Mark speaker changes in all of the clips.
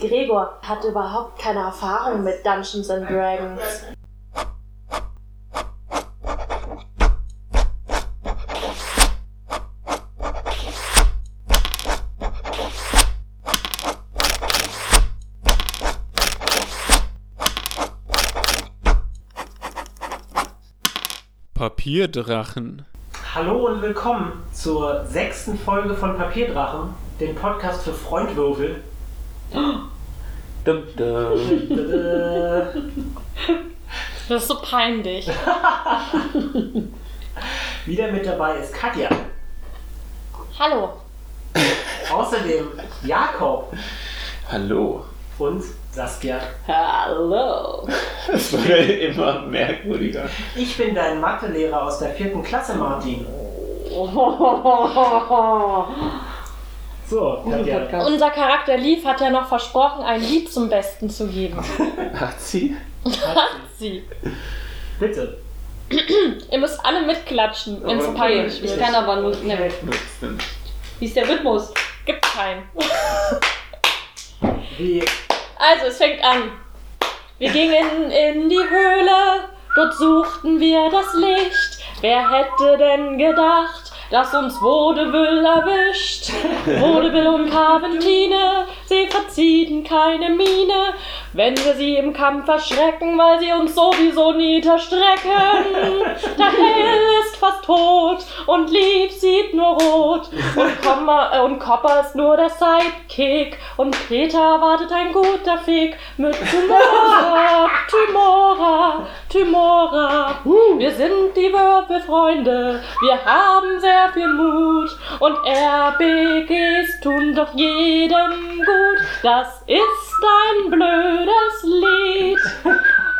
Speaker 1: Gregor hat überhaupt keine Erfahrung mit Dungeons and Dragons.
Speaker 2: Papierdrachen.
Speaker 3: Hallo und willkommen zur sechsten Folge von Papierdrachen, dem Podcast für Freundwürfel.
Speaker 4: Dum, dum.
Speaker 3: Tada.
Speaker 5: Das ist so peinlich.
Speaker 3: Wieder mit dabei ist Katja.
Speaker 5: Hallo.
Speaker 3: Außerdem Jakob
Speaker 4: Hallo.
Speaker 3: und Saskia.
Speaker 5: Hallo.
Speaker 4: Es wird immer merkwürdiger.
Speaker 3: Ich bin dein Mathelehrer aus der vierten Klasse, Martin.
Speaker 5: Oh
Speaker 3: So, Katja.
Speaker 5: Unser Charakter Leaf hat ja noch versprochen, ein Lied zum Besten zu geben.
Speaker 4: Hat sie?
Speaker 5: Sie.
Speaker 3: Bitte.
Speaker 5: Ihr müsst alle mitklatschen, wenn es
Speaker 4: Aber
Speaker 5: peinlich
Speaker 4: ich
Speaker 5: wird.
Speaker 4: kann
Speaker 5: aber nur.
Speaker 4: Was denn?
Speaker 5: Wie ist der Rhythmus? Gibt keinen.
Speaker 3: Wie
Speaker 5: Also, es fängt an. Wir gingen in die Höhle, dort suchten wir das Licht. Wer hätte denn gedacht, dass uns Vaudeville erwischt? Vaudeville und Carventine, sie verziehen keine Miene, wenn wir sie im Kampf erschrecken, weil sie uns sowieso niederstrecken. Der Hell ist fast tot und Lieb sieht nur rot. Und, Komma, äh, und Copper ist nur der Sidekick. Und Peter wartet ein guter Fick mit Tymora, Tymora, Tymora. Wir sind die Würfelfreunde, wir haben sehr viel Mut. Und RPGs tun doch jedem gut. Das ist ein blödes Lied.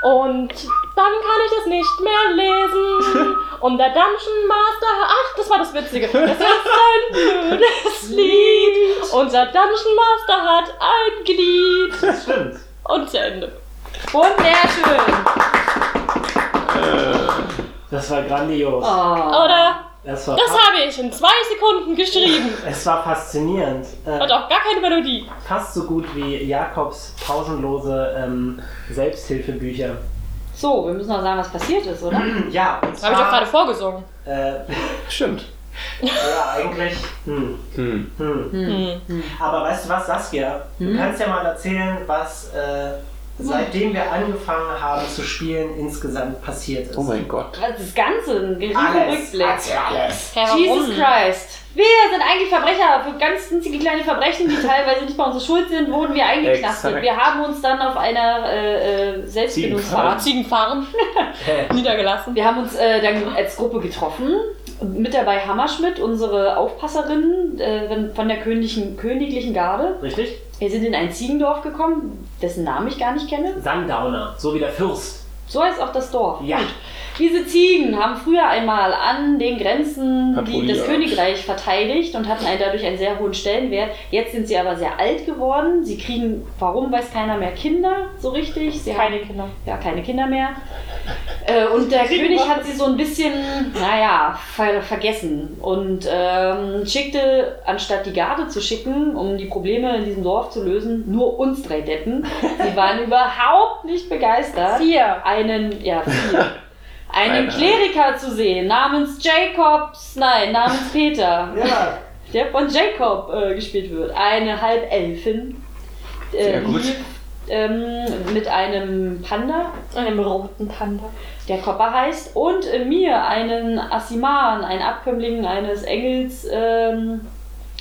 Speaker 5: Und dann kann ich es nicht mehr lesen. Und der Dungeon Master. Ach, das war das Witzige. Das ist ein blödes Lied. Unser Dungeon Master hat ein Glied.
Speaker 3: das stimmt.
Speaker 5: Und zu Ende. Wunderschön.
Speaker 3: Das war grandios.
Speaker 5: Oder?
Speaker 3: Das war,
Speaker 5: Das
Speaker 3: fa-
Speaker 5: habe ich in zwei Sekunden geschrieben.
Speaker 3: es war faszinierend. Äh,
Speaker 5: Hat auch gar keine Melodie.
Speaker 3: fast so gut wie Jakobs pausenlose ähm, Selbsthilfebücher.
Speaker 6: So, wir müssen noch sagen, was passiert ist, oder?
Speaker 3: Ja, und
Speaker 5: Das habe ich doch gerade vorgesungen.
Speaker 3: Äh,
Speaker 4: Stimmt.
Speaker 3: ja, eigentlich. Hm,
Speaker 4: Hm.
Speaker 3: hm.
Speaker 5: Hm.
Speaker 3: Aber weißt du was, Saskia?
Speaker 6: Hm?
Speaker 3: Du kannst ja mal erzählen, was äh,
Speaker 5: Hm.
Speaker 3: seitdem wir angefangen haben zu spielen, insgesamt passiert ist.
Speaker 4: Oh mein Gott.
Speaker 6: Also Das Ganze, ein geringer
Speaker 3: alles,
Speaker 6: Rückblick.
Speaker 3: alles, alles.
Speaker 5: Hä,
Speaker 6: Jesus
Speaker 5: warum?
Speaker 6: Christ. Wir sind eigentlich Verbrecher. Für ganz winzige kleine Verbrechen, die teilweise nicht mal unsere Schuld sind, wurden wir eingeknastet.
Speaker 4: Exakt.
Speaker 6: Wir haben uns dann auf einer äh, äh, Selbstbindungsfahrt.
Speaker 5: Ziegenfarm niedergelassen.
Speaker 6: Wir haben uns äh, dann als Gruppe getroffen. Mit dabei Hammerschmidt, unsere Aufpasserin äh, von der königlichen, königlichen Garde.
Speaker 3: Richtig?
Speaker 6: Wir sind in ein Ziegendorf gekommen, dessen Namen ich gar nicht kenne.
Speaker 3: Sundowner, so wie der Fürst.
Speaker 6: So heißt auch das Dorf.
Speaker 3: Ja.
Speaker 6: Diese Ziegen haben früher einmal an den Grenzen die,
Speaker 4: Patrouilliert.
Speaker 6: das Königreich verteidigt und hatten ein- dadurch einen sehr hohen Stellenwert. Jetzt sind sie aber sehr alt geworden. Sie kriegen, warum weiß keiner mehr, Kinder so richtig. Sie
Speaker 5: Keine
Speaker 6: haben
Speaker 5: Kinder.
Speaker 6: ja, keine Kinder mehr. Äh, und der König hat sie so ein bisschen, naja, ver vergessen und ähm, schickte, anstatt die Garde zu schicken, um die Probleme in diesem Dorf zu lösen, nur uns drei Deppen. Sie waren überhaupt nicht begeistert
Speaker 5: Vier.
Speaker 6: einen, ja, vier,
Speaker 4: Einer.
Speaker 6: einen Kleriker zu sehen, namens Jacobs, nein, namens Peter,
Speaker 3: Ja.
Speaker 6: der von Jacob äh, gespielt wird. Eine Halbelfin. Äh,
Speaker 4: Sehr gut.
Speaker 6: die, Ähm, mit einem Panda,
Speaker 5: Und dem roten Panda.
Speaker 6: der Kopper heißt, und äh, mir, einen Asiman, einen Abkömmling eines Engels. Ähm,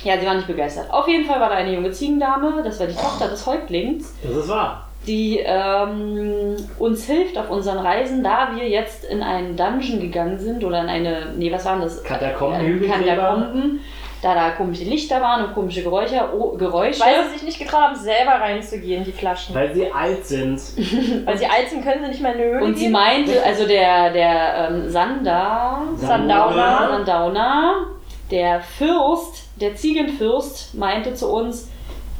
Speaker 6: ja, sie waren nicht begeistert. Auf jeden Fall war da eine junge Ziegendame, das war die Tochter des Häuptlings
Speaker 3: Das ist wahr.
Speaker 6: die ähm, uns hilft auf unseren Reisen, da wir jetzt in einen Dungeon gegangen sind oder in eine, nee, was waren das?
Speaker 3: Katakomben,
Speaker 6: Äh,
Speaker 3: Hügelgräber.
Speaker 6: Katakomben, da da komische Lichter waren und komische Geräusche, oh, Geräusche.
Speaker 5: Weil sie sich nicht getraut haben, selber reinzugehen, die Flaschen.
Speaker 3: Weil sie alt sind.
Speaker 5: Weil sie alt sind, können sie nicht mehr in die Höhle
Speaker 6: und sie
Speaker 5: gehen.
Speaker 6: meinte, also der, der ähm, Sander,
Speaker 3: Sandauner.
Speaker 6: Sandauner, der Fürst, der Ziegenfürst, meinte zu uns,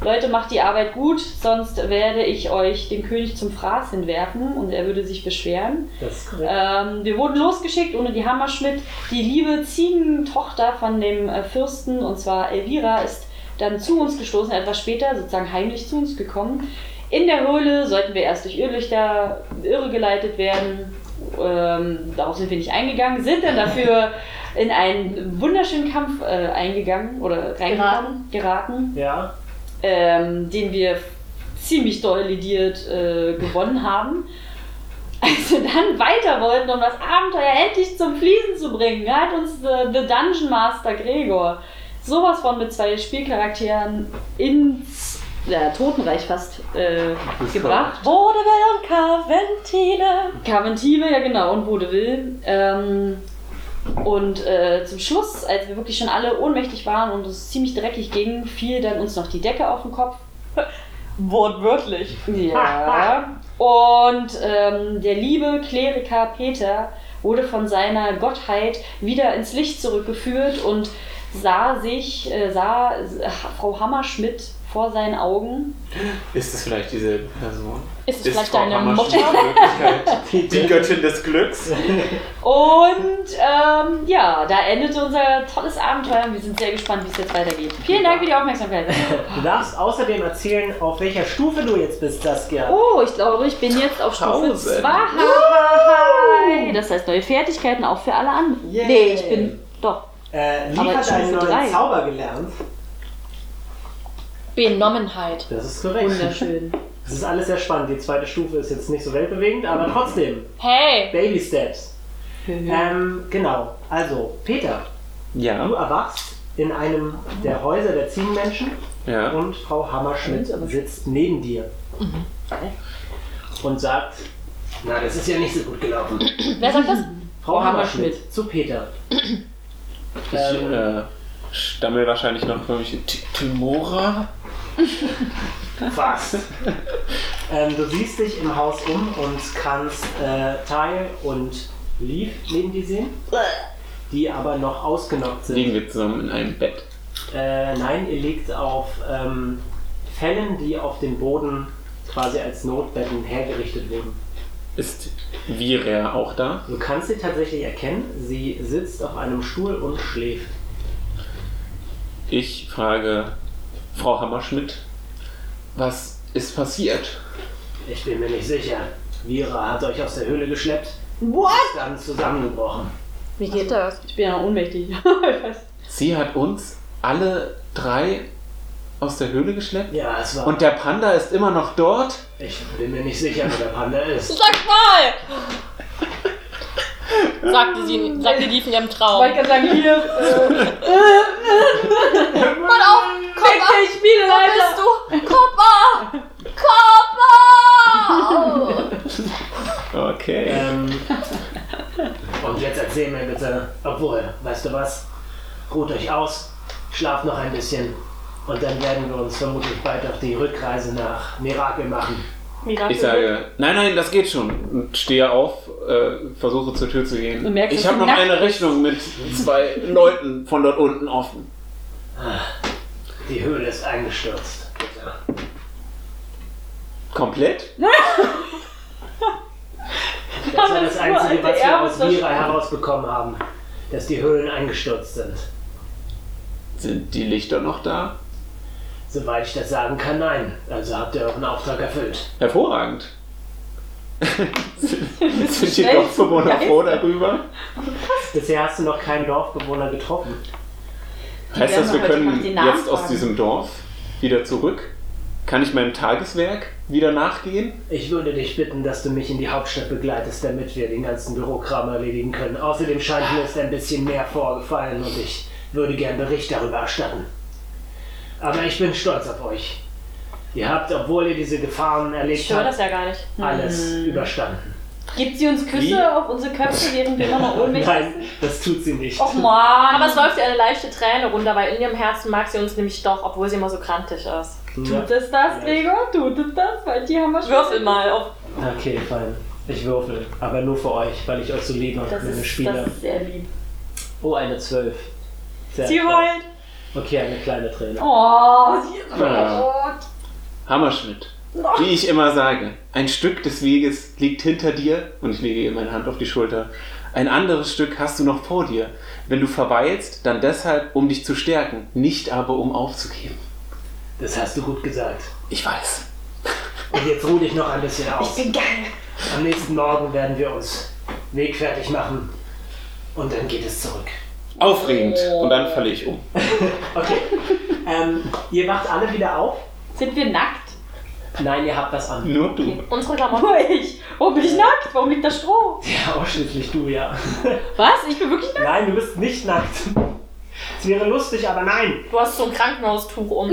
Speaker 6: Leute, macht die Arbeit gut, sonst werde ich euch dem König zum Fraß hinwerfen und er würde sich beschweren.
Speaker 3: Das ist korrekt.
Speaker 6: Ähm, wir wurden losgeschickt ohne die Hammerschmidt. Die liebe Ziegentochter von dem äh, Fürsten, und zwar Elvira, ist dann zu uns gestoßen, etwas später, sozusagen heimlich zu uns gekommen. In der Höhle sollten wir erst durch Irrlichter irregeleitet werden. Ähm, darauf sind wir nicht eingegangen, sind dann dafür in einen wunderschönen Kampf äh, eingegangen oder reingegangen, geraten,
Speaker 3: Ja.
Speaker 6: ähm, den wir ziemlich doll lidiert äh, gewonnen haben. Als wir dann weiter wollten, um das Abenteuer endlich zum Fließen zu bringen, hat uns äh, The Dungeon Master Gregor sowas von mit zwei Spielcharakteren ins ja, Totenreich fast äh, gebracht.
Speaker 7: Vaudeville und Carventine.
Speaker 6: Carventine, ja genau, und Vaudeville. Ähm, und äh, zum Schluss, als wir wirklich schon alle ohnmächtig waren und es ziemlich dreckig ging, fiel dann uns noch die Decke auf den Kopf.
Speaker 7: Wortwörtlich.
Speaker 6: Ja. Und ähm, der liebe Kleriker Peter wurde von seiner Gottheit wieder ins Licht zurückgeführt und sah sich, äh, sah äh, Frau Hammerschmidt vor seinen Augen.
Speaker 4: Ist es vielleicht dieselbe Person?
Speaker 7: Ist es
Speaker 4: Ist
Speaker 7: vielleicht
Speaker 4: Frau
Speaker 7: deine
Speaker 4: Hammerschmidt
Speaker 7: Mutter?
Speaker 4: in Wirklichkeit Die Göttin des Glücks.
Speaker 6: Und ähm, ja, da endete unser tolles Abenteuer und wir sind sehr gespannt, wie es jetzt weitergeht. Vielen Dank für die Aufmerksamkeit.
Speaker 3: Du darfst außerdem erzählen, auf welcher Stufe du jetzt bist, Saskia.
Speaker 6: Oh, ich glaube, ich bin jetzt auf Stufe
Speaker 4: Tausend.
Speaker 6: 2. Das heißt, neue Fertigkeiten auch für alle anderen.
Speaker 3: Yay.
Speaker 6: Nee, ich bin doch.
Speaker 3: Äh, Lee
Speaker 6: Aber
Speaker 3: hat
Speaker 6: Stufe
Speaker 3: einen neuen
Speaker 6: drei.
Speaker 3: Zauber gelernt.
Speaker 7: Benommenheit.
Speaker 3: Das ist korrekt.
Speaker 6: Wunderschön.
Speaker 3: Das ist alles sehr spannend. Die zweite Stufe ist jetzt nicht so weltbewegend, aber trotzdem.
Speaker 7: Hey,
Speaker 3: Baby Steps. Ähm, genau. Also, Peter, du
Speaker 4: Ja.
Speaker 3: erwachst in einem der Häuser der Ziegenmenschen
Speaker 4: Ja.
Speaker 3: und Frau Hammerschmidt sitzt neben dir und sagt, na, das ist ja nicht so gut gelaufen.
Speaker 7: wer sagt das?
Speaker 3: Mhm. Frau Hammerschmidt zu Peter.
Speaker 4: Ich äh, stammel wahrscheinlich noch irgendwelche T- Timora.
Speaker 3: Fast. ähm, du siehst dich im Haus um und kannst äh, Teil und Leaf neben dir sehen, die aber noch ausgenockt sind.
Speaker 4: Liegen wir zusammen in einem Bett.
Speaker 3: Äh, nein, ihr liegt auf ähm, Fellen, die auf dem Boden quasi als Notbetten hergerichtet wurden.
Speaker 4: Ist Virea auch da?
Speaker 3: Du kannst sie tatsächlich erkennen. Sie sitzt auf einem Stuhl und schläft.
Speaker 4: Ich frage Frau Hammerschmidt, was ist passiert?
Speaker 3: Ich bin mir nicht sicher. Vira hat euch aus der Höhle geschleppt.
Speaker 7: What?
Speaker 3: Ist dann zusammengebrochen.
Speaker 5: Wie geht das?
Speaker 6: Ich bin ja noch ohnmächtig.
Speaker 4: Sie hat uns alle drei aus der Höhle geschleppt?
Speaker 3: Ja, es war.
Speaker 4: Und der Panda ist immer noch dort?
Speaker 3: ich bin mir nicht sicher, wo der Panda ist.
Speaker 7: Sag mal! sagte sie, sagte die in ihrem Traum.
Speaker 6: gerade sagen, hier.
Speaker 7: Mann auf! Kopf ab!
Speaker 6: Ich spiele
Speaker 7: Wo bist du? Kopf ab! Kopf ab!
Speaker 4: Okay.
Speaker 3: Ähm, und jetzt erzähl mir bitte, obwohl, weißt du was? Ruht euch aus, schlaft noch ein bisschen und dann werden wir uns vermutlich bald auf die Rückreise nach Mirakel machen.
Speaker 4: Ich sage, nein, nein, das geht schon. Und stehe auf, äh, versuche zur Tür zu gehen.
Speaker 6: Du merkst,
Speaker 4: ich
Speaker 6: dass
Speaker 4: habe
Speaker 6: du
Speaker 4: noch
Speaker 6: nackt
Speaker 4: eine Rechnung mit zwei Leuten von dort unten offen.
Speaker 3: Die Höhle ist eingestürzt. Bitte.
Speaker 4: Komplett?
Speaker 3: Das war das
Speaker 6: ist nur
Speaker 3: Einzige,
Speaker 6: alte
Speaker 3: was wir
Speaker 6: Erbe
Speaker 3: aus Mira herausbekommen haben, dass die Höhlen eingestürzt sind.
Speaker 4: Sind die Lichter noch da?
Speaker 3: Soweit ich das sagen kann, nein. Also habt ihr euren Auftrag erfüllt.
Speaker 4: Hervorragend. Sind die
Speaker 6: schnell
Speaker 4: Dorfbewohner
Speaker 6: zu
Speaker 4: froh darüber?
Speaker 3: Bisher hast du noch keinen Dorfbewohner getroffen.
Speaker 4: Heißt
Speaker 6: werden
Speaker 4: das, wir
Speaker 6: heute nach
Speaker 4: können
Speaker 6: den
Speaker 4: jetzt aus
Speaker 6: nachfragen.
Speaker 4: diesem Dorf wieder zurück? Kann ich meinem Tageswerk wieder nachgehen?
Speaker 3: Ich würde dich bitten, dass du mich in die Hauptstadt begleitest, damit wir den ganzen Bürokram erledigen können. Außerdem scheint mir es ein bisschen mehr vorgefallen und ich würde gern Bericht darüber erstatten. Aber ich bin stolz auf euch. Ihr habt, obwohl ihr diese Gefahren erlebt
Speaker 7: Ich höre das
Speaker 3: habt,
Speaker 7: ja gar nicht.
Speaker 3: alles überstanden.
Speaker 6: Hm. Gibt sie uns Küsse
Speaker 4: Wie?
Speaker 6: auf unsere Köpfe, während wir immer noch ohnmächtig sind?
Speaker 3: Nein, das tut sie nicht.
Speaker 6: Och man.
Speaker 7: Aber es läuft ihr eine leichte Träne runter, weil in ihrem Herzen mag sie uns nämlich doch, obwohl sie immer so krantig ist.
Speaker 3: Ja.
Speaker 6: Tut es das, Gregor? Tut es das? Weil die haben wir schon.
Speaker 7: Würfel mal auf.
Speaker 3: Okay, fein. Ich würfel, aber nur für euch, weil ich euch so liebe und
Speaker 6: Das
Speaker 3: meine
Speaker 6: ist,
Speaker 3: Spieler.
Speaker 6: das ist sehr lieb.
Speaker 3: Oh, eine 12. Sehr
Speaker 7: Sie
Speaker 3: toll.
Speaker 7: heult.
Speaker 3: Okay, eine kleine Träne.
Speaker 6: Oh, sie ist
Speaker 4: Ja.
Speaker 6: rot.
Speaker 4: Äh, Hammerschmidt. Wie ich immer sage, ein Stück des Weges liegt hinter dir und ich lege ihr meine Hand auf die Schulter. Ein anderes Stück hast du noch vor dir. Wenn du verweilst, dann deshalb, um dich zu stärken, nicht aber um aufzugeben.
Speaker 3: Das hast du gut gesagt.
Speaker 4: Ich weiß.
Speaker 3: Und jetzt ruh dich noch ein bisschen
Speaker 6: Ich
Speaker 3: aus.
Speaker 6: bin geil.
Speaker 3: Am nächsten Morgen werden wir uns wegfertig machen und dann geht es zurück.
Speaker 4: Aufregend. Und dann falle ich um.
Speaker 3: Okay. ähm, ihr wacht alle wieder auf?
Speaker 6: Sind wir nackt?
Speaker 3: Nein, ihr habt was an.
Speaker 4: Nur du.
Speaker 7: Unsere Klamotten.
Speaker 6: Nur ich. Warum bin ich nackt? Warum liegt da Stroh?
Speaker 3: Ja, ausschließlich du, ja.
Speaker 6: Was? Ich bin wirklich nackt?
Speaker 3: nein, du bist nicht nackt. Es wäre lustig, aber nein.
Speaker 7: Du hast so ein Krankenhaustuch um.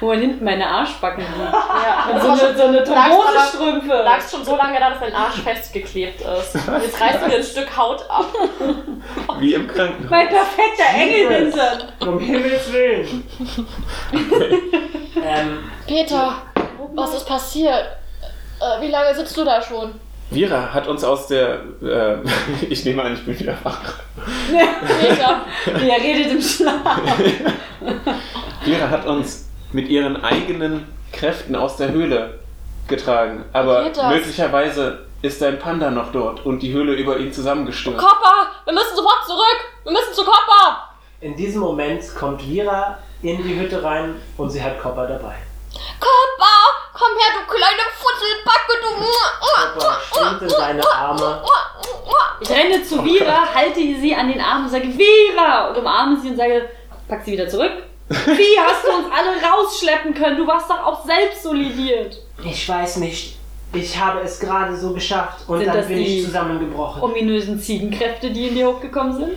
Speaker 6: Wo man hinten meine Arschbacken liegt.
Speaker 7: Ja,
Speaker 6: Und so eine, so eine
Speaker 7: lagst, aber,
Speaker 6: Thrombosestrümpfe.
Speaker 7: lagst schon so lange da, dass dein Arsch festgeklebt ist. Jetzt reißt du dir ein Stück Haut ab.
Speaker 4: Wie im Krankenhaus.
Speaker 6: Mein perfekter Engelhintern.
Speaker 3: Um Himmels Willen. ähm,
Speaker 8: Peter, was ist passiert? Äh, wie lange sitzt du da schon?
Speaker 4: Vira hat uns aus der. Äh, ich nehme an, ich bin wieder wach.
Speaker 8: Peter,
Speaker 6: Er redet im Schlaf.
Speaker 4: Vira hat uns mit ihren eigenen Kräften aus der Höhle getragen. Aber
Speaker 8: Geht das?
Speaker 4: möglicherweise ist ein Panda noch dort und die Höhle über ihn
Speaker 8: Oh
Speaker 4: zusammengestürzt.
Speaker 7: Kopper, wir müssen sofort zurück. Wir müssen zu Kopper.
Speaker 3: in diesem Moment kommt Vira in die Hütte rein und sie hat Copper dabei.
Speaker 8: Koppa, komm her, du kleine Futzelbacke, du.
Speaker 3: Copper stimmt in seine Arme.
Speaker 6: Ich renne zu Vira, halte sie an den Arm und sage, Vira! Und umarme sie und sage, pack sie wieder zurück. Wie hast du uns alle rausschleppen können? Du warst doch auch selbst solidiert.
Speaker 3: Ich weiß nicht. Ich habe es gerade so geschafft und
Speaker 6: Sind
Speaker 3: dann
Speaker 6: das
Speaker 3: bin ich
Speaker 6: die-
Speaker 3: zusammengebrochen.
Speaker 6: Ominösen Ziegenkräfte, die in dir hochgekommen
Speaker 3: Äh,
Speaker 6: sind.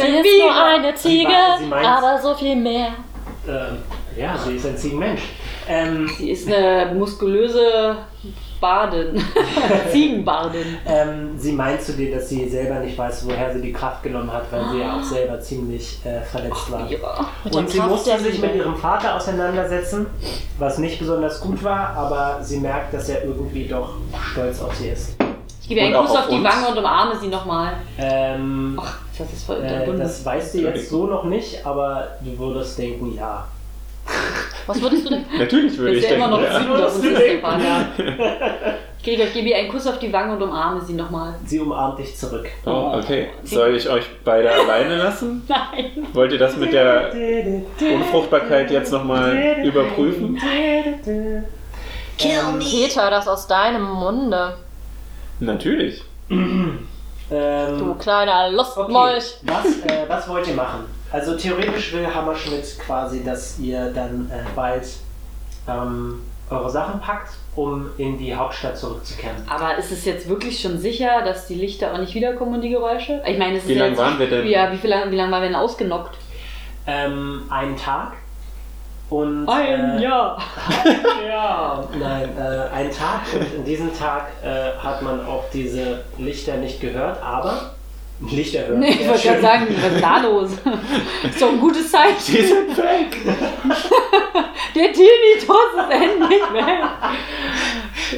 Speaker 8: Sie ist nur eine Ziege,
Speaker 3: Sie meint's.
Speaker 8: aber so viel mehr.
Speaker 3: ähm, ja, sie ist ein Ziegenmensch. Ähm,
Speaker 6: Sie ist eine muskulöse Badin. Ziegenbadin.
Speaker 3: ähm, sie meint zu dir, dass sie selber nicht weiß, woher sie die Kraft genommen hat, weil sie ja auch selber ziemlich äh, verletzt war.
Speaker 6: Vira.
Speaker 3: Und sie
Speaker 8: Kraft
Speaker 3: musste
Speaker 8: der
Speaker 3: sich
Speaker 8: Liebe.
Speaker 3: mit ihrem Vater auseinandersetzen, was nicht besonders gut war, aber sie merkt, dass er irgendwie doch stolz auf sie ist.
Speaker 6: Ich gebe ihr einen
Speaker 4: Und auch
Speaker 6: Kuss auf,
Speaker 4: auf
Speaker 6: die
Speaker 4: uns.
Speaker 6: Wange und umarme sie nochmal.
Speaker 3: Ähm,
Speaker 6: Ach, das ist voll
Speaker 3: äh,
Speaker 6: unterbunden.
Speaker 3: das weißt du jetzt so noch nicht, aber du würdest denken, ja.
Speaker 8: Was würdest du denn?
Speaker 4: Natürlich würde
Speaker 6: Ist
Speaker 4: ich
Speaker 6: ja immer
Speaker 4: denken.
Speaker 6: noch
Speaker 4: ja.
Speaker 6: Süd unter
Speaker 3: Das
Speaker 6: uns
Speaker 3: ist
Speaker 6: ist
Speaker 3: direkt.
Speaker 6: der Vater. Ich gebe ich gebe ihr einen Kuss auf die Wange und umarme sie nochmal.
Speaker 3: Sie umarmt dich zurück.
Speaker 4: Oh, okay. Soll ich euch beide alleine lassen?
Speaker 6: Nein.
Speaker 4: Wollt ihr das mit der Unfruchtbarkeit jetzt nochmal überprüfen?
Speaker 8: Kill me. Peter, das aus deinem Munde.
Speaker 4: Natürlich.
Speaker 3: Ähm,
Speaker 6: Mhm.
Speaker 8: Du kleiner
Speaker 3: Okay.
Speaker 8: Lustmolch.
Speaker 3: Was, äh, was wollt ihr machen? Also theoretisch will Hammerschmidt quasi, dass ihr dann äh, bald ähm, eure Sachen packt, um in die Hauptstadt zurückzukehren.
Speaker 6: Aber ist es jetzt wirklich schon sicher, dass die Lichter auch nicht wiederkommen und die Geräusche? Ich meine, es
Speaker 4: Wie
Speaker 6: ist ja
Speaker 4: lange
Speaker 6: jetzt-
Speaker 4: waren wir denn?
Speaker 6: Ja, wie, viel lang, wie lange waren wir denn ausgenockt?
Speaker 3: Ähm, einen Tag und äh,
Speaker 6: Jahr.
Speaker 3: ja, nein, äh, einen Tag und in diesem Tag äh, hat man auch diese Lichter nicht gehört, aber Lichter hören.
Speaker 6: Nee, ich
Speaker 3: sehr
Speaker 6: wollte
Speaker 3: schön.
Speaker 6: gerade sagen, was ist da los? ist doch ein gutes Zeichen.
Speaker 4: Die sind weg!
Speaker 6: Der Tinnitus ist endlich weg.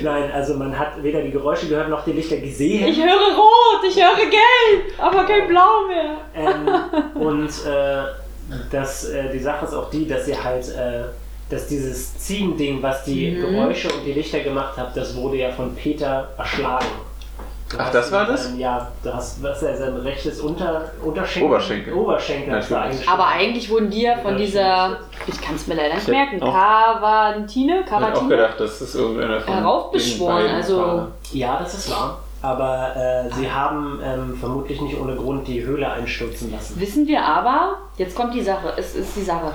Speaker 3: Nein, also man hat weder die Geräusche gehört noch die Lichter gesehen.
Speaker 6: Ich höre rot, ich höre gelb, aber kein blau mehr.
Speaker 3: Ähm, und äh, das, äh, die Sache ist auch die, dass ihr halt, äh, dass dieses Ziegending, was die Geräusche und die Lichter gemacht hat, das wurde ja von Peter erschlagen. Du
Speaker 4: Ach,
Speaker 3: hast
Speaker 4: das
Speaker 3: ihn
Speaker 4: war
Speaker 3: dann-
Speaker 4: das?
Speaker 3: Ja, du hast was er sein rechtes Unter, Unterschenkel.
Speaker 4: Oberschenkel.
Speaker 3: Oberschenkel hast du
Speaker 4: Natürlich.
Speaker 3: eingeschlagen.
Speaker 6: Aber eigentlich wurden die ja von
Speaker 3: Ja,
Speaker 6: dieser, ich kann es mir leider nicht
Speaker 4: Ich
Speaker 6: merken,
Speaker 4: auch-
Speaker 6: Cavantine,
Speaker 4: Ich habe auch
Speaker 6: Cavatine.
Speaker 4: gedacht, das ist irgendeiner von.
Speaker 6: Heraufbeschworen,
Speaker 4: den beiden
Speaker 6: also-
Speaker 4: war.
Speaker 3: Ja, das ist wahr. Aber äh, sie haben ähm, vermutlich nicht ohne Grund die Höhle einstürzen lassen.
Speaker 6: Wissen wir aber, jetzt kommt die Sache, es ist die Sache.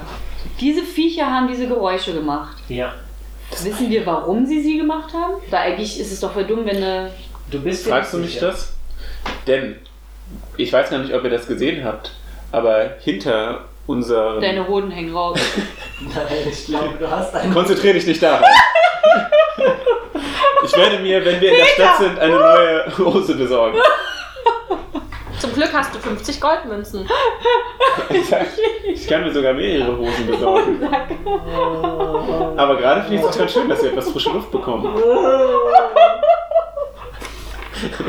Speaker 6: Diese Viecher haben diese Geräusche gemacht.
Speaker 3: Ja.
Speaker 6: Wissen wir, warum sie sie gemacht haben? Weil eigentlich ist es doch voll dumm, wenn eine...
Speaker 3: Du bist dir
Speaker 4: Fragst du
Speaker 3: nicht
Speaker 4: mich
Speaker 3: sicher.
Speaker 4: das? Denn ich weiß gar nicht, ob ihr das gesehen habt, aber hinter unserem.
Speaker 6: Deine Hoden hängen raus.
Speaker 3: Nein, ich glaube, du hast einen
Speaker 4: Konzentrier dich nicht darauf. ich werde mir, wenn wir in der Stadt sind, eine neue Hose besorgen.
Speaker 7: Zum Glück hast du 50 Goldmünzen.
Speaker 4: Ich kann mir sogar mehrere Hosen besorgen. Aber gerade finde ich es auch ganz schön, dass wir etwas frische Luft bekommen.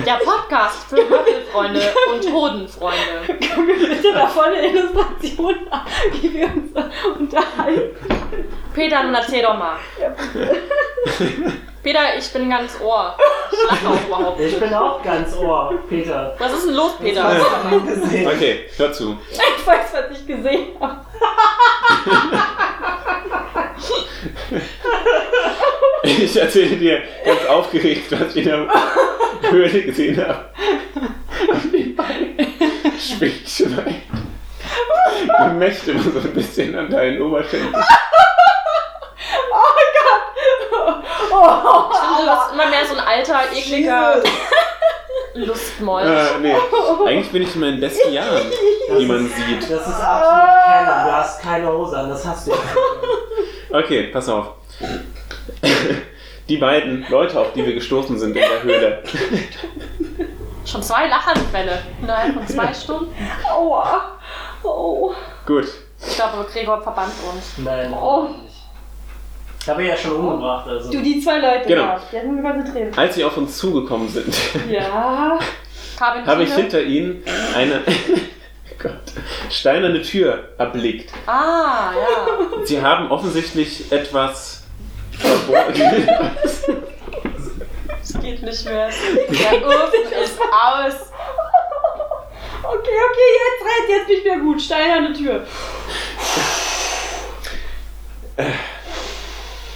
Speaker 7: Der Podcast für Würfelfreunde und Hodenfreunde.
Speaker 6: Können wir bitte davon eine Illustration wie wir uns unterhalten?
Speaker 7: Peter, nun erzähl doch mal. Peter, ich bin ganz Ohr. Ich lache auch überhaupt
Speaker 3: Ich
Speaker 7: nicht.
Speaker 3: bin auch ganz ohr, Peter.
Speaker 7: Was ist denn los, Peter?
Speaker 4: Okay, hör zu.
Speaker 6: Ich weiß, was ich gesehen habe.
Speaker 4: Ich erzähle dir ganz aufgeregt, was ich in der Höhle gesehen habe. Und die beiden Schwingschwein. Man möchte immer so ein bisschen an deinen Oberschenkel.
Speaker 7: Ich finde, du hast immer mehr so ein alter, ekliger Lustmoll.
Speaker 4: Äh, nee. Eigentlich bin ich in meinen besten Jahren, wie man sieht.
Speaker 3: Das ist absolut keiner. Du hast keine Hose an, das hast du.
Speaker 4: Okay, pass auf. Die beiden Leute, auf die wir gestoßen sind in der Höhle.
Speaker 7: Schon zwei Lachanfälle innerhalb von zwei Stunden.
Speaker 6: Aua. Oh.
Speaker 4: Gut.
Speaker 7: Ich glaube, Gregor verbannt uns.
Speaker 3: Nein.
Speaker 6: Oh.
Speaker 3: Ich habe ihn ja schon umgebracht, also.
Speaker 6: Du, die zwei Leute.
Speaker 4: Genau.
Speaker 6: Ja, jetzt müssen wir konzentrieren.
Speaker 4: Als sie auf uns zugekommen sind,
Speaker 6: Ja.
Speaker 7: Carbentine.
Speaker 4: habe ich hinter ihnen eine Gott, steinerne Tür erblickt.
Speaker 7: Ah, ja.
Speaker 4: Sie haben offensichtlich etwas verborgen.
Speaker 7: Es geht nicht mehr. Der Ofen ist aus.
Speaker 6: Okay, okay, jetzt red, jetzt nicht mehr gut. Steinerne Tür.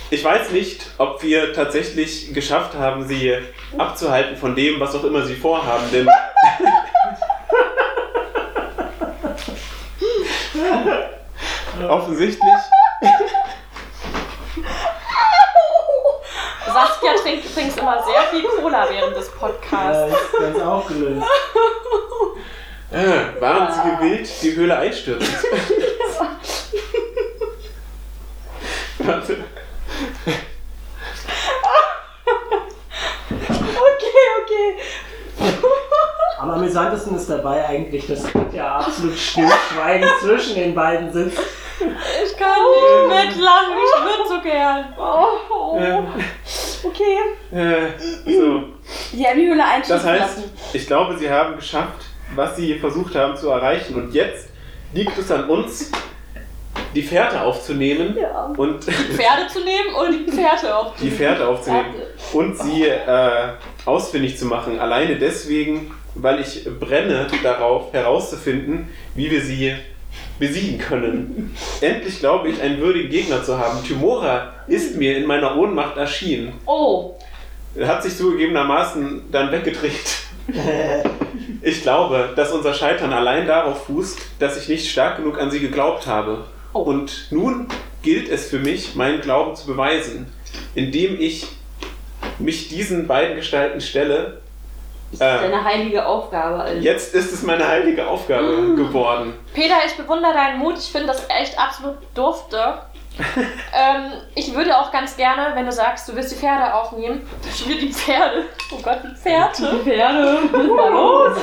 Speaker 4: Ich weiß nicht, ob wir tatsächlich geschafft haben, sie abzuhalten von dem, was auch immer sie vorhaben, denn. Offensichtlich.
Speaker 7: Saskia trinkt übrigens immer sehr viel Cola während des
Speaker 3: Ja,
Speaker 7: Podcasts.
Speaker 3: ist ganz aufgelöst.
Speaker 4: äh, Waren sie gewillt, die Höhle einstürzen zu Warte.
Speaker 6: Okay,
Speaker 3: Am amüsantesten ist dabei eigentlich, dass ja absolut stillschweigend zwischen den beiden sitzt.
Speaker 7: Ich kann
Speaker 6: Oh.
Speaker 7: nicht mitlachen, ich würde so gern.
Speaker 4: Ähm,
Speaker 6: okay. Oh. Okay.
Speaker 4: äh, so.
Speaker 6: Die haben die Höhle einschließen
Speaker 4: Das heißt,
Speaker 6: lassen.
Speaker 4: ich glaube, sie haben geschafft, was sie versucht haben zu erreichen. Und jetzt liegt es an uns, die Fährte aufzunehmen
Speaker 6: Ja.
Speaker 4: und
Speaker 7: Pferde zu nehmen und Pferde auf
Speaker 4: die Fährte aufzunehmen und sie äh, ausfindig zu machen. Alleine deswegen, weil ich brenne darauf herauszufinden, wie wir sie besiegen können. Endlich glaube ich, einen würdigen Gegner zu haben. Timora ist mir in meiner Ohnmacht erschienen.
Speaker 6: Oh.
Speaker 4: hat sich zugegebenermaßen dann weggedreht. Ich glaube, dass unser Scheitern allein darauf fußt, dass ich nicht stark genug an sie geglaubt habe. Und nun gilt es für mich, meinen Glauben zu beweisen, indem ich mich diesen beiden Gestalten stelle.
Speaker 6: Das ist
Speaker 4: Äh,
Speaker 6: eine heilige Aufgabe. Also.
Speaker 4: jetzt ist es meine heilige Aufgabe geworden.
Speaker 7: Peter, ich bewundere deinen Mut. Ich finde das echt absolut durfte. ähm, ich würde auch ganz gerne, wenn du sagst, du willst die Pferde aufnehmen, ich will die Pferde, oh Gott, die Pferde
Speaker 6: Pferde.
Speaker 7: aufnehmen.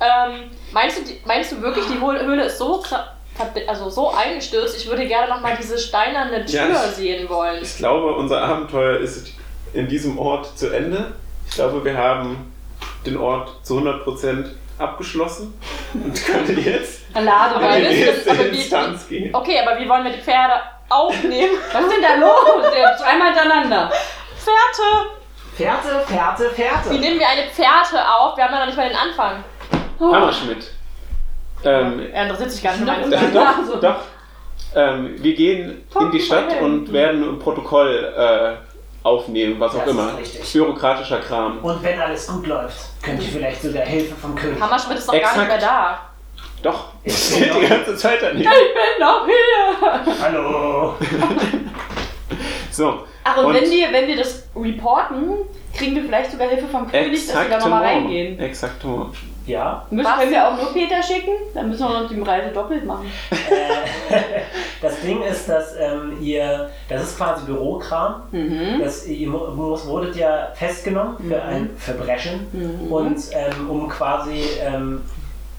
Speaker 7: Ähm, meinst, du, die- meinst du wirklich, die Höhle Höhle ist so kra- verbi- also so eingestürzt? Ich würde gerne nochmal diese steinerne Tür
Speaker 4: Ja, ich-
Speaker 7: sehen wollen.
Speaker 4: Ich glaube, unser Abenteuer ist in diesem Ort zu Ende. Ich glaube, wir haben den Ort zu 100% abgeschlossen und können jetzt
Speaker 7: Aber
Speaker 4: in
Speaker 7: wir
Speaker 4: die
Speaker 7: wissen,
Speaker 4: nächste
Speaker 7: aber wie-
Speaker 4: Instanz gehen.
Speaker 7: Okay, aber wie wollen wir die Pferde aufnehmen?
Speaker 6: Was ist denn da los? Der ist einmal hintereinander.
Speaker 7: Pferde!
Speaker 3: Fährte, Fährte,
Speaker 7: Wie
Speaker 3: Fährte.
Speaker 7: nehmen wir eine Pferde auf? Wir haben ja noch nicht mal den Anfang.
Speaker 6: Oh.
Speaker 4: Hammerschmidt. Ähm,
Speaker 7: Er interessiert sich gar nicht für meine
Speaker 4: äh, doch,
Speaker 7: Pferde.
Speaker 4: doch. Ähm, wir gehen in die Stadt und werden ein Protokoll äh, aufnehmen, was auch
Speaker 3: Das ist
Speaker 4: immer.
Speaker 3: richtig.
Speaker 4: Bürokratischer Kram.
Speaker 3: Und wenn alles gut läuft, könnt ihr vielleicht sogar Hilfe vom König.
Speaker 7: Hammerschmidt ist doch
Speaker 4: Exakt.
Speaker 7: gar nicht mehr da.
Speaker 4: Doch, es steht die ganze Zeit daneben.
Speaker 3: Hallo.
Speaker 4: So,
Speaker 6: Ach, und,
Speaker 4: Und-
Speaker 6: wenn, wir, wenn wir das reporten, kriegen wir vielleicht sogar Hilfe vom König, dass wir da
Speaker 3: genau.
Speaker 6: nochmal reingehen.
Speaker 4: Exactement.
Speaker 3: Ja,
Speaker 6: Müssen,
Speaker 7: Was?
Speaker 6: können wir auch nur Peter schicken? Dann müssen wir noch die Reise doppelt machen.
Speaker 3: das Ding ist, dass ähm, ihr, das ist quasi Bürokram,
Speaker 6: Mhm.
Speaker 3: dass ihr mu- muss, wurdet ja festgenommen für ein Verbrechen und ähm, um quasi ähm,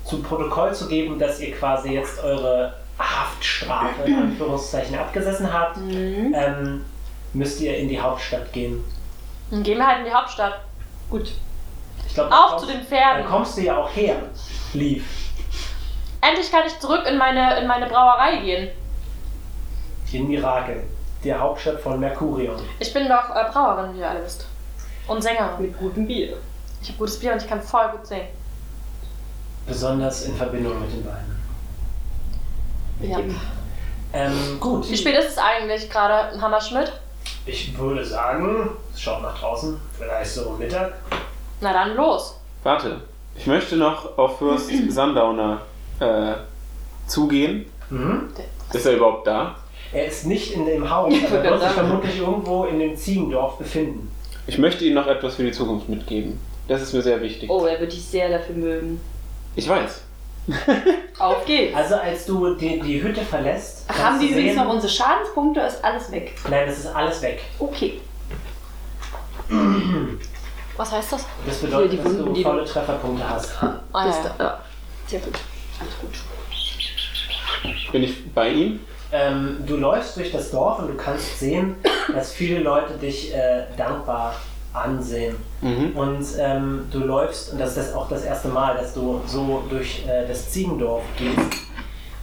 Speaker 3: zu Protokoll zu geben, dass ihr quasi jetzt eure Haftstrafe in Anführungszeichen abgesessen habt, ähm, müsst ihr in die Hauptstadt gehen.
Speaker 7: Dann gehen wir halt in die Hauptstadt.
Speaker 6: Gut.
Speaker 3: Ich glaub, da
Speaker 7: Auf
Speaker 3: kommst-
Speaker 7: zu den
Speaker 3: Da
Speaker 7: Pferden.
Speaker 3: kommst du ja auch her, Lief.
Speaker 7: Endlich kann ich zurück in meine, in meine Brauerei gehen.
Speaker 3: In Mirakel, der Hauptstadt von Mercurion.
Speaker 7: Ich bin doch äh, Brauerin, wie ihr alle wisst. Und Sängerin.
Speaker 6: Mit gutem Bier.
Speaker 7: Ich habe gutes Bier und ich kann voll gut singen.
Speaker 3: Besonders in Verbindung mit den beiden.
Speaker 5: Ja.
Speaker 3: Ähm, gut.
Speaker 7: Wie spät ist es eigentlich gerade, Hammerschmidt?
Speaker 3: Ich würde sagen, es schaut nach draußen, vielleicht so um Mittag.
Speaker 7: Na dann los.
Speaker 4: Warte, ich möchte noch auf Fürst Sundowner äh, zugehen.
Speaker 3: Mhm.
Speaker 4: Ist er überhaupt da?
Speaker 3: Er ist nicht in dem Haus, aber
Speaker 6: wollte
Speaker 3: wird sich
Speaker 6: sagen.
Speaker 3: vermutlich irgendwo in dem Ziegendorf befinden.
Speaker 4: Ich möchte Ihnen noch etwas für die Zukunft mitgeben. Das ist mir sehr wichtig.
Speaker 6: Oh, er wird dich sehr dafür mögen.
Speaker 4: Ich weiß.
Speaker 6: Auf geht's.
Speaker 3: Also als du die, die Hütte verlässt,
Speaker 9: Ach,
Speaker 3: kannst
Speaker 9: haben
Speaker 3: du
Speaker 9: die übrigens
Speaker 3: sehen-
Speaker 9: noch unsere Schadenspunkte? Ist alles weg.
Speaker 3: Nein, das ist alles weg.
Speaker 9: Okay.
Speaker 7: Was heißt das?
Speaker 3: Das bedeutet,
Speaker 6: Hier, die
Speaker 3: dass
Speaker 6: Wunden,
Speaker 3: du
Speaker 6: die du-
Speaker 3: volle Trefferpunkte hast.
Speaker 7: Ah,
Speaker 9: Das
Speaker 7: ja.
Speaker 9: da, ja. Sehr gut. Alles gut.
Speaker 4: Bin ich bei ihm?
Speaker 3: Ähm, du läufst durch das Dorf und du kannst sehen, dass viele Leute dich äh, dankbar ansehen.
Speaker 4: Mhm.
Speaker 3: Und ähm, du läufst, und das ist das auch das erste Mal, dass du so durch äh, das Ziegendorf gehst.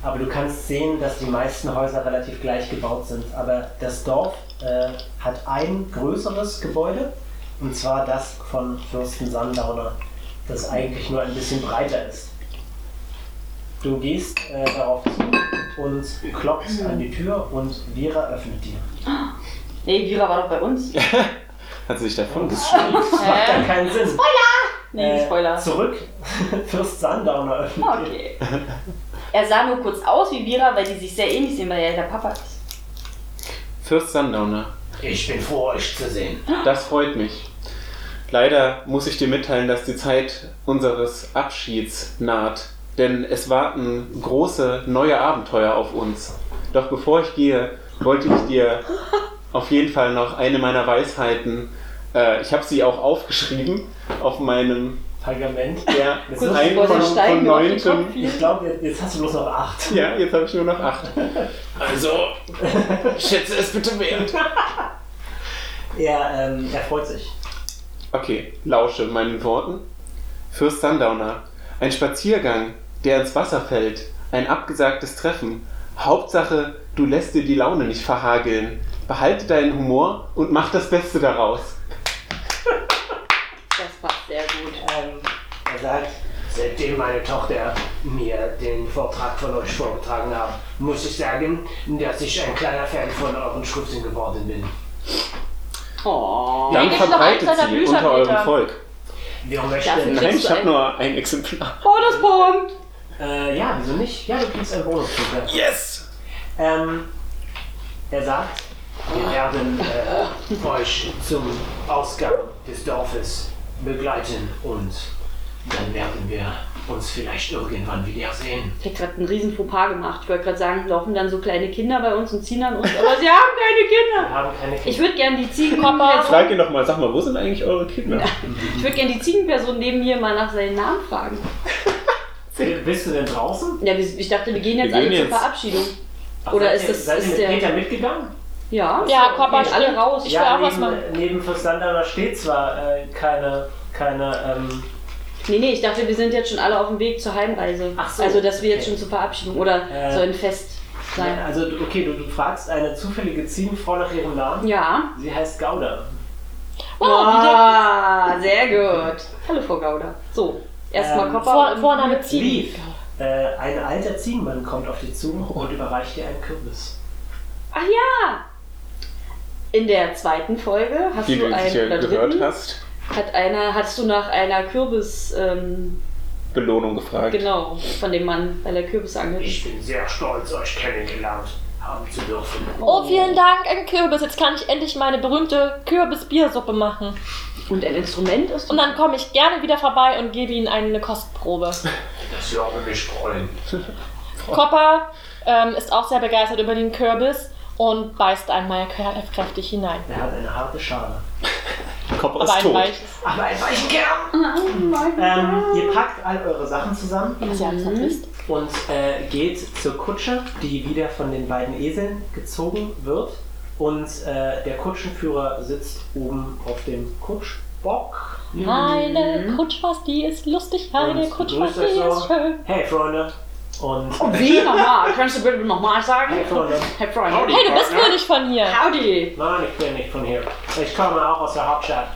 Speaker 3: Aber du kannst sehen, dass die meisten Häuser relativ gleich gebaut sind. Aber das Dorf äh, hat ein größeres Gebäude, und zwar das von Fürsten Sandauner, das eigentlich nur ein bisschen breiter ist. Du gehst äh, darauf zu und klopfst an die Tür und Vera öffnet dir.
Speaker 6: Nee, Vira war doch bei uns.
Speaker 4: Hat sie sich davon
Speaker 3: Das
Speaker 4: geschrieben?
Speaker 3: macht dann keinen Sinn. Spoiler!
Speaker 6: Nee,
Speaker 7: Äh,
Speaker 6: Spoiler.
Speaker 3: Äh,
Speaker 6: Ah,
Speaker 3: Zurück, Fürst Sandauner öffnet dir.
Speaker 6: Okay. Er sah nur kurz aus wie Vira, weil die sich sehr ähnlich sehen, weil er der Papa ist.
Speaker 4: Fürst Sundowner,
Speaker 3: Ich bin froh, euch zu sehen.
Speaker 4: das freut mich. Leider muss ich dir mitteilen, dass die Zeit unseres Abschieds naht, denn es warten große neue Abenteuer auf uns. Doch bevor ich gehe, wollte ich dir auf jeden Fall noch eine meiner Weisheiten, äh, ich habe sie auch aufgeschrieben auf meinem
Speaker 3: Pergament.
Speaker 4: Ja,
Speaker 3: Das ist
Speaker 4: ein
Speaker 6: vor
Speaker 4: von,
Speaker 6: den Steinen
Speaker 4: von
Speaker 6: auf den
Speaker 4: neuntem.
Speaker 6: Kopf.
Speaker 3: Ich glaube, jetzt, jetzt hast du bloß noch acht.
Speaker 4: Ja, jetzt habe ich nur noch acht. Also, schätze es bitte wert.
Speaker 3: Er, ähm, er freut sich.
Speaker 4: Okay, lausche meinen Worten. Fürst Sundowner, ein Spaziergang, der ins Wasser fällt, ein abgesagtes Treffen. Hauptsache, du lässt dir die Laune nicht verhageln. Behalte deinen Humor und mach das Beste daraus.
Speaker 6: Das passt sehr gut.
Speaker 3: Ähm, er sagt, seitdem meine Tochter mir den Vortrag von euch vorgetragen hat, muss ich sagen, dass ich ein kleiner Fan von euren Schriften geworden bin.
Speaker 6: Oh.
Speaker 4: Dann
Speaker 7: gibt's noch
Speaker 4: verbreitet
Speaker 7: eins deiner
Speaker 4: sie
Speaker 7: Bücher,
Speaker 4: unter eurem
Speaker 7: Peter.
Speaker 4: Volk.
Speaker 3: Wir
Speaker 7: Dafür
Speaker 3: möchten...
Speaker 7: kriegst
Speaker 4: Nein,
Speaker 7: du
Speaker 4: ich habe
Speaker 7: ein-
Speaker 4: nur ein Exemplar.
Speaker 6: Bonuspunkt!
Speaker 3: Äh, ja, wieso nicht? Ja, du kriegst einen Bonuspunkt.
Speaker 4: Yes!
Speaker 3: Ähm, er sagt, wir werden äh, euch zum Ausgang des Dorfes begleiten und dann werden wir uns vielleicht irgendwann wiedersehen.
Speaker 6: Ich hätte gerade einen riesen Fauxpas gemacht. Ich wollte gerade sagen, laufen dann so kleine Kinder bei uns und ziehen an uns. Aber sie haben keine
Speaker 3: Wir
Speaker 6: Kinder!
Speaker 3: haben keine
Speaker 6: Ich
Speaker 3: Kinder.
Speaker 6: würde gerne die Ziegenperson,
Speaker 4: Frag ihr nochmal, sag mal, wo sind eigentlich eure Kinder?
Speaker 6: ich würde gerne die Ziegenperson neben mir mal nach seinen Namen fragen.
Speaker 3: Bist du denn draußen?
Speaker 6: Ja, wir- ich dachte, wir gehen jetzt
Speaker 4: Wir gehen
Speaker 6: alle
Speaker 4: jetzt.
Speaker 6: zur Verabschiedung. Oder
Speaker 3: seid
Speaker 6: ist
Speaker 3: ihr,
Speaker 6: das-
Speaker 3: seid
Speaker 6: ist
Speaker 3: ihr
Speaker 6: der-
Speaker 3: mit Peter mitgegangen?
Speaker 6: Ja,
Speaker 7: Ja, Papa,
Speaker 6: gehen alle
Speaker 7: stimmt.
Speaker 6: raus.
Speaker 7: Ich- will auch was
Speaker 3: neben,
Speaker 7: machen.
Speaker 3: neben Fürstlander da steht zwar äh, keine, keine ähm,
Speaker 6: Nee, nee, ich dachte, wir sind jetzt schon alle auf dem Weg zur Heimreise.
Speaker 3: Ach so,
Speaker 6: Also, dass wir jetzt
Speaker 3: okay.
Speaker 6: schon zur Verabschiedung oder
Speaker 3: Äh,
Speaker 6: so ein Fest sein.
Speaker 3: also du- okay, du, du fragst eine zufällige Ziegenfrau nach ihrem Namen.
Speaker 6: Ja.
Speaker 3: Sie heißt Gauda.
Speaker 6: Oh, wieder. Ah, sehr gut. Hallo, Frau Gauder. So, erstmal
Speaker 3: Ähm,
Speaker 6: Kopper.
Speaker 7: Vor,
Speaker 6: und-
Speaker 7: Vorname Ziegen.
Speaker 3: Leaf. Äh, ein alter Ziegenmann kommt auf dich zu und überreicht dir einen Kürbis.
Speaker 6: Ach ja! In der zweiten Folge hast
Speaker 4: Die
Speaker 6: du
Speaker 4: du
Speaker 6: einen
Speaker 4: sicher
Speaker 6: oder
Speaker 4: gehört
Speaker 6: dritten,
Speaker 4: hast.
Speaker 6: hat einer, hast du nach einer Kürbis, ähm,
Speaker 4: Belohnung gefragt.
Speaker 6: genau, von dem Mann, weil er Kürbis
Speaker 3: Ich
Speaker 6: angehört.
Speaker 3: bin sehr stolz, euch kennengelernt haben zu dürfen.
Speaker 7: Oh, vielen Dank, ein Kürbis. Jetzt kann ich endlich meine berühmte Kürbisbiersuppe machen.
Speaker 6: Und ein Instrument ist
Speaker 7: Und dann komme ich gerne wieder vorbei und gebe Ihnen eine Kostprobe.
Speaker 3: Das würde mich freuen.
Speaker 7: Copper ähm, ist auch sehr begeistert über den Kürbis und beißt einmal krä- kräftig hinein.
Speaker 3: Er hat eine harte Schale.
Speaker 4: Kopf
Speaker 7: Aber
Speaker 4: ist
Speaker 7: ein
Speaker 4: tot.
Speaker 7: weiches.
Speaker 3: Aber einen weichen Kern!
Speaker 7: Ah,
Speaker 3: Ähm, ihr packt all eure Sachen zusammen Mhm.
Speaker 7: Was ihr alles vermisst.
Speaker 3: und äh, geht zur Kutsche, die wieder von den beiden Eseln gezogen wird. Und äh, der Kutschenführer sitzt oben auf dem Kutschbock.
Speaker 7: Eine Kutschwas, die ist lustig. Eine
Speaker 3: Und also
Speaker 7: Kutschwas,
Speaker 3: grüßt
Speaker 7: die
Speaker 3: euch so.
Speaker 7: ist schön.
Speaker 3: Hey Freunde! Und
Speaker 6: Wie nochmal? Kannst du bitte nochmal sagen?
Speaker 3: hey Freunde!
Speaker 6: Herr Freund.
Speaker 4: Howdy.
Speaker 7: Hey, du bist
Speaker 4: Partner.
Speaker 7: König von hier.
Speaker 6: Howdy!
Speaker 3: Nein, ich bin nicht von hier. Ich komme auch aus der Hauptstadt.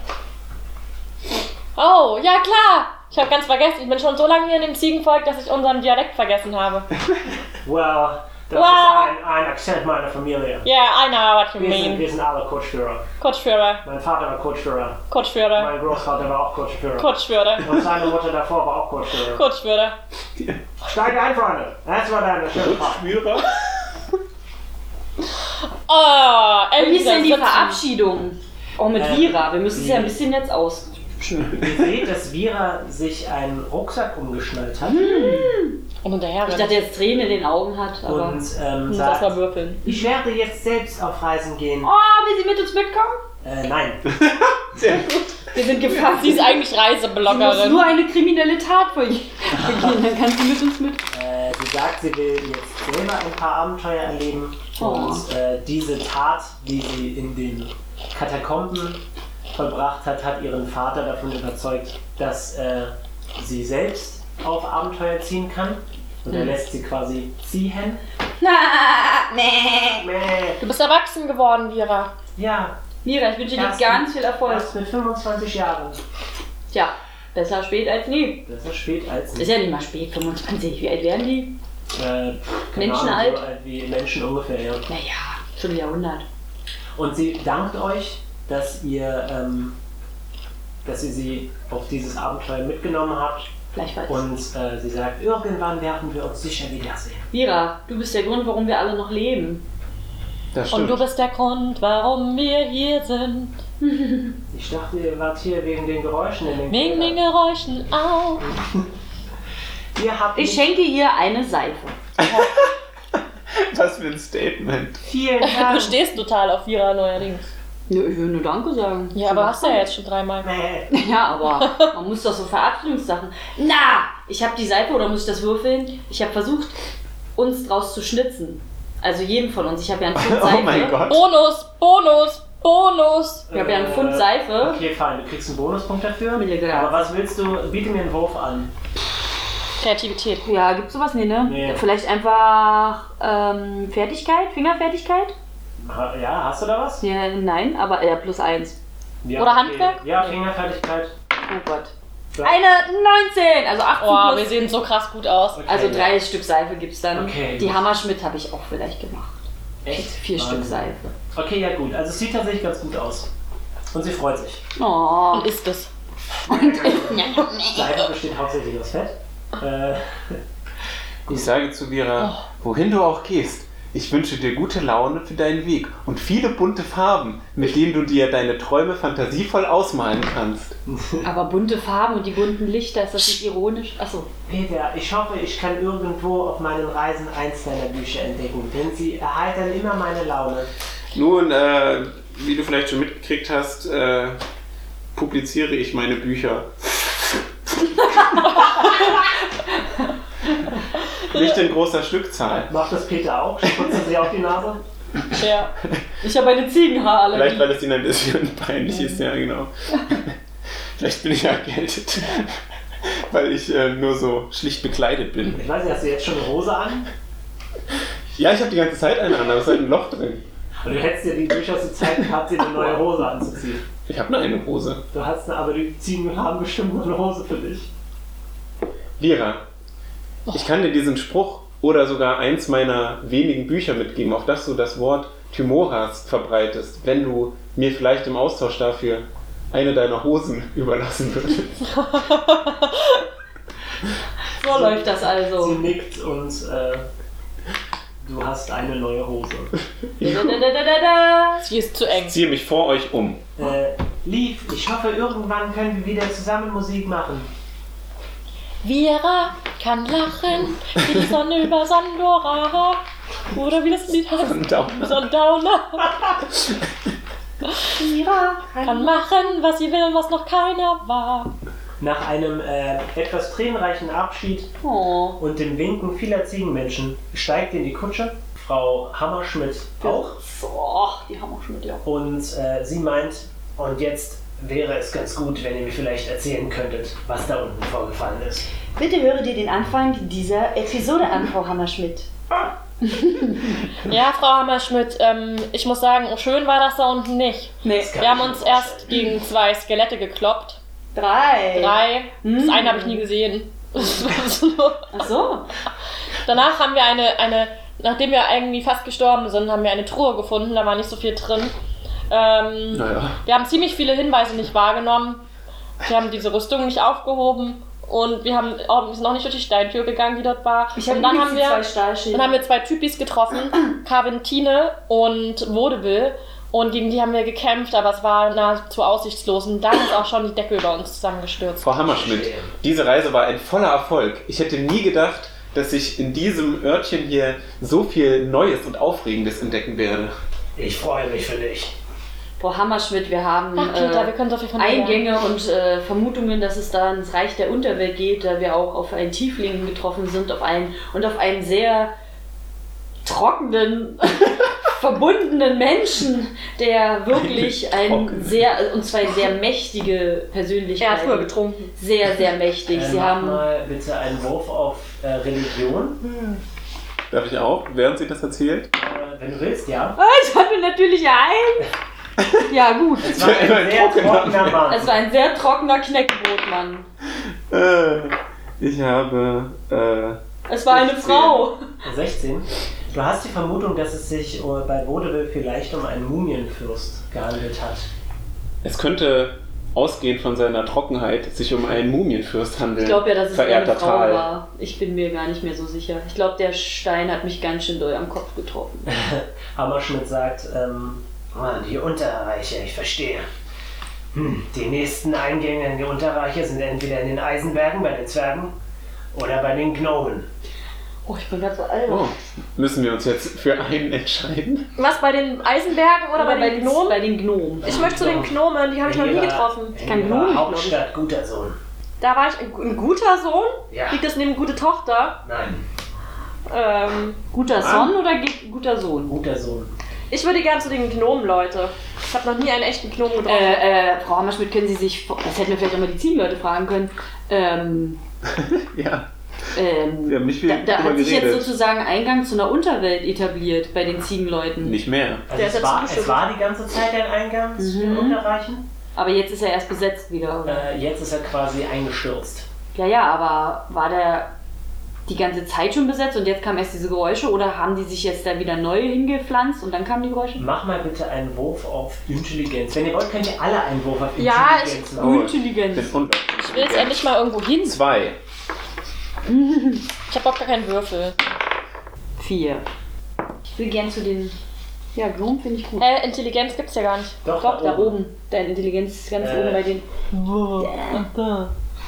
Speaker 7: Oh, ja klar. Ich habe ganz vergessen, ich bin schon so lange hier in dem Ziegenvolk, dass ich unseren Dialekt vergessen habe.
Speaker 3: Well, Das
Speaker 7: Wow.
Speaker 3: ist ein, ein Akzent meiner Familie.
Speaker 7: Yeah, I know what you
Speaker 3: Wir sind,
Speaker 7: mean.
Speaker 3: wir sind alle Kutschführer.
Speaker 7: Kurzführer,
Speaker 3: Mein Vater war Kutschführer.
Speaker 7: Kurzführer,
Speaker 3: Mein Großvater war auch Kutschführer.
Speaker 7: Kurzführer,
Speaker 3: Und seine Mutter davor war auch Kutschführer.
Speaker 7: Kurzführer.
Speaker 3: Steig ein, Freunde. Das war deine schöne Fahrt.
Speaker 4: Spürer?
Speaker 7: Oh,
Speaker 6: Wie ist denn die
Speaker 7: Elisa sitzen.
Speaker 6: Verabschiedung? Auch mit
Speaker 3: Ähm,
Speaker 6: Vira. Wir müssen es ja ein
Speaker 3: nee.
Speaker 6: bisschen jetzt ausschmücken.
Speaker 3: Ihr seht, dass Vera sich einen Rucksack umgeschnallt hat
Speaker 7: Mhm. Und hinterher
Speaker 6: Ich dachte, jetzt Tränen in den Augen hat, aber.
Speaker 3: und ähm,
Speaker 7: muss erstmal
Speaker 3: sagt,
Speaker 7: Hm, würfeln.
Speaker 3: ich werde jetzt selbst auf Reisen gehen.
Speaker 6: Oh, will sie mit uns mitkommen?
Speaker 3: Äh, nein.
Speaker 4: Sehr gut.
Speaker 6: Wir sind gefangen.
Speaker 7: Sie ist eigentlich
Speaker 6: Sie muss
Speaker 7: Reisebloggerin.
Speaker 6: nur eine kriminelle Tat begehen. Dann kann sie mit uns mit.
Speaker 3: Äh, sie sagt, sie will jetzt selber ein paar Abenteuer erleben.
Speaker 6: Oh.
Speaker 3: Und äh, diese Tat, die sie in den Katakomben vollbracht hat, hat ihren Vater davon überzeugt, dass äh, sie selbst auf Abenteuer ziehen kann. Und
Speaker 6: Hm.
Speaker 3: er lässt sie quasi ziehen. Mäh.
Speaker 7: Du bist erwachsen geworden, Vira.
Speaker 3: Ja,
Speaker 6: Mira, ich wünsche dir
Speaker 3: Ersten.
Speaker 6: ganz viel Erfolg.
Speaker 3: erst mit 25 Jahren.
Speaker 6: Tja, besser spät als nie.
Speaker 3: Besser spät als
Speaker 6: Ist
Speaker 3: nicht.
Speaker 6: ja nicht mal spät, 25. Wie alt werden die?
Speaker 3: Äh, pff, keine
Speaker 6: Menschen
Speaker 3: Ahnung,
Speaker 6: alt?
Speaker 3: So alt wie Menschen ungefähr, ja.
Speaker 6: Naja, schon ein Jahrhundert.
Speaker 3: Und sie dankt euch, dass ihr, ähm, dass ihr sie auf dieses Abenteuer mitgenommen habt.
Speaker 6: Gleichfalls.
Speaker 3: Und äh, sie sagt, irgendwann werden wir uns sicher wiedersehen.
Speaker 6: Mira, du bist der Grund, warum wir alle noch leben.
Speaker 4: Das
Speaker 7: Und
Speaker 4: stimmt.
Speaker 7: du bist der Grund, warum wir hier sind.
Speaker 3: Ich dachte, ihr wart hier wegen den Geräuschen in den
Speaker 7: Wegen den Geräuschen auch.
Speaker 3: Kellern. Ihr habt
Speaker 6: Ich
Speaker 3: mich
Speaker 6: schenke ihr eine Seife.
Speaker 4: Was für ein Statement.
Speaker 3: vielen
Speaker 7: Du
Speaker 3: Dank.
Speaker 7: stehst total auf Vira neuerdings.
Speaker 6: Nö, ich will nur Danke sagen.
Speaker 7: Ja, aber hast du ja jetzt schon dreimal.
Speaker 3: Mäh.
Speaker 6: Ja, aber man muss doch so Verabschiedungssachen. Na, ich habe die Seife oder muss ich das würfeln? Ich habe versucht, uns draus zu schnitzen. Also jeden von uns. Ich habe ja einen Pfund Seife.
Speaker 4: Oh mein Gott.
Speaker 7: Bonus, Bonus, Bonus.
Speaker 6: Ich habe ja einen Pfund Seife.
Speaker 3: Okay, fein, du kriegst einen Bonuspunkt dafür.
Speaker 6: Mir gratis.
Speaker 3: Aber was willst du? Biete mir einen Wurf an.
Speaker 7: Kreativität.
Speaker 6: Ja, gibt's sowas? Nee, ne?
Speaker 3: Nee.
Speaker 6: Vielleicht einfach ähm, Fertigkeit, Fingerfertigkeit?
Speaker 3: Ha- Ja, hast du da was?
Speaker 6: Ja, nein, aber ja, plus eins.
Speaker 3: Ja,
Speaker 7: Oder Handwerk?
Speaker 3: Ja, Fingerfertigkeit.
Speaker 6: Oh Gott.
Speaker 3: Ja.
Speaker 6: Eine 19, also 18
Speaker 7: Oh, wir
Speaker 6: plus.
Speaker 7: sehen so krass gut aus.
Speaker 3: Okay.
Speaker 6: Also drei Stück Seife gibt's dann.
Speaker 3: Okay.
Speaker 6: Die Hammerschmidt habe ich auch vielleicht gemacht.
Speaker 3: Echt?
Speaker 6: Vier Stück
Speaker 3: Wahnsinn.
Speaker 6: Seife.
Speaker 3: Okay, ja gut. Also es sieht tatsächlich ganz gut aus. Und sie freut sich.
Speaker 6: Oh.
Speaker 7: Und ist es.
Speaker 3: Seife besteht hauptsächlich aus Fett. Äh,
Speaker 4: Ich sage zu Vera, wohin du auch gehst, ich wünsche dir gute Laune für deinen Weg und viele bunte Farben, mit denen du dir deine Träume fantasievoll ausmalen kannst.
Speaker 6: Aber bunte Farben und die bunten Lichter, ist das nicht ironisch? Achso.
Speaker 3: Peter, ich hoffe, ich kann irgendwo auf meinen Reisen eins deiner Bücher entdecken, denn sie erheitern immer meine Laune.
Speaker 4: Nun, äh, wie du vielleicht schon mitgekriegt hast, äh, publiziere ich meine Bücher. Nicht in großer Stückzahl.
Speaker 3: Macht das Peter auch? Spritzt er sie auf die Nase?
Speaker 7: Ja.
Speaker 6: Ich habe eine Ziegenhaare.
Speaker 4: Vielleicht, weil es ihnen ein bisschen peinlich ist, ja, genau. Vielleicht bin ich erkältet, weil ich äh, nur so schlicht bekleidet bin.
Speaker 3: Ich weiß nicht, hast du jetzt schon eine Hose an?
Speaker 4: Ja, ich habe die ganze Zeit eine an, aber es ist halt ein Loch drin.
Speaker 3: Und du hättest dir die durchaus die Zeit gehabt, dir eine neue Hose anzuziehen.
Speaker 4: Ich habe nur eine Hose.
Speaker 3: Du hast eine, aber die Ziegen haben bestimmt noch eine Hose für dich.
Speaker 4: Lira, ich kann dir diesen Spruch oder sogar eins meiner wenigen Bücher mitgeben, auf das du das Wort Timoras verbreitest, wenn du mir vielleicht im Austausch dafür eine deiner Hosen überlassen würdest.
Speaker 6: So läuft das
Speaker 3: Sie
Speaker 6: also.
Speaker 3: nickt und äh, du hast eine neue Hose.
Speaker 6: Da, da, da, da, da, da.
Speaker 7: Sie ist zu eng.
Speaker 4: Ziehe mich vor euch um.
Speaker 3: Äh, Lief, ich hoffe, irgendwann können wir wieder zusammen Musik machen.
Speaker 7: Vera kann lachen, wie die Sonne über Sandora. Oder wie das Lied heißt.
Speaker 4: Sundowner.
Speaker 7: Sundowner
Speaker 9: Mira,
Speaker 7: kann machen, was sie will und was noch keiner war.
Speaker 3: Nach einem äh, etwas tränenreichen Abschied
Speaker 6: Oh.
Speaker 3: und dem Winken vieler Ziegenmenschen steigt in die Kutsche Frau Hammerschmidt auch
Speaker 6: Oh, die haben auch schon mit dir.
Speaker 3: und äh, sie meint, und jetzt wäre es ganz gut, wenn ihr mir vielleicht erzählen könntet, was da unten vorgefallen ist.
Speaker 9: bitte höre dir den Anfang dieser Episode an, Frau Hammerschmidt.
Speaker 7: Ja, Frau Hammerschmidt, ähm, ich muss sagen, schön war das da unten nicht.
Speaker 6: Nee.
Speaker 3: Das kann
Speaker 7: Wir haben
Speaker 3: ich mir
Speaker 7: uns
Speaker 3: vorstellen.
Speaker 7: erst gegen zwei Skelette gekloppt.
Speaker 9: Drei.
Speaker 7: Drei. Das eine habe ich nie gesehen. Das war so.
Speaker 6: Ach so.
Speaker 7: Danach haben wir eine, eine nachdem wir irgendwie fast gestorben sind, haben wir eine Truhe gefunden, da war nicht so viel drin. Ähm,
Speaker 4: Naja.
Speaker 7: Wir haben ziemlich viele Hinweise nicht wahrgenommen. Wir haben diese Rüstung nicht aufgehoben und wir haben auch, wir sind noch nicht durch die Steintür gegangen, die dort war.
Speaker 9: Ich
Speaker 7: und
Speaker 9: habe
Speaker 7: dann haben wir
Speaker 9: zwei
Speaker 7: dann haben
Speaker 9: Stahlschäden.
Speaker 7: wir zwei Typis getroffen, Carventine und Vaudeville. Und gegen die haben wir gekämpft, aber es war nahezu aussichtslos. Und dann ist auch schon die Decke über uns zusammengestürzt.
Speaker 4: Frau Hammerschmidt, diese Reise war ein voller Erfolg. Ich hätte nie gedacht, dass ich in diesem Örtchen hier so viel Neues und Aufregendes entdecken werde.
Speaker 3: Ich freue mich für dich.
Speaker 6: Frau Hammerschmidt, wir haben
Speaker 7: Ach, Peter, wir
Speaker 6: äh,
Speaker 7: können so viel von dir lernen.
Speaker 6: Eingänge und äh, Vermutungen, dass es da ins Reich der Unterwelt geht, da wir auch auf einen Tiefling getroffen sind auf einen, und auf einen sehr trockenen, verbundenen Menschen, der wirklich ein
Speaker 4: Trockenen.
Speaker 6: sehr, und zwei sehr mächtige
Speaker 7: Er hat früher
Speaker 6: Persönlichkeiten.
Speaker 7: getrunken.
Speaker 6: Sehr, sehr mächtig.
Speaker 3: Äh,
Speaker 6: Sie
Speaker 3: mach
Speaker 6: haben
Speaker 3: mal bitte einen Wurf auf äh, Religion.
Speaker 4: Darf ich auch, während sie das erzählt?
Speaker 3: Äh, wenn du willst, ja.
Speaker 6: Ich hatte natürlich ein. Ja, gut.
Speaker 3: Es war
Speaker 4: immer
Speaker 3: ein
Speaker 4: ein
Speaker 3: sehr
Speaker 4: trockener
Speaker 3: trockener Mann.
Speaker 7: Also-
Speaker 6: Es war ein sehr trockener Knäckebrotmann.
Speaker 4: Äh, ich habe. Äh,
Speaker 6: Es war eine
Speaker 4: 16.
Speaker 6: Frau.
Speaker 3: 16. Du hast die Vermutung, dass es sich äh, bei Vaudeville vielleicht um einen Mumienfürst gehandelt hat.
Speaker 4: es könnte ausgehend von seiner Trockenheit sich um einen Mumienfürst handeln.
Speaker 6: Ich glaube ja, dass es eine
Speaker 4: Verehrter
Speaker 6: Frau
Speaker 4: Tal.
Speaker 6: war. Ich bin mir gar nicht mehr so sicher. Ich glaube, der Stein hat mich ganz schön doll am Kopf getroffen.
Speaker 3: Hammerschmidt sagt, ähm, ah, die Unterreiche, ich verstehe. Hm, die nächsten Eingänge in die Unterreiche sind entweder in den Eisenbergen bei den Zwergen oder bei den Gnomen.
Speaker 6: Oh, ich bin ganz so alt.
Speaker 4: Oh, müssen wir uns jetzt für einen entscheiden?
Speaker 7: Was, bei den Eisenbergen oder, bei, den Gnomen?
Speaker 6: Bei den Gnomen.
Speaker 7: Ich möchte zu den Gnomen, die habe ich noch
Speaker 3: In
Speaker 7: nie
Speaker 3: ihrer-
Speaker 7: getroffen.
Speaker 3: In
Speaker 7: Ich kann
Speaker 3: ihrer
Speaker 7: Gnomen, glaube ich.
Speaker 3: Hauptstadt guter Sohn.
Speaker 7: Da war ich ein, ein guter Sohn.
Speaker 3: Ja.
Speaker 7: Liegt das neben gute Tochter?
Speaker 3: Nein,
Speaker 7: Ähm,
Speaker 6: Guter
Speaker 4: Ah.
Speaker 6: Sohn oder ge- guter Sohn?
Speaker 3: guter Sohn.
Speaker 7: ich würde gern zu den Gnomen, Leute. Ich habe noch nie einen echten Gnomen getroffen.
Speaker 6: Äh, äh, Frau Hammerschmidt, können Sie sich. vor- Das hätten wir vielleicht auch Medizinleute fragen können. Ähm,
Speaker 4: Ja,
Speaker 6: ähm,
Speaker 4: wir haben nicht viel
Speaker 6: da, da
Speaker 4: drüber
Speaker 6: hat sich jetzt
Speaker 4: geredet.
Speaker 6: sozusagen Eingang zu einer Unterwelt etabliert bei den Ziegenleuten.
Speaker 4: nicht mehr.
Speaker 3: Also
Speaker 7: Der ist
Speaker 3: es,
Speaker 7: jetzt
Speaker 3: war,
Speaker 7: zugeschüttet.
Speaker 3: es war die ganze Zeit ein Eingang zu den
Speaker 6: Mhm.
Speaker 3: Unterreichen.
Speaker 6: Aber jetzt ist er erst besetzt wieder, oder?
Speaker 3: Äh, jetzt ist er quasi eingestürzt.
Speaker 6: Ja, ja, aber war der die ganze Zeit schon besetzt und jetzt kamen erst diese Geräusche oder haben die sich jetzt da wieder neu hingepflanzt und dann kamen die Geräusche?
Speaker 3: Mach mal bitte einen Wurf auf Intelligenz. Wenn ihr wollt, könnt ihr alle einen Wurf auf
Speaker 7: Ja, ich-
Speaker 3: Intelligenz machen.
Speaker 4: Oh,
Speaker 6: Intelligenz.
Speaker 4: Ich bin
Speaker 7: ich will jetzt endlich mal irgendwo hin.
Speaker 4: Zwei.
Speaker 7: Ich habe auch gar keinen Würfel.
Speaker 6: Vier. Ich will gern zu den. Ja, Gnomen finde ich gut.
Speaker 7: Äh, Intelligenz gibt's ja gar nicht.
Speaker 3: Doch,
Speaker 6: Doch, da oben. Deine Intelligenz ist ganz
Speaker 3: Äh.
Speaker 6: oben bei den.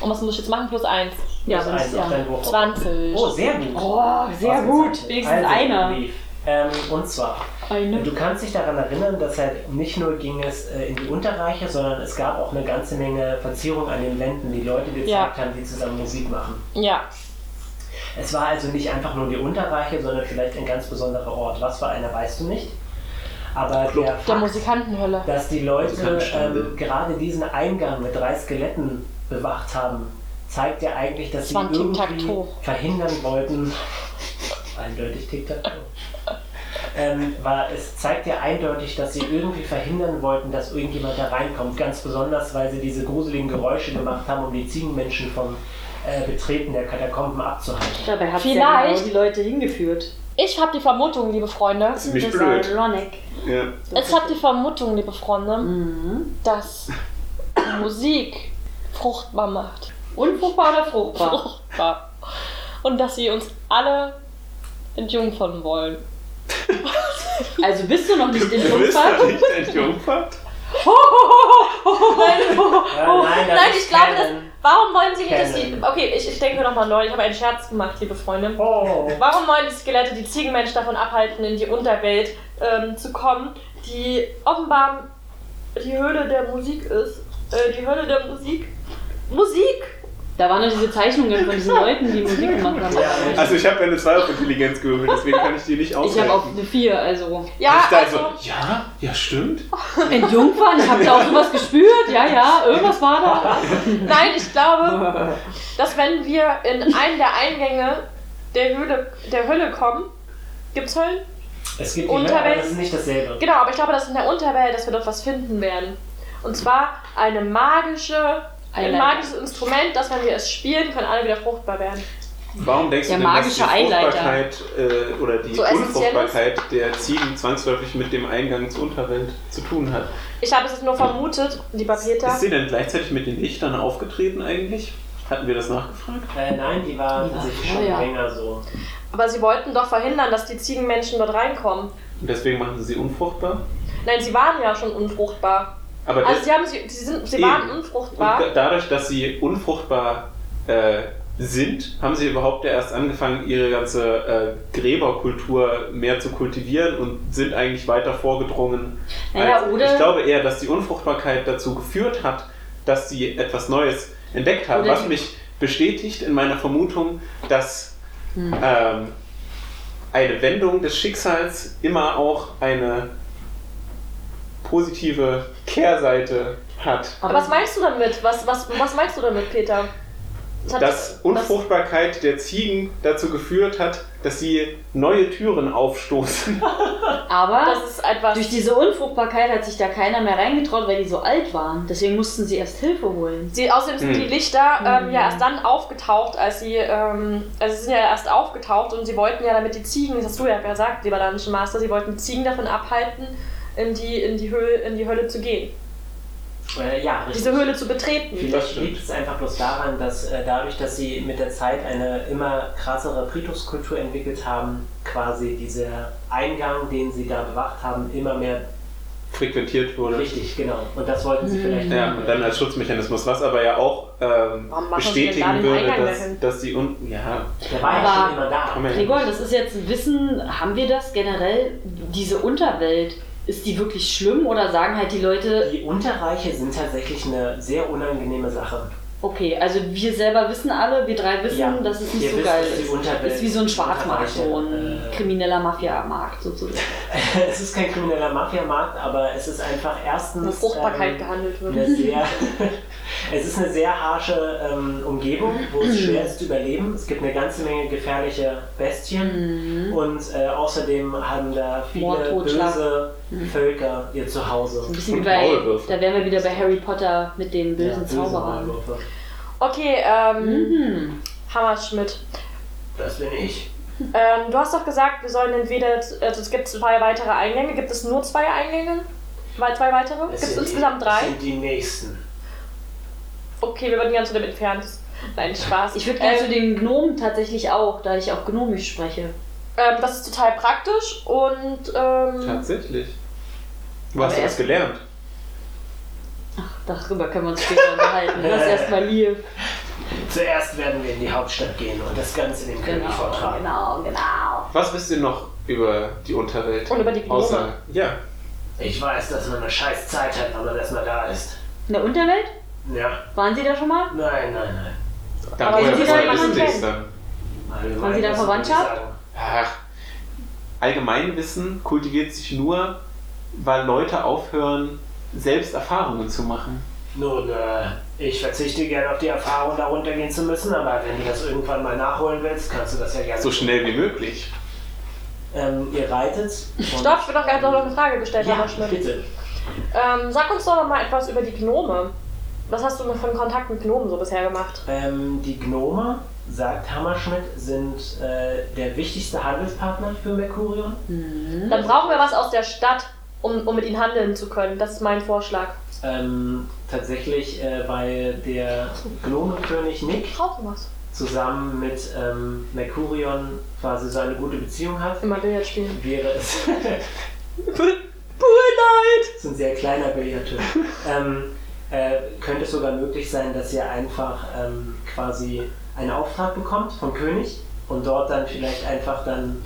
Speaker 7: Und was muss ich jetzt machen? Plus eins.
Speaker 6: Ja,
Speaker 3: Das
Speaker 6: sonst
Speaker 3: ist ein
Speaker 6: Also, ja.
Speaker 3: dein Wurf.
Speaker 7: 20.
Speaker 3: Also, Oh, sehr gut.
Speaker 6: Oh, sehr
Speaker 3: Was
Speaker 6: gut.
Speaker 3: jetzt?
Speaker 6: Wenigstens
Speaker 3: also,
Speaker 6: einer.
Speaker 3: Leaf. Ähm, und zwar,
Speaker 6: Eine.
Speaker 3: du kannst dich daran erinnern, dass halt nicht nur ging es äh, in die Unterreiche, sondern es gab auch eine ganze Menge Verzierung an den Wänden, die Leute gezeigt
Speaker 7: Ja.
Speaker 3: haben, die zusammen Musik machen.
Speaker 7: Ja.
Speaker 3: Es war also nicht einfach nur die Unterreiche, sondern vielleicht ein ganz besonderer Ort. Was für einer, weißt du nicht. Aber der,
Speaker 7: Der
Speaker 3: Fakt,
Speaker 7: Musikantenhölle.
Speaker 3: dass die Leute
Speaker 4: Musikantenstände.
Speaker 3: ähm, gerade diesen Eingang mit drei Skeletten bewacht haben, zeigt ja eigentlich, dass
Speaker 7: Es
Speaker 3: sie
Speaker 7: war ein
Speaker 3: irgendwie
Speaker 7: Tic-Tac-Toe.
Speaker 3: verhindern wollten. Eindeutig Tic-Tac-Toe. Ähm, war, es zeigt ja eindeutig, dass sie irgendwie verhindern wollten, dass irgendjemand da reinkommt. Ganz besonders, weil sie diese gruseligen Geräusche gemacht haben, um die Ziegenmenschen vom äh, Betreten der Katakomben abzuhalten.
Speaker 6: Dabei hat ja
Speaker 7: Vielleicht-
Speaker 6: genau die Leute hingeführt.
Speaker 7: Ich habe die Vermutung, liebe Freunde.
Speaker 4: Ziemlich
Speaker 6: das
Speaker 4: blöd.
Speaker 6: war ironic.
Speaker 4: Ja.
Speaker 7: Ich habe die Vermutung, liebe Freunde, Mhm. dass Musik fruchtbar macht.
Speaker 6: Unfruchtbar oder fruchtbar?
Speaker 7: Fruchtbar. Und dass sie uns alle entjungfern wollen.
Speaker 6: Also bist du noch nicht in
Speaker 4: Du bist
Speaker 6: Unfall?
Speaker 4: doch nicht entjungfert?
Speaker 3: Ja, Äh, nein, das
Speaker 7: Oh, Nein,
Speaker 3: ist
Speaker 7: ich glaube, das.
Speaker 3: Canon.
Speaker 7: Warum wollen sie nicht, dass die.
Speaker 3: Canon.
Speaker 7: Okay, ich, ich denke nochmal neu. Ich habe einen Scherz gemacht, liebe Freunde.
Speaker 3: Oh.
Speaker 7: Warum wollen die Skelette die Ziegenmenschen davon abhalten, in die Unterwelt ähm, zu kommen, die offenbar die Höhle der Musik ist? Äh, die Höhle der Musik? Musik!
Speaker 6: Da waren noch diese Zeichnungen von diesen Leuten, die Musik gemacht haben.
Speaker 3: Ja,
Speaker 4: Also ich habe ja eine 2 auf Intelligenz gewürfelt, deswegen kann ich die nicht
Speaker 6: Ich habe auf
Speaker 4: auswerten.
Speaker 6: eine 4, also.
Speaker 7: Ja,
Speaker 4: ich dachte
Speaker 7: also.
Speaker 4: so, ja, ja stimmt.
Speaker 6: Entjungfern? Ich habe da auch sowas gespürt. Ja, ja, irgendwas war da.
Speaker 7: Nein, ich glaube, dass wenn wir in einen der Eingänge der Höhle, der Höhle kommen, gibt's Höllen?
Speaker 3: es gibt die
Speaker 7: Unterwelt-
Speaker 3: Hölle, aber das ist nicht dasselbe.
Speaker 7: Genau, aber ich glaube, dass in der Unterwelt, dass wir dort was finden werden. Und zwar eine magische, ein
Speaker 6: Eine-
Speaker 7: magisches Instrument, das, wenn wir es spielen, können alle wieder fruchtbar werden.
Speaker 4: Warum denkst
Speaker 6: Der
Speaker 4: du denn, dass die
Speaker 6: magische Eileiter.
Speaker 4: Fruchtbarkeit äh, oder die
Speaker 8: So essentiell
Speaker 4: Unfruchtbarkeit der Ziegen zwangsläufig mit dem Eingang zur Unterwelt zu tun hat?
Speaker 5: Ich habe es jetzt nur vermutet, lieber Peter.
Speaker 4: Ist sie denn gleichzeitig mit den Lichtern aufgetreten eigentlich? Hatten wir das nachgefragt?
Speaker 3: Äh, nein, die waren tatsächlich schon
Speaker 6: vorher.
Speaker 3: länger so.
Speaker 5: Aber sie wollten doch verhindern, dass die Ziegenmenschen dort reinkommen.
Speaker 4: Und deswegen machen sie sie unfruchtbar?
Speaker 5: Nein, sie waren ja schon unfruchtbar.
Speaker 4: Aber
Speaker 5: Also
Speaker 4: das-
Speaker 5: sie haben sie, sie, sind, sie
Speaker 4: Eben.
Speaker 5: waren
Speaker 4: Und da-
Speaker 5: unfruchtbar.
Speaker 4: dadurch, dass sie unfruchtbar äh, sind, haben sie überhaupt ja erst angefangen, ihre ganze äh, Gräberkultur mehr zu kultivieren und sind eigentlich weiter vorgedrungen.
Speaker 6: Naja,
Speaker 4: als-
Speaker 6: oder-
Speaker 4: ich glaube eher, dass die Unfruchtbarkeit dazu geführt hat, dass sie etwas Neues entdeckt haben,
Speaker 6: Oder
Speaker 4: was
Speaker 6: die-
Speaker 4: mich bestätigt in meiner Vermutung, dass
Speaker 6: Hm.
Speaker 4: ähm, eine Wendung des Schicksals immer auch eine positive Kehrseite hat.
Speaker 5: Aber was meinst du damit? Was, was, was meinst du damit, Peter? Das hat-
Speaker 4: dass Unfruchtbarkeit der Ziegen dazu geführt hat, dass sie neue Türen aufstoßen.
Speaker 6: Aber
Speaker 5: Das, das ist etwas.
Speaker 6: durch diese Unfruchtbarkeit hat sich da keiner mehr reingetraut, weil die so alt waren. Deswegen mussten sie erst Hilfe holen.
Speaker 5: Sie, außerdem sind
Speaker 4: Hm.
Speaker 5: die Lichter ähm, ja erst dann aufgetaucht, als sie, ähm, also sie sind ja erst aufgetaucht und sie wollten ja damit die Ziegen, das hast du ja gesagt, lieber Dungeon Master, sie wollten die Ziegen davon abhalten, in die, in die, Höhle, in die Höhle zu gehen,
Speaker 3: Äh, ja, richtig.
Speaker 5: diese Höhle zu betreten.
Speaker 4: Das
Speaker 3: Vielleicht
Speaker 4: stimmt.
Speaker 3: liegt es einfach bloß daran, dass äh, dadurch, dass sie mit der Zeit eine immer krassere Friedhofskultur entwickelt haben, quasi dieser Eingang, den sie da bewacht haben, immer mehr
Speaker 4: Frequentiert wurde.
Speaker 3: richtig, genau. Und das wollten sie vielleicht
Speaker 4: Ja, und dann als Schutzmechanismus, was aber ja auch ähm,
Speaker 5: Warum machen sie denn da
Speaker 4: bestätigen
Speaker 5: den
Speaker 4: würde,
Speaker 5: Eingang
Speaker 4: dass,
Speaker 5: dahin?
Speaker 4: dass sie unten. Ja,
Speaker 3: Der war ja
Speaker 6: Aber-
Speaker 3: schon immer da.
Speaker 4: komm her.
Speaker 6: Gregor, das ist jetzt ein Wissen, haben wir das generell? Diese Unterwelt, ist die wirklich schlimm oder sagen halt die Leute,
Speaker 3: Die Unterreiche sind tatsächlich eine sehr unangenehme Sache.
Speaker 6: okay, also wir selber wissen alle, wir drei wissen,
Speaker 3: Ja,
Speaker 6: dass es
Speaker 3: ihr
Speaker 6: nicht so
Speaker 3: wisst,
Speaker 6: geil
Speaker 3: dass die
Speaker 6: ist.
Speaker 3: Unterwelt-
Speaker 6: Ist wie so ein Schwarzmarkt, so ein
Speaker 3: Unterreiche, äh,
Speaker 6: krimineller Mafia-Markt sozusagen.
Speaker 3: es ist kein krimineller Mafiamarkt, aber es ist einfach erstens.
Speaker 5: Wo Fruchtbarkeit
Speaker 3: ähm,
Speaker 5: gehandelt wird.
Speaker 3: Eine sehr, es ist eine sehr harsche ähm, Umgebung, wo
Speaker 6: Mhm.
Speaker 3: es schwer ist zu überleben. Es gibt eine ganze Menge gefährliche Bestien und äh, außerdem haben da viele
Speaker 6: Mhm. Mord, Totschlag. Mhm.
Speaker 3: böse Völker ihr Zuhause.
Speaker 6: Ein bisschen wie
Speaker 4: Und
Speaker 6: bei,
Speaker 4: Maulwürfe.
Speaker 6: da wären wir wieder bei Harry Potter mit den
Speaker 3: Ja,
Speaker 6: bösen Zauberern.
Speaker 3: Maulwürfe.
Speaker 5: Okay, ähm,
Speaker 4: Mhm.
Speaker 6: Hm.
Speaker 5: Hammerschmidt.
Speaker 3: Das bin ich.
Speaker 5: Ähm, du hast doch gesagt, wir sollen entweder, also es gibt zwei weitere Eingänge. Gibt es nur zwei Eingänge? Weil zwei weitere? Gibt
Speaker 3: Das
Speaker 5: es
Speaker 3: sind
Speaker 5: insgesamt
Speaker 3: die,
Speaker 5: drei?
Speaker 3: sind die nächsten.
Speaker 5: Okay, wir werden ganz zu dem entferntesten. Nein, Spaß.
Speaker 6: Ich würde gerne
Speaker 5: Ähm,
Speaker 6: zu den Gnomen tatsächlich auch, da ich auch Gnomisch spreche.
Speaker 5: Ähm, das ist total praktisch und ähm,
Speaker 4: Tatsächlich. Du hast
Speaker 6: Aber
Speaker 4: das gelernt.
Speaker 6: Darüber können wir uns später unterhalten. Lass erstmal Liv.
Speaker 3: Zuerst werden wir in die Hauptstadt gehen und das Ganze dem König vortragen.
Speaker 6: genau, genau.
Speaker 4: Was wisst ihr noch über die Unterwelt?
Speaker 5: Und über die Gnome.
Speaker 4: Außer, ja,
Speaker 3: Ich weiß, dass man eine scheiß Zeit hat, wenn man erstmal da ist.
Speaker 6: In der Unterwelt?
Speaker 3: Ja,
Speaker 6: Waren Sie da schon mal?
Speaker 3: nein, nein, nein.
Speaker 4: dann
Speaker 5: Aber
Speaker 4: woher
Speaker 5: sind die
Speaker 4: woher
Speaker 5: da
Speaker 4: wissen
Speaker 5: jemanden
Speaker 4: sie es
Speaker 5: kennen?
Speaker 4: dann?
Speaker 3: Allgemein
Speaker 6: Haben Sie da
Speaker 3: muss man
Speaker 6: Verwandtschaft?
Speaker 3: nicht sagen.
Speaker 4: Ach, Allgemeinwissen kultiviert sich nur, weil Leute aufhören, selbst Erfahrungen zu machen.
Speaker 3: Nun, äh, ich verzichte gerne auf die Erfahrung, da runtergehen zu müssen, aber wenn du das irgendwann mal nachholen willst, kannst du das ja gerne.
Speaker 4: So schnell wie möglich.
Speaker 3: Ähm, ihr reitet. und-
Speaker 5: Stopp, ich bin doch gerade noch eine Frage gestellt,
Speaker 3: Ja,
Speaker 5: Hammerschmidt.
Speaker 3: bitte.
Speaker 5: Ähm, sag uns doch mal etwas über die Gnome. Was hast du denn von Kontakt mit Gnomen so bisher gemacht?
Speaker 3: Ähm, die Gnome, sagt Hammerschmidt, sind äh, der wichtigste Handelspartner für Mercurion.
Speaker 5: Dann brauchen wir was aus der Stadt, um, um mit ihnen handeln zu können. Das ist mein Vorschlag.
Speaker 3: Ähm, tatsächlich, äh, weil der Gnomenkönig Nick
Speaker 5: Brauchen wir was?
Speaker 3: zusammen mit ähm, Mercurion quasi so eine gute Beziehung hat,
Speaker 5: Immer Billard spielen.
Speaker 3: wäre es. Das ist ein sehr kleiner Billardtisch. ähm, äh, könnte es sogar möglich sein, dass ihr einfach ähm, quasi einen Auftrag bekommt vom König und dort dann vielleicht einfach dann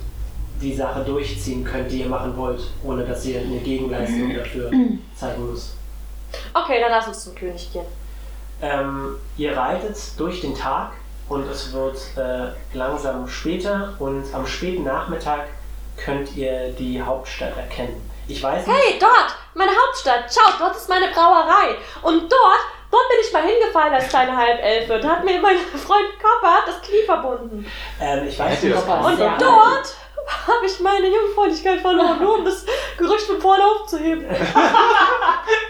Speaker 3: die Sache durchziehen könnt, die ihr machen wollt, ohne dass ihr eine Gegenleistung dafür zeigen müsst.
Speaker 5: Okay, dann lass uns zum König gehen.
Speaker 3: Ähm, ihr reitet durch den Tag und es wird äh, langsam später und am späten Nachmittag könnt ihr die Hauptstadt erkennen. Ich weiß nicht,
Speaker 5: Hey, dort, meine Hauptstadt. Schaut, dort ist meine Brauerei. Und dort, dort bin ich mal hingefallen als kleine Halbelfe. Da hat mir mein Freund Copper das Knie verbunden.
Speaker 3: ähm, ich weiß
Speaker 4: Hätte
Speaker 3: nicht,
Speaker 4: das
Speaker 3: ob-
Speaker 5: Und
Speaker 6: Ja.
Speaker 5: dort habe ich meine Jungfräulichkeit verloren, nur um das Gerücht von vorne aufzuheben.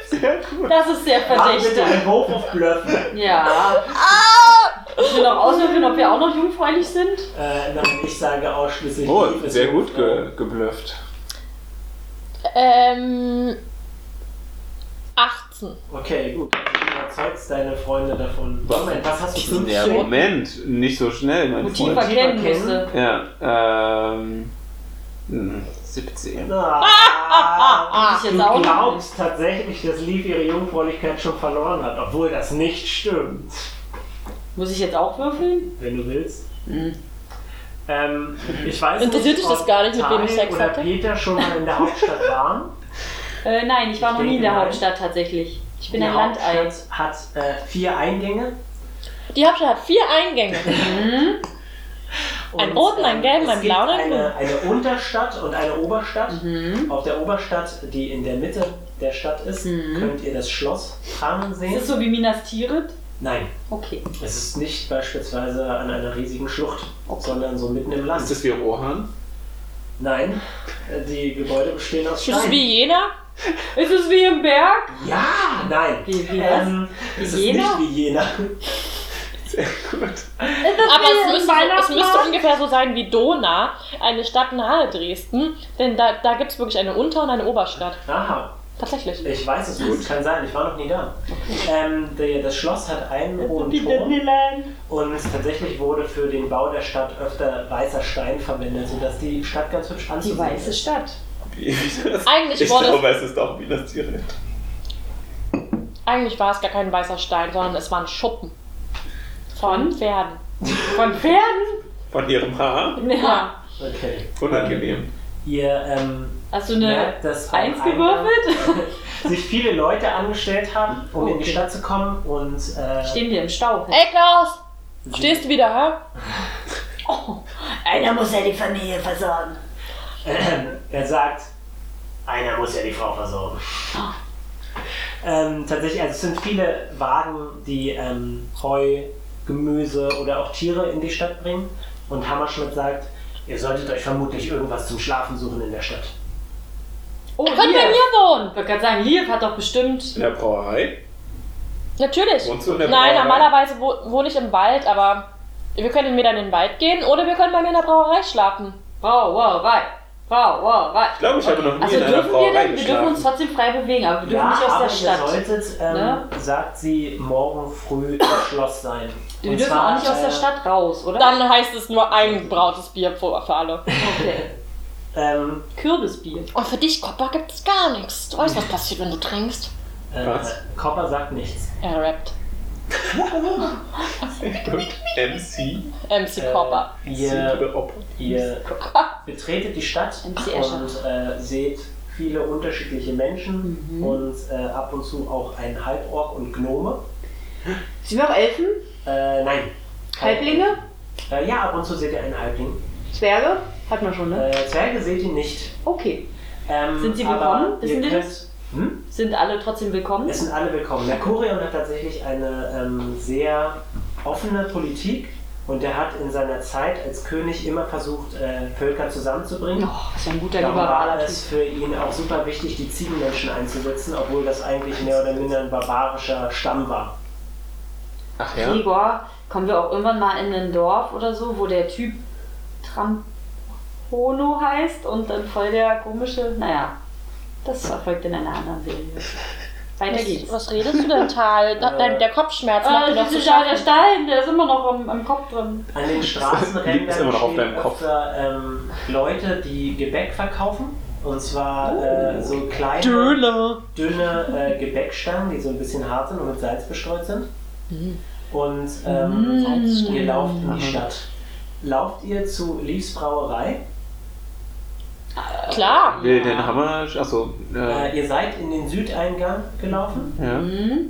Speaker 4: Sehr cool.
Speaker 6: Das ist sehr
Speaker 3: Mach bitte
Speaker 6: verdächtig.
Speaker 3: einen Wurf auf Bluffen.
Speaker 5: Ah!
Speaker 6: Ja. Müssen wir noch auswürfeln, ob wir auch noch jungfräulich sind?
Speaker 3: Äh, nein, ich sage ausschließlich.
Speaker 4: Oh,
Speaker 3: Liebe
Speaker 4: sehr
Speaker 3: zu
Speaker 4: gut
Speaker 3: Frauen.
Speaker 4: ge geblufft.
Speaker 7: Ähm. 18.
Speaker 3: Okay, gut. Du überzeugst deine Freunde davon.
Speaker 4: Was?
Speaker 3: Moment, was hast du?
Speaker 4: Ja,
Speaker 3: 15?
Speaker 4: Moment, nicht so schnell, mein
Speaker 6: Motiv
Speaker 4: Freund.
Speaker 6: erkennen
Speaker 3: erkennen.
Speaker 6: musste.
Speaker 4: Ja, ähm. hm, 17.
Speaker 3: Ah,
Speaker 6: Muss ich
Speaker 3: du
Speaker 6: jetzt auch noch-
Speaker 3: glaubst tatsächlich, dass Liv ihre Jungfräulichkeit schon verloren hat, obwohl das nicht stimmt.
Speaker 6: Muss ich jetzt auch würfeln?
Speaker 3: Wenn du willst. Ähm, ich weiß
Speaker 7: Interessiert
Speaker 3: nicht,
Speaker 7: dich das
Speaker 3: ob
Speaker 7: gar nicht, mit wem ich
Speaker 3: Tal
Speaker 7: Sex
Speaker 3: oder
Speaker 7: hatte?
Speaker 3: Peter schon mal in der Hauptstadt waren.
Speaker 6: Äh, nein, ich war
Speaker 3: Ich
Speaker 6: noch nie in
Speaker 3: denke,
Speaker 6: der
Speaker 3: nein.
Speaker 6: Hauptstadt tatsächlich. Ich bin
Speaker 3: Die
Speaker 6: ein Landei.
Speaker 3: Hauptstadt hat äh, vier Eingänge.
Speaker 7: Die Hauptstadt hat vier Eingänge.
Speaker 3: Und,
Speaker 7: Einen roten, einen
Speaker 3: ähm,
Speaker 7: gelben,
Speaker 3: es
Speaker 7: einen
Speaker 3: gibt
Speaker 7: blauen, einen
Speaker 3: eine, eine Unterstadt und eine Oberstadt. Auf der Oberstadt, die in der Mitte der Stadt ist, könnt ihr das Schloss Pramen
Speaker 6: Ist
Speaker 3: sehen.
Speaker 6: das so wie Minas Tirith?
Speaker 3: Nein,
Speaker 6: Okay.
Speaker 3: es ist nicht beispielsweise an einer riesigen Schlucht, sondern so mitten im Land.
Speaker 4: Ist das wie Rohan?
Speaker 3: Nein, äh, die Gebäude bestehen aus
Speaker 7: Ist es
Speaker 3: Stein.
Speaker 7: wie Jena?
Speaker 6: Ist es wie im Berg?
Speaker 3: Ja, nein.
Speaker 6: Wie- wie
Speaker 3: ähm, es ist
Speaker 6: Jena?
Speaker 3: nicht wie Jena.
Speaker 4: Sehr gut.
Speaker 7: Aber es müsste, es müsste ungefähr so sein wie Dona, eine Stadt nahe Dresden. Denn da, da gibt es wirklich eine Unter- und eine Oberstadt.
Speaker 3: Aha,
Speaker 7: Tatsächlich.
Speaker 3: ich weiß es nicht. Kann sein, ich war noch nie da. Ähm, die, das Schloss hat einen roten Turm.
Speaker 6: Disneyland.
Speaker 3: Und tatsächlich wurde für den Bau der Stadt öfter weißer Stein verwendet, sodass die Stadt ganz hübsch anzusehen
Speaker 9: Die weiße
Speaker 3: ist.
Speaker 9: Stadt.
Speaker 7: Eigentlich
Speaker 4: ich
Speaker 7: wurde-
Speaker 4: glaube, es ist auch wie das Tier.
Speaker 7: Eigentlich war es gar kein weißer Stein, sondern es waren Schuppen. Von Pferden.
Speaker 6: Von Pferden?
Speaker 4: Von ihrem Haar?
Speaker 6: Ja.
Speaker 3: Okay.
Speaker 4: Unangenehm.
Speaker 3: Ihr ähm,
Speaker 6: Hast du eine
Speaker 3: merkt, dass beim
Speaker 6: Eins gewürfelt?
Speaker 3: Eingang sich viele Leute angestellt haben, um in die
Speaker 6: Okay.
Speaker 3: Stadt zu kommen und äh,
Speaker 6: Stehen wir im Stau.
Speaker 7: Ey Klaus! Stehst du wieder, hä?
Speaker 9: Einer muss ja die Familie versorgen.
Speaker 3: er sagt, einer muss ja die Frau versorgen.
Speaker 9: Oh.
Speaker 3: Ähm, tatsächlich, also es sind viele Wagen, die ähm, Heu, Gemüse oder auch Tiere in die Stadt bringen. Und Hammerschmidt sagt, ihr solltet euch vermutlich irgendwas zum Schlafen suchen in der Stadt.
Speaker 6: Oh,
Speaker 7: Könnt bei mir wohnen!
Speaker 6: Ich wollte gerade sagen, Liv hat doch bestimmt.
Speaker 4: In der Brauerei?
Speaker 7: Natürlich.
Speaker 4: Wohnst du in der
Speaker 7: Nein,
Speaker 4: Brauerei?
Speaker 7: normalerweise wo- wohne ich im Wald, aber wir können entweder in den Wald gehen oder wir können bei mir in der Brauerei schlafen.
Speaker 6: Wow, wow, wei. Wow, wow, wei.
Speaker 4: Ich glaube, ich habe noch nie
Speaker 6: Also
Speaker 4: in einer
Speaker 6: dürfen wir
Speaker 4: Brauerei
Speaker 6: denn, wir dürfen uns
Speaker 4: geschlafen.
Speaker 6: trotzdem frei bewegen, aber wir dürfen nicht aus
Speaker 3: aber
Speaker 6: der Stadt.
Speaker 3: Ihr solltet, ähm,
Speaker 6: Ne?
Speaker 3: sagt sie, morgen früh im Schloss sein.
Speaker 6: Wir
Speaker 3: Und
Speaker 6: dürfen
Speaker 3: zwar,
Speaker 6: auch nicht aus der
Speaker 3: äh,
Speaker 6: Stadt raus, oder?
Speaker 7: Dann heißt es nur ein brautes Bier für für alle.
Speaker 6: Okay.
Speaker 3: Ähm,
Speaker 6: Kürbisbier.
Speaker 7: Und für dich, Copper, gibt's gar nichts. Du weißt, was passiert, wenn du trinkst.
Speaker 3: äh,
Speaker 4: Was?
Speaker 3: Copper sagt nichts.
Speaker 7: Er rappt.
Speaker 4: Gut. MC
Speaker 7: MC Copper.
Speaker 3: Äh,
Speaker 4: Super
Speaker 3: ihr,
Speaker 4: Opfer.
Speaker 3: ihr betretet die Stadt
Speaker 6: MC Escher.
Speaker 3: und äh, seht viele unterschiedliche
Speaker 9: Mhm.
Speaker 3: Menschen und äh, ab und zu auch einen Halborg und Gnome.
Speaker 9: Sind wir auch Elfen?
Speaker 3: Äh, nein.
Speaker 9: Halblinge?
Speaker 3: Äh, ja, ab und zu seht ihr einen Halbling.
Speaker 9: Zwerge? Hat man schon, ne?
Speaker 3: Äh, Zwerge seht ihr nicht.
Speaker 9: Okay.
Speaker 3: Ähm,
Speaker 6: Sind sie
Speaker 3: aber
Speaker 6: willkommen? Wissen
Speaker 3: ihr
Speaker 6: wir
Speaker 3: könnt-
Speaker 6: das?
Speaker 3: Hm?
Speaker 6: Sind alle trotzdem willkommen?
Speaker 3: Es sind alle willkommen. Mercurion hat tatsächlich eine ähm, sehr offene Politik und er hat in seiner Zeit als König immer versucht, äh, Völker zusammenzubringen.
Speaker 6: Oh, was für ein guter
Speaker 3: Darum war
Speaker 6: liberaler
Speaker 3: es
Speaker 6: Typ.
Speaker 3: für ihn auch super wichtig, die Ziegenmenschen einzusetzen, obwohl das eigentlich mehr oder minder ein barbarischer Stamm war.
Speaker 4: Ach ja?
Speaker 6: Gregor, kommen wir auch irgendwann mal in ein Dorf oder so, wo der Typ Trampono heißt und dann voll der komische. Naja, das erfolgt in einer anderen Serie. Weiter geht's.
Speaker 7: Was, was redest du denn, Tal? Da, dein, der Kopfschmerz macht
Speaker 6: Ah,
Speaker 7: dir
Speaker 6: das
Speaker 7: doch
Speaker 6: ist
Speaker 7: zu
Speaker 6: ja der
Speaker 7: schaffen.
Speaker 6: Stein, der ist immer noch am, am Kopf drin.
Speaker 3: An den
Speaker 4: Liegt
Speaker 3: Straßenrändern
Speaker 4: es immer noch auf
Speaker 3: stehen
Speaker 4: deinem Kopf.
Speaker 3: öfter ähm, Leute, die Gebäck verkaufen. Und zwar
Speaker 4: Oh.
Speaker 3: äh, so kleine,
Speaker 7: Döner.
Speaker 3: dünne äh, Gebäckstangen, die so ein bisschen hart sind und mit Salz bestreut sind.
Speaker 4: Mm.
Speaker 3: Und ähm, ihr lauft in die Stadt. Lauft ihr zu Leaves Brauerei?
Speaker 7: Klar.
Speaker 4: Will den Hammer. Achso. Äh, mhm.
Speaker 3: Äh, ihr seid in den Südeingang gelaufen
Speaker 4: ja.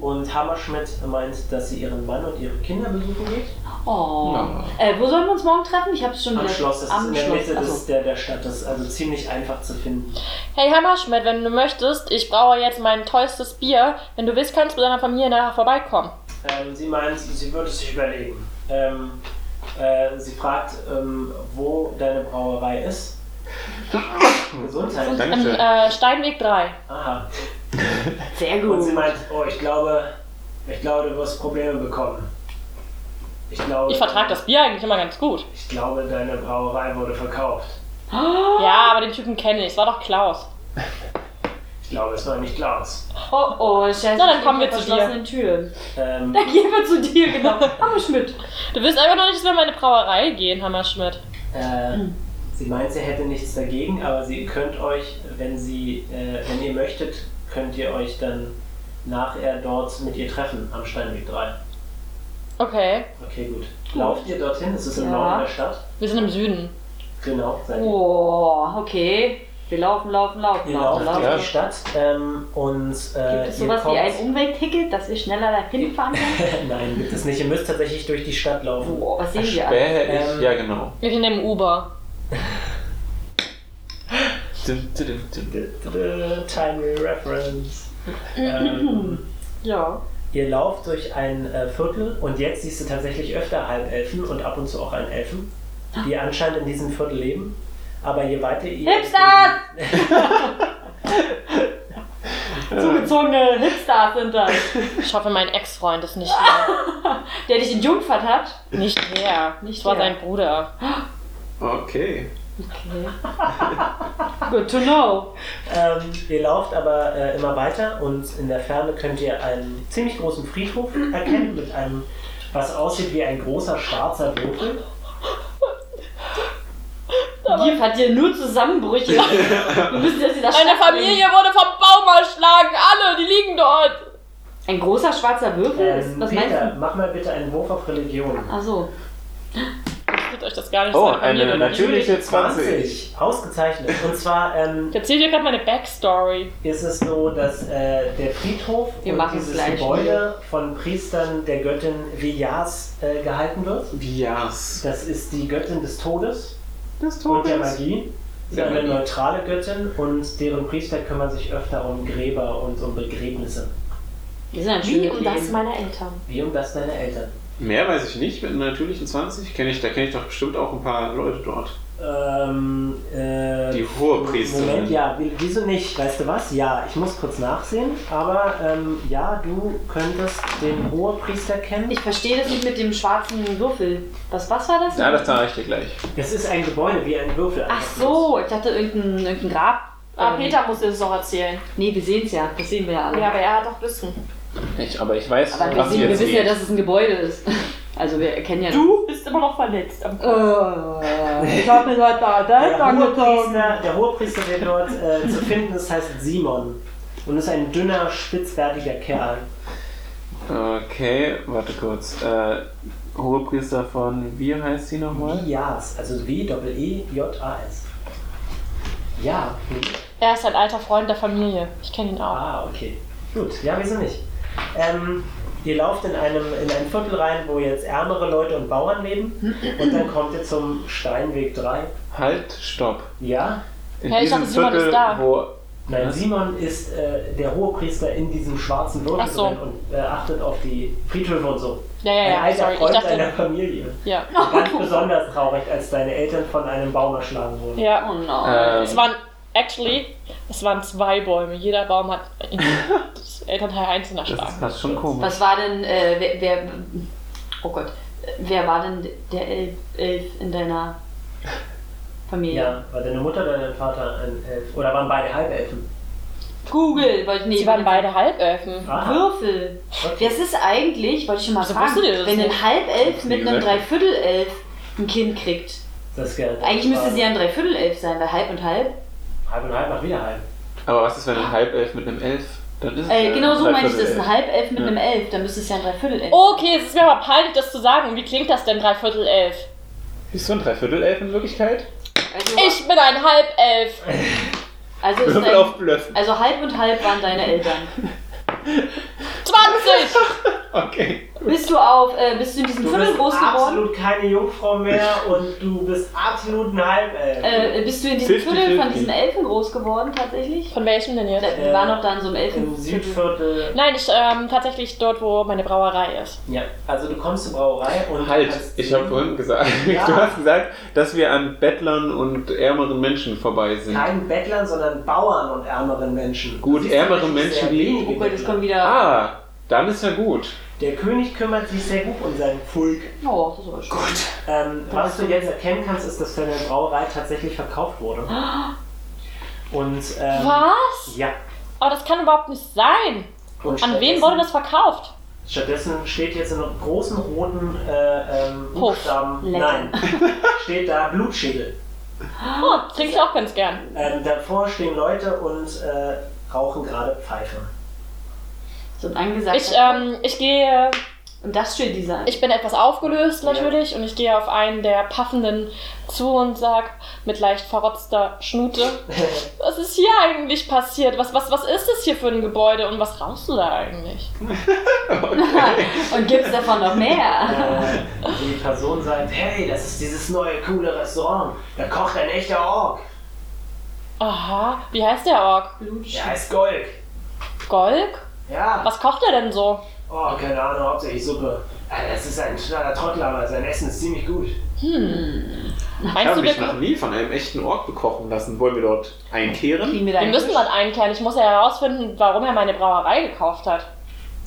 Speaker 3: und Hammerschmidt meint, dass sie ihren Mann und ihre Kinder besuchen geht.
Speaker 6: Oh.
Speaker 4: Ja.
Speaker 6: Äh, wo sollen wir uns morgen treffen? Ich hab's schon
Speaker 3: Am
Speaker 6: wieder-
Speaker 3: Schloss, das
Speaker 6: am
Speaker 3: ist in der
Speaker 6: Schloss.
Speaker 3: Mitte
Speaker 6: Achso.
Speaker 3: des, der, der Stadt. Das ist also ziemlich einfach zu finden.
Speaker 7: Hey Hammerschmidt, wenn du möchtest, ich brauche jetzt mein teuerstes Bier. Wenn du willst, kannst du mit deiner Familie nachher vorbeikommen.
Speaker 3: Ähm, sie meint, sie würde es sich überlegen. Ähm, äh, sie fragt, ähm, wo deine Brauerei ist.
Speaker 4: Hm.
Speaker 3: Gesundheit.
Speaker 7: Im
Speaker 4: Dankeschön.
Speaker 7: äh, Steinweg 3.
Speaker 3: Aha.
Speaker 6: Sehr
Speaker 3: Und sie
Speaker 6: gut.
Speaker 3: meint, oh, ich glaube, ich glaube, du wirst Probleme bekommen. Ich glaube,
Speaker 7: Ich vertrage das Bier eigentlich immer ganz gut.
Speaker 3: Ich glaube, deine Brauerei wurde verkauft.
Speaker 7: Ja, aber den Typen kenne ich. Es war doch Klaus.
Speaker 3: Ich glaube, es war nicht Klaus.
Speaker 6: Oh, oh, scheiße.
Speaker 7: Na, dann kommen wir zu
Speaker 6: verschlossenen Tür.
Speaker 3: Ähm,
Speaker 6: Dann gehen wir zu dir, genau. Hammerschmidt.
Speaker 7: Du willst einfach noch nicht, dass wir in meine Brauerei gehen, Hammerschmidt.
Speaker 3: äh, sie meint, sie hätte nichts dagegen, aber sie könnt euch, wenn sie, äh, wenn ihr möchtet, könnt ihr euch dann nachher dort mit ihr treffen am Steinweg 3.
Speaker 7: Okay.
Speaker 3: Okay, gut. Lauft ihr dorthin? Es ist im
Speaker 6: Ja.
Speaker 3: Norden der Stadt.
Speaker 7: Wir sind im Süden.
Speaker 3: Genau, seid ihr
Speaker 6: Oh, okay. Wir laufen, laufen, laufen,
Speaker 3: Ihr
Speaker 6: laufen,
Speaker 3: lauft
Speaker 6: laufen.
Speaker 3: durch die Stadt ähm, und äh,
Speaker 9: Gibt es
Speaker 3: ihr
Speaker 9: sowas wie
Speaker 3: kommt-
Speaker 9: ein Umweltticket, dass wir schneller dahin fahren können?
Speaker 3: Nein, gibt es nicht. Ihr müsst tatsächlich durch die Stadt laufen.
Speaker 6: Oh,
Speaker 9: Was sehen wir an?
Speaker 4: Spähe ich.
Speaker 3: Ähm.
Speaker 4: Ja, genau.
Speaker 7: Wir sind im Uber.
Speaker 4: Dim, dim, dim, dim.
Speaker 3: Timely Reference. ähm,
Speaker 6: Ja.
Speaker 3: ihr lauft durch ein äh, Viertel und jetzt siehst du tatsächlich öfter Halbelfen und ab und zu auch einen Elfen, die anscheinend in diesem Viertel leben. Aber je weiter ihr.
Speaker 6: Hipsters! Zugezogene Hipstars sind das.
Speaker 7: Ich hoffe, mein Ex-Freund ist nicht mehr.
Speaker 6: Der dich in Jungfahrt hat.
Speaker 7: Nicht mehr.
Speaker 6: Nicht
Speaker 7: Es war
Speaker 6: mehr.
Speaker 7: sein Bruder.
Speaker 4: Okay.
Speaker 6: Good to know.
Speaker 3: Ähm, ihr lauft aber äh, immer weiter und in der Ferne könnt ihr einen ziemlich großen Friedhof erkennen mit einem, was aussieht wie ein großer schwarzer
Speaker 6: Hm,
Speaker 3: Würfel.
Speaker 6: Gif hat dir nur Zusammenbrüche. Wir wissen, dass sie das
Speaker 7: Meine
Speaker 6: schafft.
Speaker 7: Familie wurde vom Baum erschlagen. Alle, die liegen dort.
Speaker 6: Ein großer schwarzer Würfel? ist-
Speaker 3: Ähm,
Speaker 6: Was meinst
Speaker 3: Peter,
Speaker 6: du?
Speaker 3: mach mal bitte einen Wurf auf Religion.
Speaker 6: Achso.
Speaker 7: Ich euch das gar nicht
Speaker 4: Oh,
Speaker 7: sagen.
Speaker 4: eine natürliche 20.
Speaker 3: Ausgezeichnet. Und zwar ähm,
Speaker 7: Ich erzähle dir gerade meine Backstory.
Speaker 3: ist es so, dass äh, der Friedhof
Speaker 6: Wir
Speaker 3: und
Speaker 6: machen
Speaker 3: dieses
Speaker 6: gleich
Speaker 3: Gebäude von Priestern der Göttin Vias äh, gehalten wird.
Speaker 4: Bias.
Speaker 3: Das ist die Göttin des Todes
Speaker 4: Das
Speaker 3: und der Magie. Sie ist
Speaker 4: Der
Speaker 3: eine
Speaker 4: Magie.
Speaker 3: neutrale Göttin und deren Priester kümmern sich öfter um Gräber und um Begräbnisse.
Speaker 6: Wir sind ein
Speaker 5: Wie
Speaker 6: schönes
Speaker 5: um das
Speaker 6: Leben.
Speaker 5: meiner Eltern.
Speaker 3: Wie um das deine Eltern?
Speaker 4: Mehr weiß ich nicht mit einer natürlichen 20. Kenn ich, da kenne ich doch bestimmt auch ein paar Leute dort.
Speaker 3: Ähm, äh,
Speaker 4: Die Hohepriesterin.
Speaker 3: Moment, ja, wie- wieso nicht? Weißt du was? Ja, ich muss kurz nachsehen, aber ähm, ja, du könntest den Hohepriester kennen.
Speaker 6: Ich verstehe das nicht mit dem schwarzen Würfel. Was, was war das?
Speaker 4: Ja, das sage ich dir gleich.
Speaker 3: Das ist ein Gebäude wie ein Würfel.
Speaker 6: Ach so, ich dachte irgendein, irgendein Grab.
Speaker 5: Aber
Speaker 6: Ähm,
Speaker 5: Ah, Peter muss dir das noch erzählen.
Speaker 6: Nee, wir sehen es ja. Das sehen wir ja alle.
Speaker 5: Ja, aber er hat doch Wissen.
Speaker 4: Ich, aber ich weiß,
Speaker 6: Aber wir,
Speaker 4: was ich
Speaker 6: sehen, wir
Speaker 4: jetzt
Speaker 6: wissen ja,
Speaker 4: sehe.
Speaker 6: dass es ein Gebäude ist. Also wir erkennen ja...
Speaker 5: Du bist immer noch verletzt. am Kopf.
Speaker 6: Äh, ich hab mir heute da das
Speaker 3: Der
Speaker 6: angezogen.
Speaker 3: Hohepriester, der Hohepriester, der dort äh, zu finden ist, heißt Simon und ist ein dünner, spitzbärtiger Kerl.
Speaker 4: Okay, warte kurz. Äh, Hohepriester von, wie heißt sie nochmal?
Speaker 3: Vias, also W-E-J-A-S. Ja, hm.
Speaker 7: Er ist ein alter Freund der Familie. Ich kenne ihn auch.
Speaker 3: Ah, okay. Gut, ja, wieso nicht? Ähm, ihr lauft in, einem, in ein Viertel rein, wo jetzt ärmere Leute und Bauern leben. Und dann kommt ihr zum Steinweg 3.
Speaker 4: Halt, stopp.
Speaker 3: Ja?
Speaker 4: In
Speaker 7: Ja, ich dachte, Simon ist da.
Speaker 4: wo.
Speaker 3: Nein, Simon ist äh, der Hohepriester in diesem schwarzen Würfel
Speaker 7: Ach so.
Speaker 3: drin und äh, achtet auf die Friedhöfe und so.
Speaker 7: Ja, ja,
Speaker 3: Ein
Speaker 7: ja.
Speaker 3: alter
Speaker 7: Sorry. Ich
Speaker 3: Freund deiner
Speaker 7: dachte.
Speaker 3: Familie.
Speaker 7: Ja.
Speaker 3: Ganz besonders traurig, als deine Eltern von einem Baum erschlagen wurden.
Speaker 7: Ja.
Speaker 6: Oh nein.
Speaker 4: Ähm,
Speaker 7: Es waren, actually, es waren zwei Bäume. Jeder Baum hat in- das Elternteil einzeln
Speaker 4: das ist
Speaker 7: erschlagen.
Speaker 4: fast schon komisch.
Speaker 6: Was war denn, äh, wer, wer, oh Gott, Äh, wer war denn der Elf, Elf in deiner Familie?
Speaker 3: Ja, war deine Mutter oder dein Vater ein Elf? Oder waren beide Halbelfen?
Speaker 6: Google, wollte ich nicht.
Speaker 7: Sie waren beide Halbelfen.
Speaker 3: Aha.
Speaker 6: Würfel.
Speaker 3: Okay.
Speaker 6: Das ist eigentlich, wollte ich schon mal
Speaker 7: Wieso
Speaker 6: fragen,
Speaker 7: wusstet ihr das
Speaker 6: wenn
Speaker 7: nicht?
Speaker 6: ein Halbelf
Speaker 4: nie
Speaker 6: mit einem
Speaker 4: gesagt.
Speaker 6: Dreiviertelelf ein Kind kriegt.
Speaker 3: Das ist geil.
Speaker 6: Eigentlich müsste sie ja ein Dreiviertelelf sein, weil halb und halb.
Speaker 3: Halb und halb macht wieder halb.
Speaker 4: Aber was ist, wenn ein Halbelf mit einem Elf? Dann ist es
Speaker 6: Äh,
Speaker 4: ja
Speaker 6: genau
Speaker 4: ein
Speaker 6: so meine ich das, ein
Speaker 4: Dreiviertelelf.
Speaker 6: Halbelf mit
Speaker 4: Ja.
Speaker 6: einem Elf, dann müsste es ja ein Dreiviertelelf
Speaker 7: Okay, es ist mir aber peinlich, das zu sagen. Wie klingt das denn, Dreiviertel elf?
Speaker 4: Ist so ein Dreiviertelelf in Wirklichkeit?
Speaker 6: Also,
Speaker 7: Ich bin ein Halbelf.
Speaker 6: also, ist
Speaker 4: Würfel
Speaker 6: dein,
Speaker 4: auf Blöffen.
Speaker 6: also halb und halb waren deine Eltern.
Speaker 7: 20!
Speaker 4: Okay.
Speaker 6: Bist du auf, äh, bist du in diesem
Speaker 3: Du
Speaker 6: Viertel
Speaker 3: bist
Speaker 6: groß geworden?
Speaker 3: absolut keine Jungfrau mehr und du bist absolut ein Halbelf.
Speaker 6: Äh, bist du in diesem
Speaker 4: 50-50.
Speaker 6: Viertel von diesen Elfen groß geworden tatsächlich?
Speaker 7: Von welchem denn
Speaker 6: Da,
Speaker 7: jetzt?
Speaker 6: wir waren doch da in so einem
Speaker 4: Also
Speaker 3: Im
Speaker 6: Elfen.
Speaker 3: Südviertel.
Speaker 7: Nein, ich, ähm, tatsächlich dort, wo meine Brauerei ist.
Speaker 3: Ja, also du kommst zur Brauerei und.
Speaker 4: Halt,
Speaker 3: kannst-
Speaker 4: ich habe vorhin gesagt,
Speaker 3: Ja.
Speaker 4: du hast gesagt, dass wir an Bettlern und ärmeren Menschen vorbei sind.
Speaker 3: Keinen Bettlern, sondern Bauern und ärmeren Menschen.
Speaker 4: Gut,
Speaker 3: Du siehst
Speaker 4: ärmere
Speaker 3: tatsächlich
Speaker 4: Menschen
Speaker 3: sehr
Speaker 4: liegen.
Speaker 3: wenige
Speaker 7: Ah.
Speaker 6: Oh Gott, das
Speaker 3: Bettler.
Speaker 6: kommen wieder.
Speaker 4: Ah, dann ist ja gut.
Speaker 3: Der König kümmert sich sehr gut um sein Volk.
Speaker 6: Oh, das ist aber schön.
Speaker 3: Gut. Ähm, was du jetzt erkennen kannst, ist, dass deine Brauerei tatsächlich verkauft wurde. Und ähm,
Speaker 7: Was?
Speaker 3: ja.
Speaker 7: Oh, das kann überhaupt nicht sein.
Speaker 3: Und
Speaker 7: An wen
Speaker 3: stattdessen-
Speaker 7: wurde das verkauft?
Speaker 3: Stattdessen steht jetzt in großen roten äh, ähm,
Speaker 7: Hof.
Speaker 3: Buchstaben.
Speaker 6: Lecker.
Speaker 3: Nein. steht da Blutschädel.
Speaker 7: Oh, trinke ich auch ganz gern.
Speaker 3: Ähm, davor stehen Leute und äh, rauchen gerade Pfeifen.
Speaker 6: So ein angesagter.
Speaker 7: Ich, ähm, ich gehe,
Speaker 6: und das steht dieser.
Speaker 7: ich bin etwas aufgelöst natürlich und ich gehe auf einen der Paffenden zu und sag mit leicht verrotzter Schnute, was ist hier eigentlich passiert? Was, was, was ist das hier für ein Gebäude und was rauchst du da eigentlich?
Speaker 6: und gibt's davon noch mehr?
Speaker 3: äh, die Person sagt, hey, das ist dieses neue coole Restaurant. Da kocht ein echter Ork.
Speaker 7: Aha, wie heißt der Ork?
Speaker 3: Der heißt Golk.
Speaker 7: Golk?
Speaker 3: Ja.
Speaker 7: Was kocht er denn so?
Speaker 3: Oh, keine Ahnung, hauptsächlich Suppe. Ah, Das ist ein schneller Trottel, aber sein Essen ist ziemlich gut.
Speaker 4: Ich
Speaker 7: Meinst
Speaker 4: habe
Speaker 7: du, wir,
Speaker 4: mich noch nie von einem echten Ork bekochen lassen. Wollen wir dort einkehren?
Speaker 6: Kriegen wir da
Speaker 7: wir
Speaker 6: einen
Speaker 7: müssen
Speaker 6: Fisch?
Speaker 7: was einkehren? Ich muss ja herausfinden, warum er meine Brauerei gekauft hat.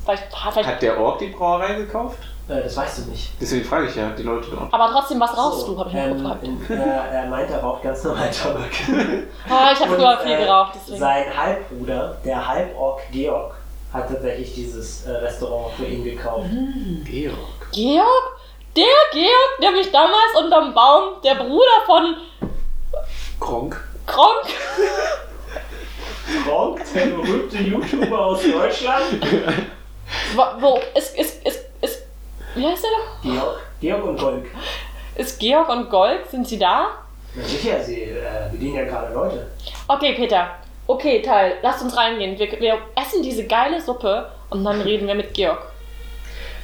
Speaker 7: Vielleicht, vielleicht,
Speaker 4: Hat der Ork die Brauerei gekauft?
Speaker 3: Äh, das weißt du nicht.
Speaker 4: Deswegen frage ich ja die Leute dort.
Speaker 7: aber trotzdem, was rauchst du? Habe ich mich
Speaker 3: ähm,
Speaker 7: gefragt.
Speaker 3: in- äh, Er meint, er raucht ganz normal Tabak.
Speaker 7: Ah, ich habe
Speaker 3: Und,
Speaker 7: früher viel
Speaker 3: äh,
Speaker 7: geraucht, deswegen.
Speaker 3: Sein Halbbruder, der Halborg Georg, hat tatsächlich dieses äh, Restaurant für ihn gekauft.
Speaker 7: Mhm.
Speaker 4: Georg.
Speaker 7: Georg? Der Georg, der mich damals unterm Baum, der Bruder von
Speaker 4: Kronk.
Speaker 7: Kronk.
Speaker 3: Gronk, der berühmte YouTuber aus Deutschland.
Speaker 7: Wo, wo ist, ist, ist, ist, wie heißt der noch?
Speaker 3: Georg, Georg und Golk.
Speaker 7: Ist Georg und Golk, sind sie da?
Speaker 3: Na sicher, sie äh, bedienen ja gerade Leute.
Speaker 7: Okay, Peter. Okay, Teil, lasst uns reingehen. Wir, wir essen diese geile Suppe und dann reden wir mit Georg.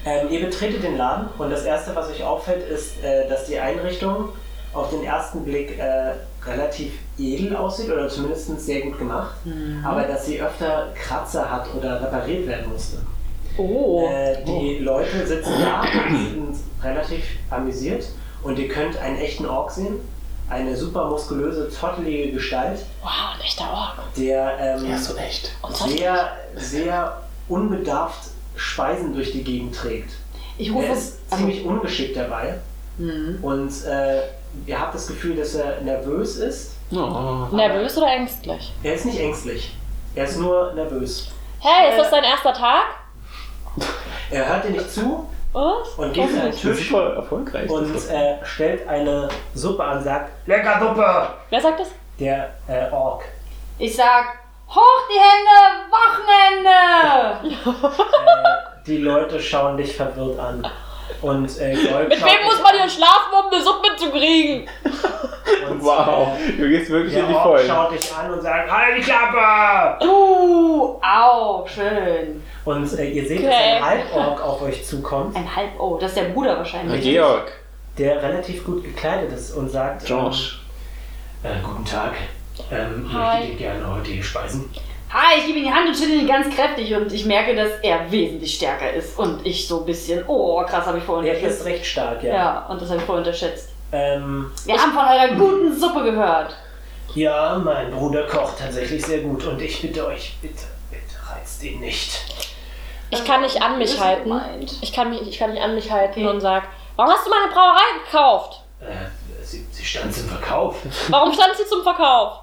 Speaker 3: Ähm, ihr betretet den Laden und das Erste, was euch auffällt, ist, äh, dass die Einrichtung auf den ersten Blick äh, relativ edel aussieht oder zumindest sehr gut gemacht,
Speaker 7: Mhm.
Speaker 3: aber dass sie öfter Kratzer hat oder repariert werden musste.
Speaker 6: Oh.
Speaker 3: Äh, die Leute sitzen da und sind relativ amüsiert und ihr könnt einen echten Ork sehen, eine super muskulöse, zottelige Gestalt,
Speaker 7: Wow, ein echter Ork.
Speaker 3: der ähm,
Speaker 4: echt.
Speaker 7: Und so
Speaker 3: sehr, sehr unbedarft Speisen durch die Gegend trägt.
Speaker 6: Ich rufe
Speaker 3: Er
Speaker 6: es.
Speaker 3: ist ziemlich ungeschickt dabei
Speaker 7: Mhm.
Speaker 3: und äh, ihr habt das Gefühl, dass er nervös ist.
Speaker 4: Oh.
Speaker 7: nervös oder ängstlich?
Speaker 3: Er ist nicht ängstlich, er ist nur nervös.
Speaker 6: Äh,
Speaker 7: Hey, ist das dein erster Tag?
Speaker 3: Er hört dir nicht zu
Speaker 7: Was? Oh.
Speaker 3: und geht halt an den Tisch
Speaker 4: Super erfolgreich.
Speaker 3: und äh, stellt eine Suppe an und sagt, lecker Suppe!
Speaker 7: Wer sagt das?
Speaker 3: Der äh, Ork.
Speaker 6: Ich sag, hoch die Hände, Wochenende!
Speaker 3: Die Leute schauen dich verwirrt an. Und äh, Golk
Speaker 7: Mit
Speaker 3: schaut
Speaker 7: wem muss
Speaker 3: dich
Speaker 7: man hier schlafen, um eine Suppe zu kriegen?
Speaker 3: an und,
Speaker 4: wow, du gehst
Speaker 3: Äh,
Speaker 4: wirklich in
Speaker 3: der
Speaker 4: die
Speaker 3: Ork
Speaker 4: Vollen.
Speaker 3: schaut dich an und sagt, halt die Klappe!
Speaker 6: Uh, au, schön.
Speaker 3: Und äh, ihr seht, dass
Speaker 7: Okay.
Speaker 3: ein Halborg auf euch zukommt,
Speaker 6: Ein halb, oh, das ist der Bruder
Speaker 4: Na,
Speaker 6: wahrscheinlich.
Speaker 4: Georg.
Speaker 3: der relativ gut gekleidet ist und sagt,
Speaker 4: George.
Speaker 3: ähm, äh, guten Tag. Ähm,
Speaker 7: Hi.
Speaker 3: möchtet ihr gerne heute hier speisen?
Speaker 6: Hi, ich gebe ihm die Hand und schüttel ihn ganz kräftig und ich merke, dass er wesentlich stärker ist und ich so ein bisschen, oh, krass, habe ich vorhin
Speaker 3: Er ist
Speaker 6: unterschätzt.
Speaker 3: recht stark,
Speaker 6: Ja.
Speaker 3: ja.
Speaker 6: und das habe ich vorhin unterschätzt.
Speaker 3: Ähm,
Speaker 6: Wir haben von eurer guten Suppe gehört.
Speaker 3: ja, mein Bruder kocht tatsächlich sehr gut und ich bitte euch, bitte, bitte reizt ihn nicht.
Speaker 7: Ich kann nicht an
Speaker 6: Das
Speaker 7: mich
Speaker 6: ist
Speaker 7: halten.
Speaker 6: gemeint.
Speaker 7: Ich kann, mich, ich kann nicht an mich halten
Speaker 6: Okay.
Speaker 7: und sag, warum hast du meine Brauerei gekauft?
Speaker 3: Äh, sie, sie stand zum Verkauf.
Speaker 7: Warum stand sie zum Verkauf?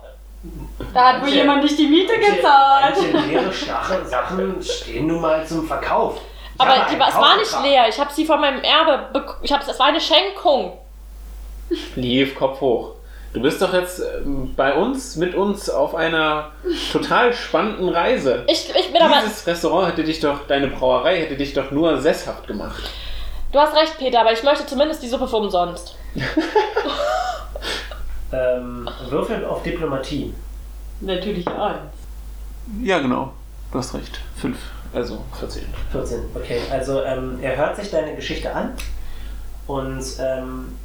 Speaker 6: Da hat wohl
Speaker 3: Tja.
Speaker 6: jemand nicht die Miete
Speaker 3: Manche-
Speaker 6: gezahlt.
Speaker 3: Manche leere Sachen, Sachen stehen nun mal zum Verkauf. Ich
Speaker 7: Aber
Speaker 3: habe
Speaker 7: die,
Speaker 3: einen
Speaker 7: war- es war nicht
Speaker 3: Kaufvertrag.
Speaker 7: leer. Ich habe sie von meinem Erbe bek- ich habe es war eine Schenkung.
Speaker 4: Lief, Kopf hoch. Du bist doch jetzt ähm, bei uns, mit uns auf einer total spannenden Reise.
Speaker 7: Ich, ich bin aber
Speaker 4: Dieses Restaurant hätte dich doch, deine Brauerei hätte dich doch nur sesshaft gemacht.
Speaker 7: Du hast recht, Peter, aber ich möchte zumindest die Suppe für umsonst.
Speaker 3: Ähm, Würfel auf Diplomatie.
Speaker 6: Natürlich eins.
Speaker 4: Ja, genau. Du hast recht. Fünf. Also 14.
Speaker 3: 14. Okay, also ähm, er hört sich deine Geschichte an und ähm,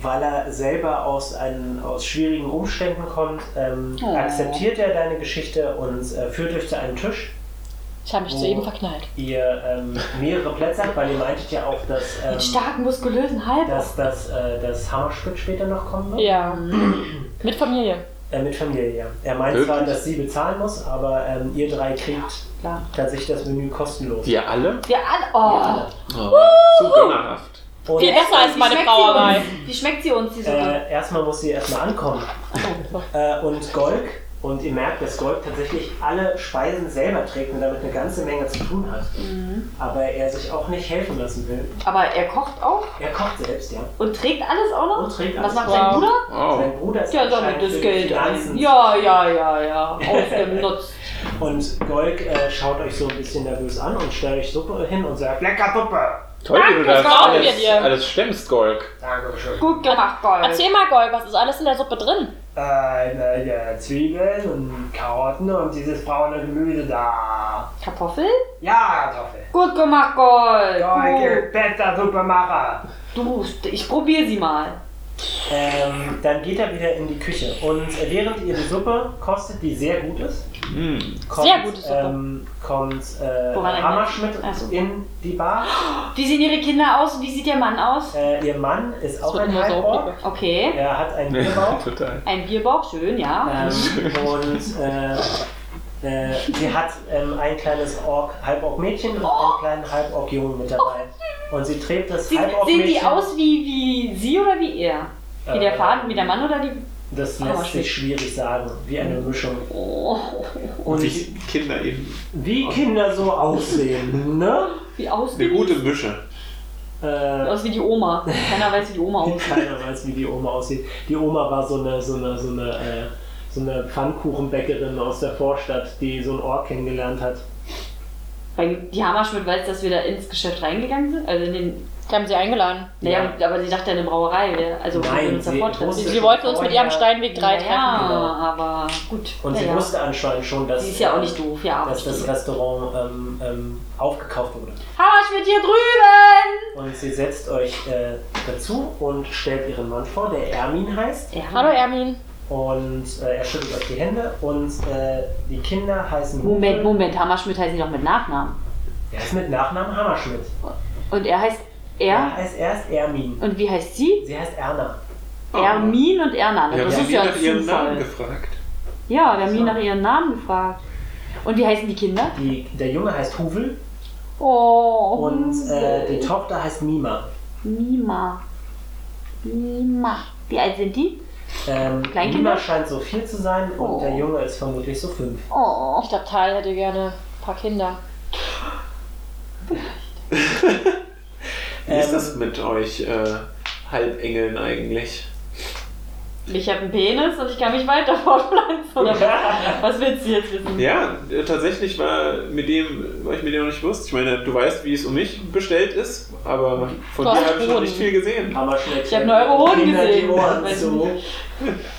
Speaker 3: weil er selber aus, einem, aus schwierigen Umständen kommt, ähm,
Speaker 6: Oh.
Speaker 3: akzeptiert er deine Geschichte und äh, führt euch zu einem Tisch.
Speaker 7: Ich habe mich
Speaker 3: Oh.
Speaker 7: zu eben verknallt.
Speaker 3: Ihr ähm, mehrere Plätze habt, weil ihr meintet ja auch, dass,
Speaker 6: Einen
Speaker 3: ähm,
Speaker 6: starken, muskulösen Halb.
Speaker 3: dass, dass äh, das Hammerstück später noch kommen wird.
Speaker 7: Ja. Mit Familie.
Speaker 3: Äh, mit Familie, ja. Er meint
Speaker 4: Wirklich?
Speaker 3: zwar, dass sie bezahlen muss, aber ähm, ihr drei kriegt
Speaker 6: Klar.
Speaker 3: tatsächlich das Menü kostenlos.
Speaker 4: Wir alle?
Speaker 6: Wir alle. Oh.
Speaker 4: Oh, zu gönnerhaft.
Speaker 3: Und
Speaker 7: Viel besser als meine Brauerei.
Speaker 6: Wie schmeckt sie uns, die Suppe?
Speaker 3: äh, erstmal muss sie erstmal ankommen. Äh, und Golk, und ihr merkt, dass Golk tatsächlich alle Speisen selber trägt und damit eine ganze Menge zu tun hat.
Speaker 6: Mhm.
Speaker 3: Aber er sich auch nicht helfen lassen will.
Speaker 7: Äh.
Speaker 6: Aber er kocht auch
Speaker 3: Er kocht selbst, ja.
Speaker 6: und trägt alles auch noch?
Speaker 3: Und trägt alles.
Speaker 6: Was macht sein
Speaker 7: Wow.
Speaker 6: Bruder?
Speaker 4: Wow.
Speaker 3: Sein Bruder ist
Speaker 6: Der
Speaker 3: anscheinend
Speaker 6: sammelt
Speaker 3: für
Speaker 6: das
Speaker 3: die
Speaker 6: Geld
Speaker 3: Finanzen.
Speaker 6: ein. Ja, ja, ja, ja. Ausgenutzt.
Speaker 3: Und Golk äh, schaut euch so ein bisschen nervös an und stellt euch Suppe hin und sagt, lecker Suppe!
Speaker 4: Toll, wie du
Speaker 7: das
Speaker 4: das
Speaker 7: brauchen wir
Speaker 4: alles,
Speaker 7: dir.
Speaker 4: alles stemmst, Golk.
Speaker 3: Dankeschön.
Speaker 6: Gut gemacht, Gold.
Speaker 7: Erzähl mal, Gold, was ist alles in der Suppe drin?
Speaker 3: Äh, na ja, Zwiebeln und Karotten und dieses braune Gemüse da.
Speaker 6: Kartoffel?
Speaker 3: Ja, Kartoffel.
Speaker 6: Gut gemacht, Gold.
Speaker 3: Geige,
Speaker 6: Gut.
Speaker 3: besser Supermacher.
Speaker 6: Du, ich probier sie mal.
Speaker 3: Ähm, dann geht er wieder in die Küche und während ihr die Suppe kostet, die sehr gut ist, kommt,
Speaker 7: Sehr gute Suppe.
Speaker 3: Ähm, kommt äh,
Speaker 6: Woran erinnert-
Speaker 3: Hamasch mit
Speaker 6: Ach so.
Speaker 3: in die Bar.
Speaker 6: Wie sehen ihre Kinder aus und wie sieht ihr Mann aus?
Speaker 3: Äh, ihr Mann ist auch
Speaker 7: wird
Speaker 3: ein
Speaker 7: immer so
Speaker 3: Halborg.
Speaker 6: Okay.
Speaker 3: Er hat einen Bierbauch.
Speaker 4: total.
Speaker 6: Ein Bierbauch, schön, ja.
Speaker 3: ähm, und äh, äh, sie hat ähm, ein kleines Ork, Halborg-Mädchen und einen
Speaker 7: Oh!
Speaker 3: kleinen Halborg-Jungen mit dabei. Und sie trägt das
Speaker 6: Sie, sehen die
Speaker 3: Halborg-Mädchen.
Speaker 6: aus wie, wie sie oder wie er? Wie der
Speaker 3: Äh,
Speaker 6: Faden, wie der Mann oder die.
Speaker 3: Das
Speaker 7: Oh,
Speaker 6: Aber
Speaker 3: lässt sich
Speaker 6: schlecht.
Speaker 3: schwierig sagen, wie eine Mischung.
Speaker 6: Oh,
Speaker 3: Und
Speaker 4: Wie Kinder eben.
Speaker 3: wie Kinder so aussehen, ne?
Speaker 6: wie aus
Speaker 4: Eine gute Mische.
Speaker 3: Äh,
Speaker 6: Aus wie die Oma. Keiner weiß, wie die Oma aussieht.
Speaker 3: keiner weiß, wie die Oma aussieht. Die Oma war so eine, so eine, so eine, äh, so eine Pfannkuchenbäckerin aus der Vorstadt, die so einen Ort kennengelernt hat.
Speaker 6: Weil die Hammerschmidt weiß, dass wir da ins Geschäft reingegangen sind. Also in den.
Speaker 7: Die haben sie eingeladen.
Speaker 6: Naja, aber sie dachte ja eine Brauerei. wäre- Also
Speaker 3: Nein,
Speaker 6: wir uns da
Speaker 3: sie-
Speaker 6: vortreffen.
Speaker 3: wusste-
Speaker 7: Sie wollten uns mit ihrem Steinweg 3
Speaker 6: Oh ja,
Speaker 7: treffen. genau.
Speaker 6: aber gut.
Speaker 3: Und sie
Speaker 6: naja.
Speaker 3: wusste anscheinend schon, dass,
Speaker 6: Sie ist ja auch nicht doof, ja.
Speaker 3: dass das Restaurant ähm, ähm, aufgekauft wurde.
Speaker 6: Hammerschmidt hier drüben!
Speaker 3: Und sie setzt euch äh, dazu und stellt ihren Mann vor, der Ermin heißt.
Speaker 6: Ja.
Speaker 7: Hallo, Ermin.
Speaker 3: Und äh, er schüttelt euch die Hände und äh, die Kinder heißen
Speaker 6: Moment,
Speaker 3: Hupe.
Speaker 6: Moment, Hammerschmidt heißt nicht noch mit Nachnamen.
Speaker 3: Er ist mit Nachnamen Hammerschmidt.
Speaker 6: Und er heißt
Speaker 3: Er
Speaker 6: Er.
Speaker 3: heißt erst Ermin.
Speaker 6: Und wie heißt sie?
Speaker 3: Sie heißt Erna.
Speaker 4: Ah.
Speaker 6: Ermin und Erna.
Speaker 4: Ich habe
Speaker 6: das ist
Speaker 4: sie
Speaker 6: ja ein
Speaker 4: nach ihrem Namen
Speaker 6: Zufall.
Speaker 4: gefragt.
Speaker 6: Ja, wir haben nie nach ihren Namen gefragt. Und wie heißen die Kinder?
Speaker 3: Die, der Junge heißt Huvel
Speaker 6: Oh,
Speaker 3: und äh, die Tochter heißt Mima.
Speaker 6: Mima. Mima. Wie alt sind die?
Speaker 3: Ähm,
Speaker 6: Kleinkinder?
Speaker 3: Mima scheint so vier zu sein und
Speaker 6: Oh.
Speaker 3: der Junge ist vermutlich so fünf.
Speaker 6: Oh.
Speaker 7: Ich glaube, Tal hätte gerne ein paar Kinder.
Speaker 4: Wie ist das mit euch äh, Halbengeln eigentlich?
Speaker 6: Ich habe einen Penis und ich kann mich weiter fortpflanzen. Oder was? was willst du jetzt wissen?
Speaker 4: Ja, äh, tatsächlich war mit dem, war ich mit dem noch nicht wusste. Ich meine, du weißt, wie es um mich bestellt ist, aber von
Speaker 7: Du hast
Speaker 4: dir habe ich noch
Speaker 7: Boden.
Speaker 4: nicht viel gesehen.
Speaker 3: Hammerschmidt.
Speaker 6: Ich hab nur eure Hoden
Speaker 3: Kinder die
Speaker 6: gesehen.
Speaker 3: Ohren zu.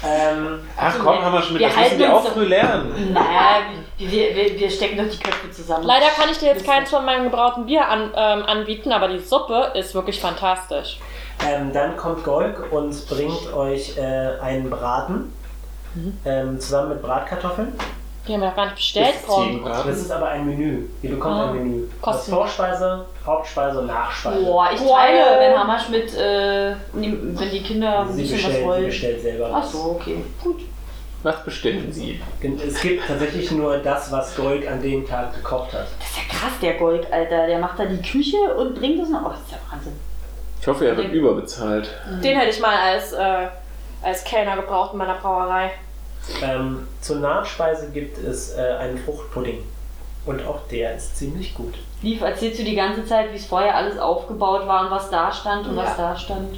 Speaker 3: ähm,
Speaker 4: Ach komm, Hammerschmidt,
Speaker 6: wir
Speaker 4: das müssen
Speaker 6: halten
Speaker 4: wir
Speaker 6: uns
Speaker 4: auch
Speaker 6: doch-
Speaker 4: früh lernen.
Speaker 6: Naja, wir, wir, wir stecken doch die Köpfe zusammen.
Speaker 7: Leider kann ich dir jetzt keins von meinem gebrauten Bier an, ähm, anbieten, aber die Suppe ist wirklich fantastisch.
Speaker 3: ähm, dann kommt Golk und bringt euch äh, einen Braten.
Speaker 6: Mhm.
Speaker 3: Ähm, zusammen mit Bratkartoffeln.
Speaker 7: Die haben wir noch gar nicht bestellt.
Speaker 4: Bis
Speaker 7: Paul.
Speaker 3: Das ist aber ein Menü. Ihr bekommt
Speaker 7: Ah.
Speaker 3: ein Menü. Das
Speaker 7: Kosten.
Speaker 3: Vorspeise, Hauptspeise und Nachspeise.
Speaker 6: Boah, ich
Speaker 7: Boah.
Speaker 6: teile, wenn Hammerschmidt, äh, nehm- wenn die Kinder ein
Speaker 3: Also Sie
Speaker 6: bisschen was
Speaker 3: bestellt, sie
Speaker 6: wollen.
Speaker 3: bestellt selber.
Speaker 6: Ach so, okay. Gut.
Speaker 4: Was bestellen Sie?
Speaker 3: Es gibt tatsächlich nur das, was Gold an dem Tag gekocht hat.
Speaker 6: Das ist ja krass, der Gold, Alter. Der macht da die Küche und bringt das noch. Oh, das ist ja Wahnsinn.
Speaker 4: Ich hoffe, er wird
Speaker 6: Den-
Speaker 4: überbezahlt.
Speaker 5: Den hätte ich mal als, äh, als Kellner gebraucht in meiner Brauerei.
Speaker 3: Ähm, zur Nachspeise gibt es äh, einen Fruchtpudding. Und auch der ist ziemlich gut.
Speaker 6: Lief, erzählst du die ganze Zeit, wie es vorher alles aufgebaut war und was da stand und was da stand?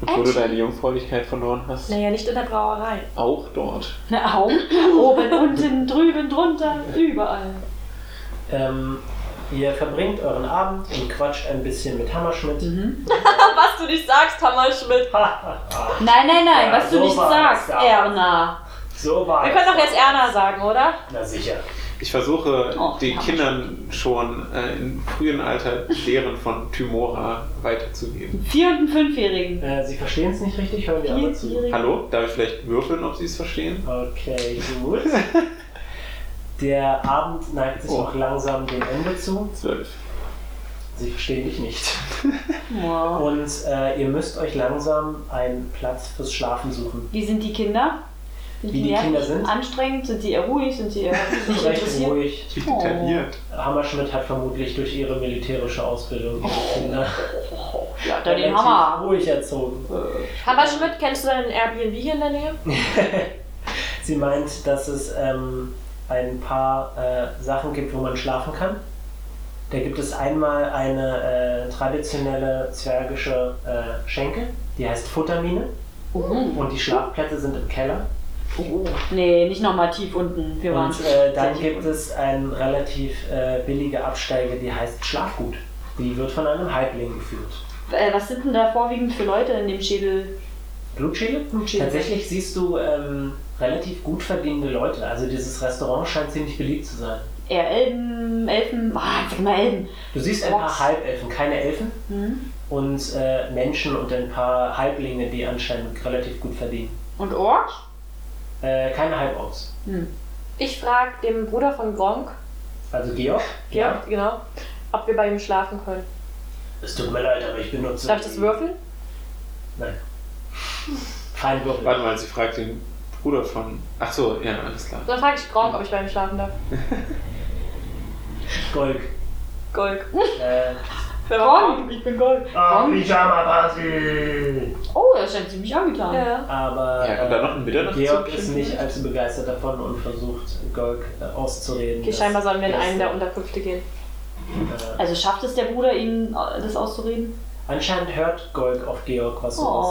Speaker 4: Bevor du deine Jungfräulichkeit verloren hast.
Speaker 5: Naja, nicht in der Brauerei.
Speaker 4: Auch dort.
Speaker 6: Na, Augen, oben, unten, drüben, drunter, überall.
Speaker 3: Ähm, ihr verbringt euren Abend und quatscht ein bisschen mit Hammerschmidt.
Speaker 6: Mhm.
Speaker 5: Was du nicht sagst, Hammerschmidt.
Speaker 6: Nein, nein, nein,
Speaker 3: Ja,
Speaker 6: was du
Speaker 3: so
Speaker 6: nicht
Speaker 3: war's,
Speaker 6: sagst,
Speaker 3: ja.
Speaker 6: Erna.
Speaker 3: So war
Speaker 5: Wir
Speaker 3: es.
Speaker 5: können doch jetzt Erna sagen, oder?
Speaker 3: Na sicher.
Speaker 4: Ich versuche
Speaker 6: Oh,
Speaker 4: den
Speaker 6: ja.
Speaker 4: Kindern schon äh, im frühen Alter die Lehren von Tymora weiterzugeben.
Speaker 6: Vier- und ein Fünfjährigen.
Speaker 3: Äh, sie verstehen es nicht richtig, hören die aber zu.
Speaker 6: Vierjährigen.
Speaker 4: Hallo, darf ich vielleicht würfeln, ob sie es verstehen?
Speaker 3: Okay, gut. Der Abend neigt sich
Speaker 4: Oh.
Speaker 3: auch langsam dem Ende zu.
Speaker 4: Zwölf.
Speaker 3: Sie verstehen dich nicht.
Speaker 6: Wow.
Speaker 3: Und äh, ihr müsst euch langsam einen Platz fürs Schlafen suchen.
Speaker 6: Wie sind die Kinder?
Speaker 3: wie die Kinder sind.
Speaker 10: anstrengend, sind die eher ruhig, sind die eher nicht
Speaker 3: Recht
Speaker 10: interessiert.
Speaker 3: ruhig.
Speaker 4: Wie detailliert.
Speaker 3: Hammerschmidt hat vermutlich durch ihre militärische Ausbildung ihre Kinder
Speaker 6: Ja, dann den
Speaker 3: relativ
Speaker 6: Hammer.
Speaker 3: ruhig erzogen.
Speaker 5: Hammerschmidt, kennst du deinen Airbnb hier in der Nähe?
Speaker 3: Sie meint, dass es ähm, ein paar äh, Sachen gibt, wo man schlafen kann. Da gibt es einmal eine äh, traditionelle zwergische äh, Schenke, die heißt Futtermine.
Speaker 5: Mhm.
Speaker 3: Und die Schlafplätze sind im Keller.
Speaker 5: Oh,
Speaker 6: Nee, nicht nochmal tief unten. Wir waren
Speaker 3: Und äh, dann gibt es eine relativ äh, billige Absteige, die heißt Schlafgut. Die wird von einem Halbling geführt.
Speaker 6: Äh, was sind denn da vorwiegend für Leute in dem Schädel?
Speaker 3: Blutschädel?
Speaker 6: Blutschädel.
Speaker 3: Tatsächlich siehst du ähm, relativ gut verdienende Leute. Also dieses Restaurant scheint ziemlich beliebt zu sein.
Speaker 6: Eher Elben, Elfen. Ah, sag mal Elben.
Speaker 3: Du siehst ein
Speaker 6: Orks.
Speaker 3: paar Halbelfen, keine Elfen.
Speaker 5: Mhm.
Speaker 3: Und äh, Menschen und ein paar Halblinge, die anscheinend relativ gut verdienen.
Speaker 6: Und Orks?
Speaker 3: Äh, keine Halborgs.
Speaker 5: Hm. Ich frage dem Bruder von Gronk,
Speaker 3: Also Georg?
Speaker 5: Georg, genau, ob wir bei ihm schlafen können.
Speaker 3: Es tut mir leid, aber ich benutze.
Speaker 5: Darf ich das würfeln?
Speaker 3: Nein. Fein Würfel.
Speaker 4: Warte mal, sie fragt den Bruder von. Ach so, ja, alles klar.
Speaker 5: Dann frage ich Gronk, ob ich bei ihm schlafen darf.
Speaker 3: Golg.
Speaker 5: Golk.
Speaker 3: Äh,
Speaker 5: Wer war Gronk? Ich bin Golk.
Speaker 6: Komm.
Speaker 3: Ah, Pyjama Party!
Speaker 6: Oh, er scheint ziemlich angetan.
Speaker 5: Ja.
Speaker 3: Aber
Speaker 4: Ja, kommt da noch ein Bitter
Speaker 3: äh, Georg ist nicht allzu begeistert davon und versucht, Golg äh, auszureden.
Speaker 5: Okay,
Speaker 3: dass-
Speaker 5: scheinbar sollen wir in
Speaker 3: dass,
Speaker 5: einen der Unterkünfte gehen.
Speaker 3: äh,
Speaker 6: Also schafft es der Bruder, ihn äh, das auszureden?
Speaker 3: Anscheinend hört Golg auf Georg, was sowas äh,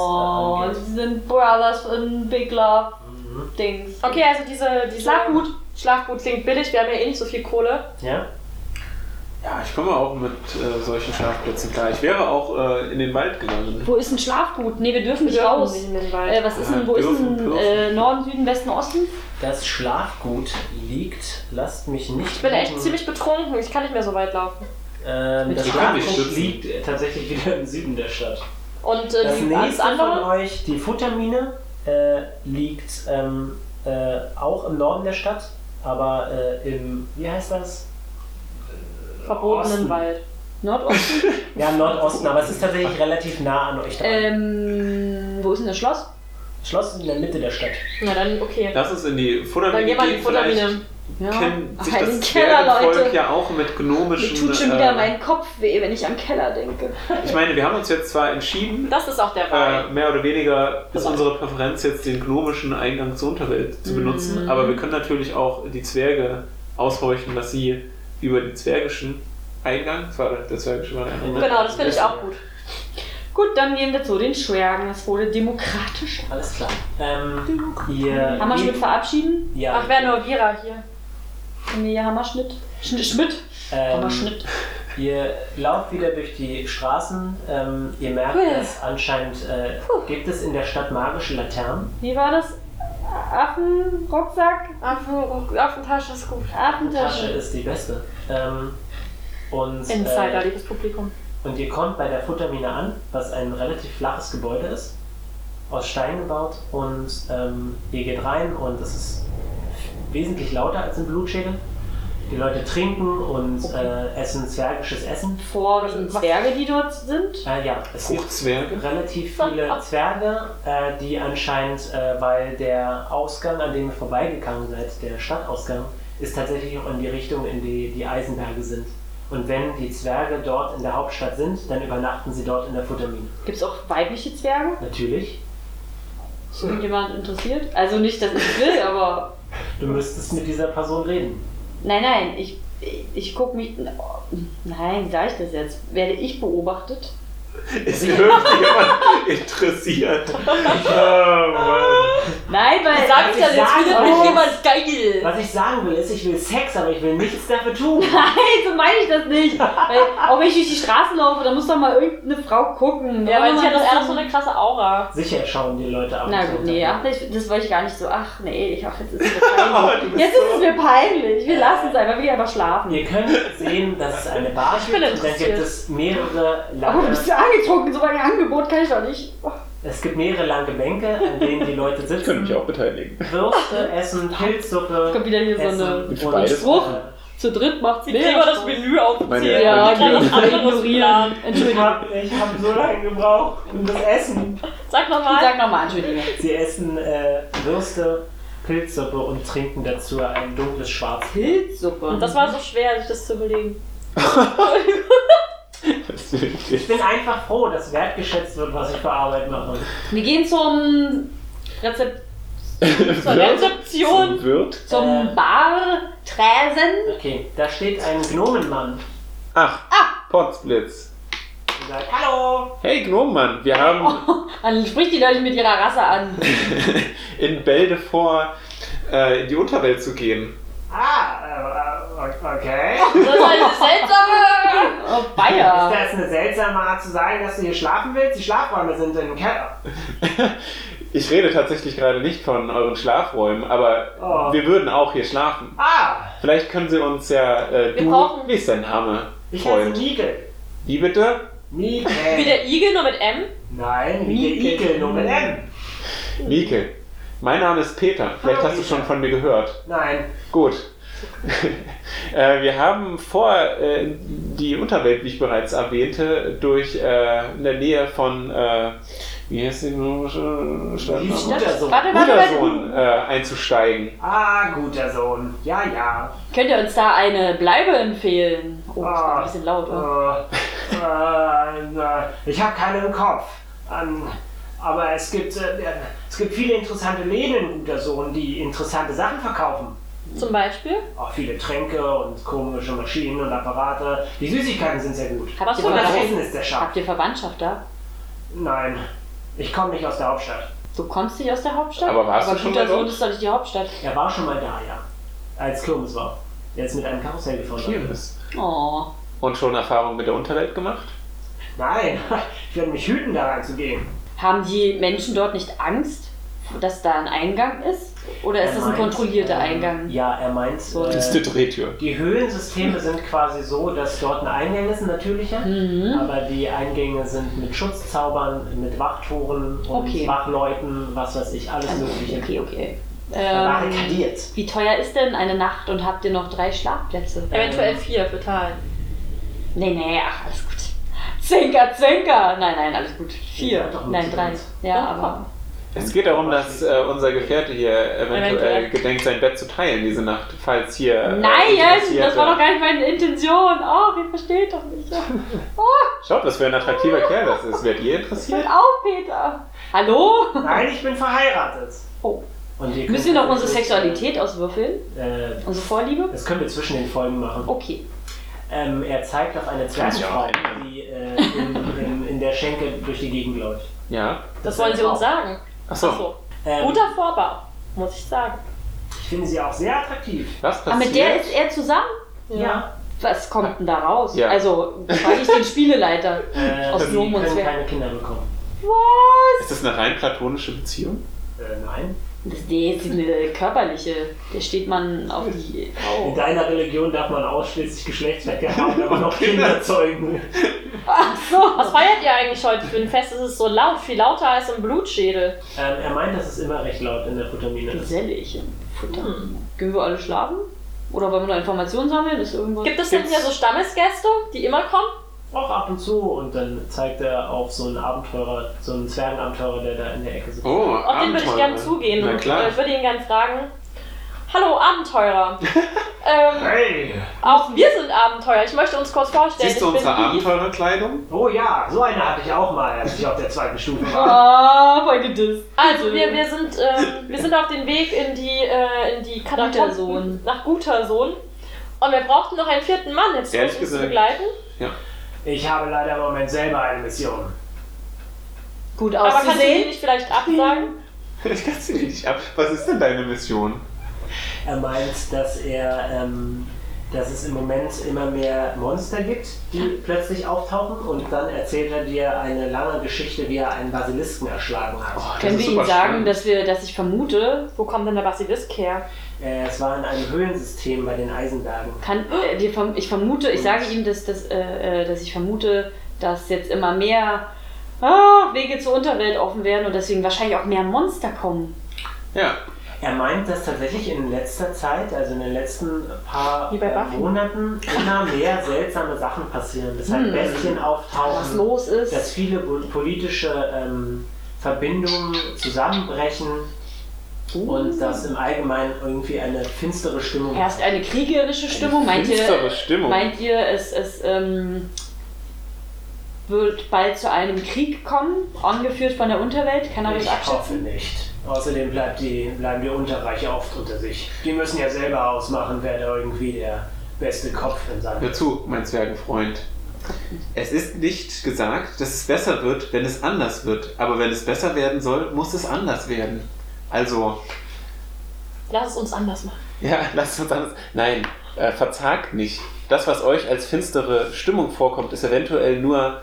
Speaker 6: Oh,
Speaker 3: angeht.
Speaker 6: sie sind Brothers in Big Love
Speaker 3: Mhm.
Speaker 6: Dings.
Speaker 5: Okay, also diese, diese
Speaker 6: Schlafgut.
Speaker 5: Schlafgut klingt billig, wir haben ja eh nicht so viel Kohle.
Speaker 3: Ja?
Speaker 4: Ja, ich komme auch mit äh, solchen Schlafplätzen klar. Ich wäre auch äh, in den Wald gegangen.
Speaker 6: Wo ist ein Schlafgut? Nee, wir dürfen nicht raus.
Speaker 5: nicht in den Wald.
Speaker 6: Äh, was ist denn, wo
Speaker 4: Ja,
Speaker 6: ist
Speaker 4: dürfen,
Speaker 6: denn
Speaker 4: dürfen.
Speaker 6: äh, Norden, Süden, Westen, Osten?
Speaker 3: Das Schlafgut liegt, lasst mich nicht.
Speaker 5: ich bin echt
Speaker 3: lügen.
Speaker 5: ziemlich betrunken, ich kann nicht mehr so weit laufen.
Speaker 3: Ähm, das
Speaker 4: Ich kann mich
Speaker 3: Schlafgut
Speaker 4: stützen.
Speaker 3: liegt äh, tatsächlich wieder im Süden der Stadt.
Speaker 5: Und äh,
Speaker 3: Das
Speaker 5: die alles
Speaker 3: nächste von
Speaker 5: andere?
Speaker 3: euch, die Futtermine, äh, liegt ähm, äh, auch im Norden der Stadt, aber äh, im, wie heißt das?
Speaker 5: Verbotenen
Speaker 3: Osten.
Speaker 5: Wald.
Speaker 6: Nordosten?
Speaker 3: Ja, im Nordosten, aber es ist tatsächlich relativ nah an euch dran.
Speaker 6: ähm, wo ist denn das Schloss?
Speaker 3: Schloss in der Mitte der Stadt.
Speaker 7: Äh,
Speaker 5: Na dann, okay.
Speaker 4: Lass uns in die Futtermine
Speaker 5: Dann gehen wir in die Futtermine.
Speaker 4: gehen.
Speaker 6: Ja.
Speaker 4: Vielleicht kennt sich
Speaker 6: Ah,
Speaker 4: das
Speaker 6: den Keller,
Speaker 4: Zwergenvolk
Speaker 6: Leute.
Speaker 4: ja auch mit
Speaker 6: Mir
Speaker 4: gnomischen...
Speaker 6: tut schon wieder
Speaker 4: äh,
Speaker 6: mein Kopf weh, wenn ich an Keller denke.
Speaker 4: Ich meine, wir haben uns jetzt zwar entschieden,
Speaker 5: Das ist auch der Wald.
Speaker 4: äh, mehr oder weniger ist unsere Präferenz jetzt den gnomischen Eingang zur Unterwelt zu benutzen,
Speaker 7: Mhm.
Speaker 4: aber wir können natürlich auch die Zwerge aushorchen, dass sie über den zwergischen Eingang, das war der, der zwergische war der andere,
Speaker 7: Mhm.
Speaker 4: ne?
Speaker 5: Genau, das finde ich auch gut.
Speaker 6: Gut, dann gehen wir zu den Schwergen. Es wurde demokratisch.
Speaker 3: Alles klar. Ähm, ihr
Speaker 6: Hammerschmidt verabschieden.
Speaker 3: Ja.
Speaker 5: Ach, wer nur Vira hier.
Speaker 6: Nee, Hammerschnitt. Schn Schmidt.
Speaker 3: ähm,
Speaker 6: Hammerschnitt.
Speaker 3: ihr lauft wieder durch die Straßen. Ähm, ihr merkt,
Speaker 5: Cool.
Speaker 3: dass anscheinend äh, gibt es in der Stadt magische Laternen.
Speaker 6: Wie war das? Affen, Rucksack,
Speaker 5: Affen- Affentasche ist gut.
Speaker 3: Die Tasche
Speaker 6: Affentasche.
Speaker 3: ist die beste. Ähm, und,
Speaker 5: Insider,
Speaker 3: äh,
Speaker 5: liebes Publikum.
Speaker 3: und ihr kommt bei der Futtermine an, was ein relativ flaches Gebäude ist, aus Stein gebaut. Und ähm, ihr geht rein und es ist wesentlich lauter als im Blutschädel. Die Leute trinken und äh, essen zwergisches Essen.
Speaker 6: Vor das sind Zwerge, die dort sind.
Speaker 3: Äh, ja, es gibt
Speaker 4: Fruchtzwerge.
Speaker 3: relativ viele Zwerge, äh, die anscheinend, äh, weil der Ausgang, an dem ihr vorbeigegangen seid, der Stadtausgang, ist tatsächlich auch in die Richtung, in die die Eisenberge sind. Und wenn die Zwerge dort in der Hauptstadt sind, dann übernachten sie dort in der Futtermine.
Speaker 6: Gibt es auch weibliche Zwerge?
Speaker 3: Natürlich.
Speaker 6: Ist irgendjemand interessiert? Also nicht, dass ich will, aber.
Speaker 3: Du müsstest mit dieser Person reden.
Speaker 6: Nein, nein, ich, ich gucke mich. Nein, wie sage ich das jetzt? Werde ich beobachtet?
Speaker 4: Ist irgendjemand interessiert? oh, Mann.
Speaker 6: Nein, weil. also
Speaker 5: Sag ich
Speaker 3: ich
Speaker 5: das jetzt
Speaker 3: sagen
Speaker 5: findet
Speaker 3: muss-
Speaker 5: mich jemand
Speaker 6: Äh.
Speaker 5: geil.
Speaker 3: Was ich sagen will, ist, ich will Sex, aber ich will nichts dafür tun.
Speaker 6: Nein, so meine ich das nicht. Weil, auch wenn ich durch die Straßen laufe, da muss doch mal irgendeine Frau gucken. ne?
Speaker 5: Ja,
Speaker 6: Wollen
Speaker 5: weil
Speaker 6: wir
Speaker 5: sie hat
Speaker 6: mal
Speaker 5: das
Speaker 6: ein
Speaker 5: eher noch so
Speaker 6: bisschen-
Speaker 5: eine krasse Aura.
Speaker 3: Sicher schauen die Leute ab. und
Speaker 6: Na
Speaker 3: zu
Speaker 6: gut, nee,
Speaker 3: hinterher.
Speaker 6: ach, ich, das wollte ich gar nicht so. Ach, nee, ich ach, jetzt ist es mir peinlich.
Speaker 4: Oh, du bist
Speaker 6: Jetzt ist es mir peinlich. Wir lassen es einfach, wir gehen einfach schlafen.
Speaker 3: Ihr könnt sehen, dass es eine Bar
Speaker 5: bin
Speaker 3: gibt und dann
Speaker 5: interessiert.
Speaker 3: gibt es mehrere
Speaker 6: Aber du
Speaker 3: lange
Speaker 6: Oh, bist ja angetrunken, so ein Angebot kann ich doch nicht. Oh,
Speaker 3: Es gibt mehrere lange Bänke, an denen die Leute sitzen.
Speaker 4: Ich könnte mich auch beteiligen.
Speaker 3: Würste essen, Pilzsuppe.
Speaker 6: Kommt wieder hier so
Speaker 3: essen
Speaker 6: eine-
Speaker 4: Mit
Speaker 3: und-
Speaker 4: beides.
Speaker 6: Spruch. Zu dritt macht's
Speaker 5: Sie kriegen
Speaker 6: mega
Speaker 5: wir das
Speaker 6: Spaß.
Speaker 5: Menü aufziehen.
Speaker 4: Meine-
Speaker 6: Ja,
Speaker 4: Ja,
Speaker 6: kann ich
Speaker 5: anderes
Speaker 6: ignorieren.
Speaker 3: Ich
Speaker 6: Entschuldigung.
Speaker 3: hab, ich hab so lange gebraucht, um das Essen.
Speaker 5: Sag
Speaker 6: Ich
Speaker 5: nochmal.
Speaker 6: sag nochmal, entschuldige.
Speaker 3: Sie essen äh, Würste, Pilzsuppe und trinken dazu ein dunkles Schwarz.
Speaker 6: Pilzsuppe.
Speaker 7: Das war so schwer, sich das zu überlegen.
Speaker 3: Ich bin einfach froh, dass wertgeschätzt wird, was ich für Arbeit mache.
Speaker 6: Wir gehen zum Rezept
Speaker 7: Zur Rezeption.
Speaker 4: Wird?
Speaker 6: zum
Speaker 3: Äh.
Speaker 6: Bar Träsen.
Speaker 3: Okay, da steht ein Gnomenmann
Speaker 4: Ach,
Speaker 7: Ah.
Speaker 4: Potsblitz.
Speaker 3: und sagt: Hallo!
Speaker 4: Hey Gnomenmann, wir haben
Speaker 6: Man spricht die Leute mit ihrer Rasse an.
Speaker 7: Oh.
Speaker 4: in Bälde vor, äh, in die Unterwelt zu gehen.
Speaker 3: Ah, äh, äh, okay.
Speaker 6: Das ist eine seltsame oh,
Speaker 3: Ist
Speaker 6: Bayer.
Speaker 3: das eine seltsame Art zu sagen, dass du hier schlafen willst? Die Schlafräume sind im Keller.
Speaker 4: Ich rede tatsächlich gerade nicht von euren Schlafräumen, aber
Speaker 3: Oh.
Speaker 4: wir würden auch hier schlafen.
Speaker 3: Ah,
Speaker 4: Vielleicht können sie uns ja, äh,
Speaker 7: Wir
Speaker 4: du,
Speaker 7: brauchen-
Speaker 4: wie ist dein Name,
Speaker 3: ich heiße
Speaker 4: Freund?
Speaker 3: Nigel.
Speaker 4: Wie bitte?
Speaker 7: Wie
Speaker 3: Nigel.
Speaker 7: der Igel, nur mit M.
Speaker 3: Nein, wie der Igel, nur mit M.
Speaker 4: Mieke. Mein Name ist Peter. Vielleicht
Speaker 3: Hallo,
Speaker 4: hast du
Speaker 3: Peter.
Speaker 4: schon von mir gehört.
Speaker 3: Nein.
Speaker 4: Gut. äh, wir haben vor, äh, die Unterwelt, wie ich bereits erwähnte, durch äh, in der Nähe von, äh, wie heißt die äh, Stadt?
Speaker 3: Wie ist guter Sohn?
Speaker 6: Warte, warte, warte.
Speaker 4: Gudersohn äh, einzusteigen.
Speaker 3: Ah, guter Sohn. Ja, ja.
Speaker 6: Könnt ihr uns da eine Bleibe empfehlen? Oh, das
Speaker 3: Ah.
Speaker 6: war ein bisschen laut. oder?
Speaker 3: Äh, äh, äh, ich habe keine im Kopf. Ähm, aber es gibt, äh, äh, es gibt viele interessante Läden in guter Sohn, die interessante Sachen verkaufen.
Speaker 7: Zum Beispiel.
Speaker 3: Auch viele Tränke und komische Maschinen und Apparate. Die Süßigkeiten sind sehr gut.
Speaker 6: Habt ihr
Speaker 3: und das
Speaker 6: Verwandtschaft?
Speaker 3: Essen ist der Schaff.
Speaker 6: Habt ihr Verwandtschaft da?
Speaker 3: Nein, ich komme nicht aus der Hauptstadt.
Speaker 6: Du kommst nicht aus der Hauptstadt?
Speaker 4: Aber warst du schon
Speaker 6: guter
Speaker 4: mal dort?
Speaker 6: Sohn ist doch nicht die Hauptstadt.
Speaker 3: Er war schon mal da, ja. Als Kirmes war. Jetzt mit einem Karussell gefahren.
Speaker 4: Kirmes.
Speaker 6: Oh.
Speaker 4: Und schon Erfahrung mit der Unterwelt gemacht?
Speaker 3: Nein, ich werde mich hüten, da reinzugehen.
Speaker 6: Haben die Menschen dort nicht Angst, dass da ein Eingang ist? Oder ist
Speaker 3: Er
Speaker 6: das ein
Speaker 3: meint,
Speaker 6: kontrollierter
Speaker 3: ähm,
Speaker 6: Eingang?
Speaker 3: Ja, er meint,
Speaker 6: So.
Speaker 4: Das ist
Speaker 3: äh,
Speaker 4: die Drehtür.
Speaker 3: die Höhlensysteme sind quasi so, dass dort ein Eingang ist, ein natürlicher.
Speaker 6: Mhm.
Speaker 3: Aber die Eingänge sind mit Schutzzaubern, mit Wachtoren und
Speaker 6: Okay.
Speaker 3: Wachleuten, was weiß ich, alles Mögliche.
Speaker 6: Okay, okay. Ähm,
Speaker 3: Barrikadiert.
Speaker 6: wie teuer ist denn eine Nacht und habt ihr noch drei Schlafplätze?
Speaker 7: Eventuell vier für Talen.
Speaker 6: Nee, nee, ach, alles gut. Zinker, Zinker! Nein, nein, alles gut. Vier.
Speaker 3: Ja, doch, nur
Speaker 6: nein,
Speaker 3: zu
Speaker 6: drei.
Speaker 3: dritt.
Speaker 6: Ja, aber.
Speaker 4: Es geht darum, dass äh, unser Gefährte hier eventuell
Speaker 7: Eventuell.
Speaker 4: gedenkt, sein Bett zu teilen diese Nacht, falls hier. äh,
Speaker 6: Nein, das
Speaker 4: Interessierte-
Speaker 6: war doch gar nicht meine Intention. Oh, ihr versteht doch nicht. Hört
Speaker 4: Schaut, was für ein attraktiver Kerl das ist. Werdet ihr interessiert?
Speaker 6: auf, Peter. Hallo?
Speaker 3: Nein, ich bin verheiratet.
Speaker 6: Oh.
Speaker 3: Und ihr
Speaker 6: Müssen wir
Speaker 3: könnt
Speaker 6: noch unsere
Speaker 3: natürlich,
Speaker 6: Sexualität auswürfeln?
Speaker 3: Äh,
Speaker 6: Unsere Vorliebe?
Speaker 3: das können wir zwischen den Folgen machen.
Speaker 6: Okay.
Speaker 3: Ähm, er zeigt auf eine
Speaker 4: Kannst du ja auch
Speaker 3: Zwergenfrau, die äh, in, in, in der Schenke durch die Gegend läuft.
Speaker 4: Ja.
Speaker 7: Das wollen sie uns sagen.
Speaker 4: Achso,
Speaker 7: Ach so.
Speaker 3: Ähm,
Speaker 7: Guter Vorbau, muss ich sagen.
Speaker 3: ich finde sie auch sehr attraktiv.
Speaker 4: was passiert?
Speaker 6: Aber Ah, mit der ist er zusammen?
Speaker 3: Ja.
Speaker 6: Was kommt denn da raus?
Speaker 4: Ja.
Speaker 6: Also, frage ich den Spieleleiter.
Speaker 3: Äh,
Speaker 6: Aus
Speaker 3: sie
Speaker 6: Blumen und
Speaker 3: können
Speaker 6: Zwergen.
Speaker 3: keine Kinder bekommen.
Speaker 4: Ist
Speaker 6: Was?
Speaker 4: das eine rein platonische Beziehung?
Speaker 3: Äh, nein.
Speaker 6: Das nee, das ist eine körperliche. Da steht man auf die
Speaker 3: In
Speaker 6: Frau.
Speaker 3: deiner Religion darf man ausschließlich Geschlechtsverkehr haben, wenn man noch Kinder zeugen will.
Speaker 7: Was feiert ihr eigentlich heute für ein Fest? Es ist so laut, viel lauter als im Blutschädel.
Speaker 3: Ähm, er meint, dass es immer recht laut in der Futtermine ist.
Speaker 6: Gesellig. Futter.
Speaker 7: Hm.
Speaker 6: Gehen wir alle schlafen? Oder wollen wir noch Informationen sammeln? Ist irgendwas?
Speaker 7: Gibt es denn hier so Stammesgäste, die immer kommen?
Speaker 3: Auch ab und zu und dann zeigt er auf so einen Abenteurer, so einen Zwergenabenteurer, der da in der Ecke sitzt.
Speaker 4: Oh,
Speaker 7: Auf den würde ich
Speaker 4: Abenteurer.
Speaker 7: gerne zugehen
Speaker 4: Na
Speaker 7: und
Speaker 4: klar.
Speaker 7: äh, würde ihn gerne fragen. Hallo Abenteurer. ähm,
Speaker 3: Hey!
Speaker 7: auch wir sind Abenteurer. Ich möchte uns kurz vorstellen.
Speaker 4: Siehst du
Speaker 7: ich bin
Speaker 4: unsere
Speaker 7: die-
Speaker 4: Abenteurerkleidung?
Speaker 3: Oh ja, so eine hatte ich auch mal, als ich auf der zweiten Stufe war.
Speaker 6: Ah, voll gedisst.
Speaker 7: Also wir, wir, sind, ähm, wir sind auf dem Weg in die, äh, in die Katakomben
Speaker 6: Gutersohn.
Speaker 7: nach Gutersohn. Und wir brauchten noch einen vierten Mann jetzt um
Speaker 4: Ehrlich
Speaker 7: uns zu
Speaker 4: gesagt.
Speaker 7: begleiten.
Speaker 3: Ich habe leider im Moment selber eine Mission.
Speaker 6: Gut
Speaker 7: Aber kannst du die
Speaker 6: auszusehen.
Speaker 7: nicht vielleicht absagen?
Speaker 4: Ich kann sie nicht ab. Was ist denn deine Mission?
Speaker 3: Er meint, dass er, ähm, dass es im Moment immer mehr Monster gibt, die plötzlich auftauchen und dann erzählt er dir eine lange Geschichte, wie er einen Basilisken erschlagen hat.
Speaker 4: das
Speaker 6: Können
Speaker 4: ist
Speaker 6: wir ihm
Speaker 4: super
Speaker 6: sagen,
Speaker 4: spannend.
Speaker 6: dass, wir, dass ich vermute,
Speaker 7: Wo kommt denn der Basilisk her?
Speaker 3: Äh, es war in einem Höhlensystem bei den Eisenbergen.
Speaker 6: kann, äh, wir, verm- ich vermute, ich sage ihm, dass, dass, äh, äh, dass ich vermute, dass jetzt immer mehr ah, Wege zur Unterwelt offen werden und deswegen wahrscheinlich auch mehr Monster kommen.
Speaker 4: Ja.
Speaker 3: Er meint, dass tatsächlich in letzter Zeit, also in den letzten paar
Speaker 7: Wie bei
Speaker 3: äh,
Speaker 7: Buffy.
Speaker 3: Monaten, immer mehr seltsame Sachen passieren. Dass halt
Speaker 6: Hm.
Speaker 3: Bestien
Speaker 6: Was
Speaker 4: Mhm.
Speaker 3: auftauchen,
Speaker 6: los ist.
Speaker 3: dass viele bu- politische ähm, Verbindungen zusammenbrechen.
Speaker 6: Uh.
Speaker 3: Und dass im Allgemeinen irgendwie eine finstere Stimmung
Speaker 6: Herrscht eine kriegerische Stimmung? Meint
Speaker 4: Finstere
Speaker 6: ihr,
Speaker 4: Stimmung.
Speaker 6: meint ihr es, es ähm, wird bald zu einem Krieg kommen, angeführt von der Unterwelt? Kann er das
Speaker 3: Ich hoffe
Speaker 6: abschätzen?
Speaker 3: nicht. Außerdem bleibt die, bleiben die Unterreiche oft unter sich. Die müssen ja selber ausmachen, wer da irgendwie der beste Kopf im Sand
Speaker 4: Hör
Speaker 3: ist.
Speaker 4: zu, mein Zwergenfreund. Es ist nicht gesagt, dass es besser wird, wenn es anders wird. Aber wenn es besser werden soll, muss es anders werden. Also,
Speaker 7: Lass es uns anders machen.
Speaker 4: ja, lasst uns anders. Nein, äh, verzagt nicht. Das, was euch als finstere Stimmung vorkommt, ist eventuell nur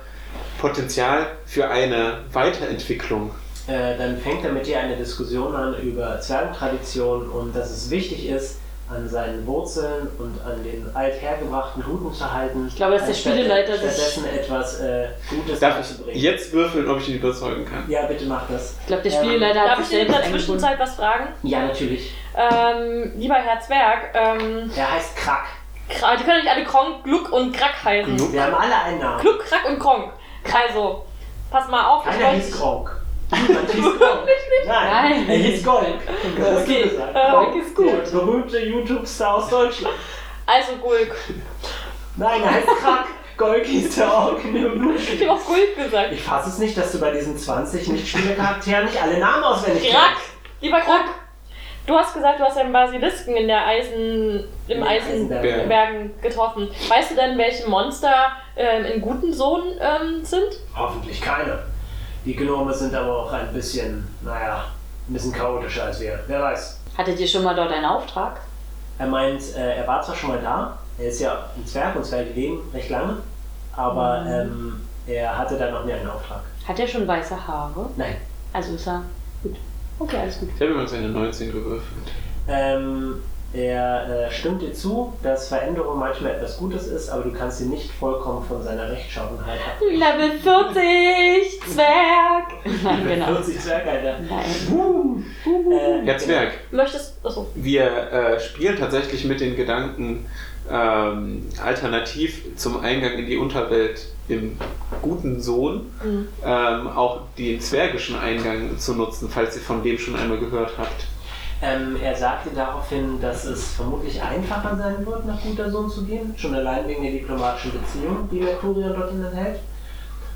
Speaker 4: Potenzial für eine Weiterentwicklung.
Speaker 3: Äh, dann fängt er mit dir eine Diskussion an über Zwergentradition und dass es wichtig ist, an seinen Wurzeln und an den althergebrachten Huten zu halten. Ich
Speaker 6: glaube, dass der Spieleleiter sich-
Speaker 3: stattdessen etwas äh, Gutes
Speaker 4: Darf
Speaker 3: dazu
Speaker 4: ich
Speaker 3: bringt.
Speaker 4: jetzt würfeln, ob ich ihn überzeugen kann?
Speaker 3: Ja, bitte mach das.
Speaker 6: Ich glaube, der
Speaker 3: Ähm,
Speaker 6: Spielleiter hat
Speaker 7: Darf
Speaker 6: sich
Speaker 7: ich dir in
Speaker 6: selbst
Speaker 7: der
Speaker 6: eingebunden.
Speaker 7: Zwischenzeit was fragen?
Speaker 3: Ja, natürlich.
Speaker 7: Ähm, lieber Herr Zwerg, ähm,
Speaker 3: Er heißt Krack.
Speaker 7: Kra- die können nicht alle Kronk, Gluck und Krack heißen.
Speaker 4: Gluck?
Speaker 7: Gluck,
Speaker 3: Wir haben alle einen Namen.
Speaker 7: Krack und Kronk. Also, pass mal auf. ich
Speaker 3: Keiner
Speaker 7: wollte-
Speaker 3: hieß Gronk. Niemand hieß Gronk. Nein,
Speaker 6: Nein.
Speaker 3: er hieß Golk. Das hast du gesagt.
Speaker 7: äh,
Speaker 3: Golk
Speaker 7: ist gut.
Speaker 3: Der berühmte YouTube-Star aus Deutschland.
Speaker 7: Also Gulk.
Speaker 3: Nein, er heißt Krack. Golk hieß der auch in dem
Speaker 7: Ich hab auch Gulk gesagt.
Speaker 3: Ich fasse es nicht, dass du bei diesen 20 Nicht-Spielercharakteren nicht alle Namen auswendig
Speaker 7: Krack!
Speaker 3: kennst.
Speaker 7: Lieber Krack! Du hast gesagt, du hast einen Basilisken in der Eisen, im
Speaker 3: Ja,
Speaker 7: Eisenbergen
Speaker 3: Eisenberg.
Speaker 7: getroffen. Weißt du denn, welche Monster ähm, in guten Sohn ähm, sind?
Speaker 3: Hoffentlich keine. Die Gnome sind aber auch ein bisschen, naja, ein bisschen chaotischer als wir. Wer weiß.
Speaker 6: Hattet ihr schon mal dort einen Auftrag?
Speaker 3: Er meint, äh, er war zwar schon mal da, er ist ja ein Zwerg und Zwerge leben recht lange, aber ähm, er hatte da noch nie einen Auftrag.
Speaker 6: Hat er schon weiße Haare?
Speaker 3: Nein.
Speaker 6: Also ist er gut. Okay, alles gut.
Speaker 4: Ich habe übrigens eine 19 gewürfelt.
Speaker 3: Ähm, er äh, stimmt dir zu, dass Veränderung manchmal etwas Gutes ist, aber du kannst ihn nicht vollkommen von seiner Rechtschaffenheit ab.
Speaker 6: Level 40, Zwerg! Nein, genau.
Speaker 3: 40 Zwerge, Alter.
Speaker 6: Nein.
Speaker 3: Äh,
Speaker 4: Herr Zwerg,
Speaker 7: Möchtest. Achso.
Speaker 4: Wir äh, spielen tatsächlich mit den Gedanken, ähm, alternativ zum Eingang in die Unterwelt im guten Sohn
Speaker 7: Mhm.
Speaker 4: ähm, auch den zwergischen Eingang zu nutzen, falls ihr von dem schon einmal gehört habt.
Speaker 3: Ähm, er sagte daraufhin, dass es vermutlich einfacher sein wird, nach guter Sohn zu gehen, schon allein wegen der diplomatischen Beziehung, die Mercurion dort enthält.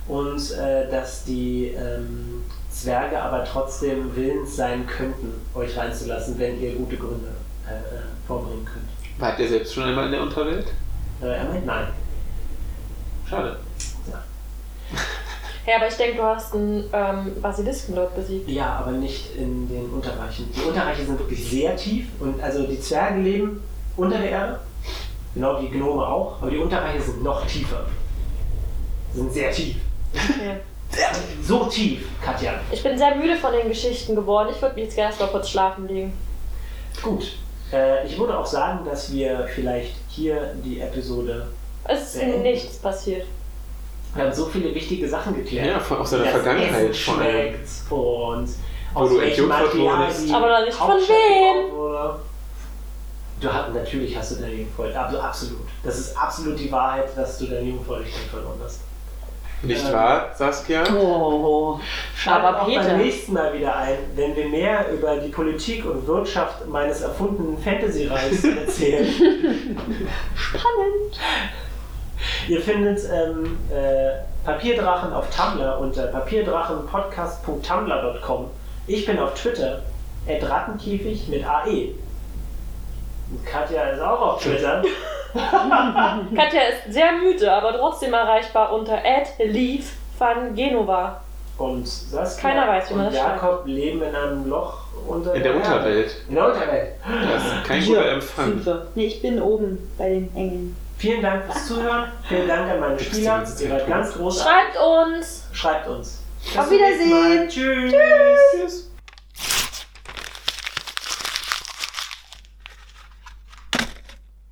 Speaker 3: Und äh, dass die ähm, Zwerge aber trotzdem willens sein könnten, euch reinzulassen, wenn ihr gute Gründe äh, äh, vorbringen könnt.
Speaker 4: Wart ihr selbst schon einmal in der Unterwelt?
Speaker 3: Äh, er meint nein.
Speaker 4: Schade.
Speaker 7: Ja, aber ich denke, du hast einen ähm, Basilisken dort besiegt.
Speaker 3: Ja, aber nicht in den Unterreichen. Die Unterreiche sind wirklich sehr tief und also die Zwerge leben unter der Erde, genau wie die Gnome auch, aber die Unterreiche sind noch tiefer. Sind sehr tief.
Speaker 7: Okay.
Speaker 3: So tief, Katja.
Speaker 7: Ich bin sehr müde von den Geschichten geworden. Ich würde mich jetzt gerne erstmal kurz schlafen legen.
Speaker 3: Gut. Äh, ich würde auch sagen, dass wir vielleicht hier die Episode.
Speaker 7: Es ist
Speaker 3: Beenden.
Speaker 7: nichts passiert.
Speaker 3: Wir haben so viele wichtige Sachen
Speaker 4: Ja,
Speaker 3: geklärt.
Speaker 4: von, aus deiner
Speaker 3: das
Speaker 4: Vergangenheit
Speaker 3: Essen
Speaker 4: vor allem.
Speaker 3: schmeckt und
Speaker 4: Wo
Speaker 3: aus welchem
Speaker 4: du entjungfert
Speaker 3: Material
Speaker 4: wurdest.
Speaker 3: die
Speaker 7: Aber doch nicht von
Speaker 3: Hauptstadt
Speaker 7: wem.
Speaker 3: gebaut wurde. Du hast, natürlich hast du deine Jungfräulichkeit, also absolut. Das ist absolut die Wahrheit, dass du deine Jungfräulichkeit verloren hast.
Speaker 4: Nicht
Speaker 3: Ähm,
Speaker 4: wahr, Saskia?
Speaker 6: Oh,
Speaker 3: Aber
Speaker 6: aber
Speaker 3: auch beim
Speaker 6: Peter.
Speaker 3: nächsten Mal wieder ein, wenn wir mehr über die Politik und Wirtschaft meines erfundenen Fantasy-Reichs erzählen. Spannend. Ihr findet ähm, äh, Papierdrachen auf Tumblr unter papierdrachenpodcast.tumblr.com. Ich bin auf Twitter @rattenkäfig mit AE. Und Katja ist auch auf Twitter.
Speaker 7: Katja ist sehr müde, aber trotzdem erreichbar unter leave van Genova.
Speaker 3: Und Saskia
Speaker 7: Keiner weiß, wie man
Speaker 3: und
Speaker 7: das schreibt.
Speaker 3: Jakob leben in einem Loch unter
Speaker 4: In der
Speaker 3: Erde.
Speaker 4: Unterwelt.
Speaker 3: In der Unterwelt.
Speaker 4: Das ist kein
Speaker 11: Hier
Speaker 4: guter Empfang.
Speaker 11: sind wir. Nee, ich bin oben bei den Engeln.
Speaker 3: Vielen Dank fürs Zuhören. Vielen Dank an meine Spieler.
Speaker 4: Bist du
Speaker 3: Ihr
Speaker 4: jetzt
Speaker 3: wart
Speaker 4: tot?
Speaker 3: ganz großartig.
Speaker 7: Schreibt uns!
Speaker 3: Schreibt uns.
Speaker 11: Auf Wiedersehen.
Speaker 3: Tschüss. Tschüss.
Speaker 4: Tschüss.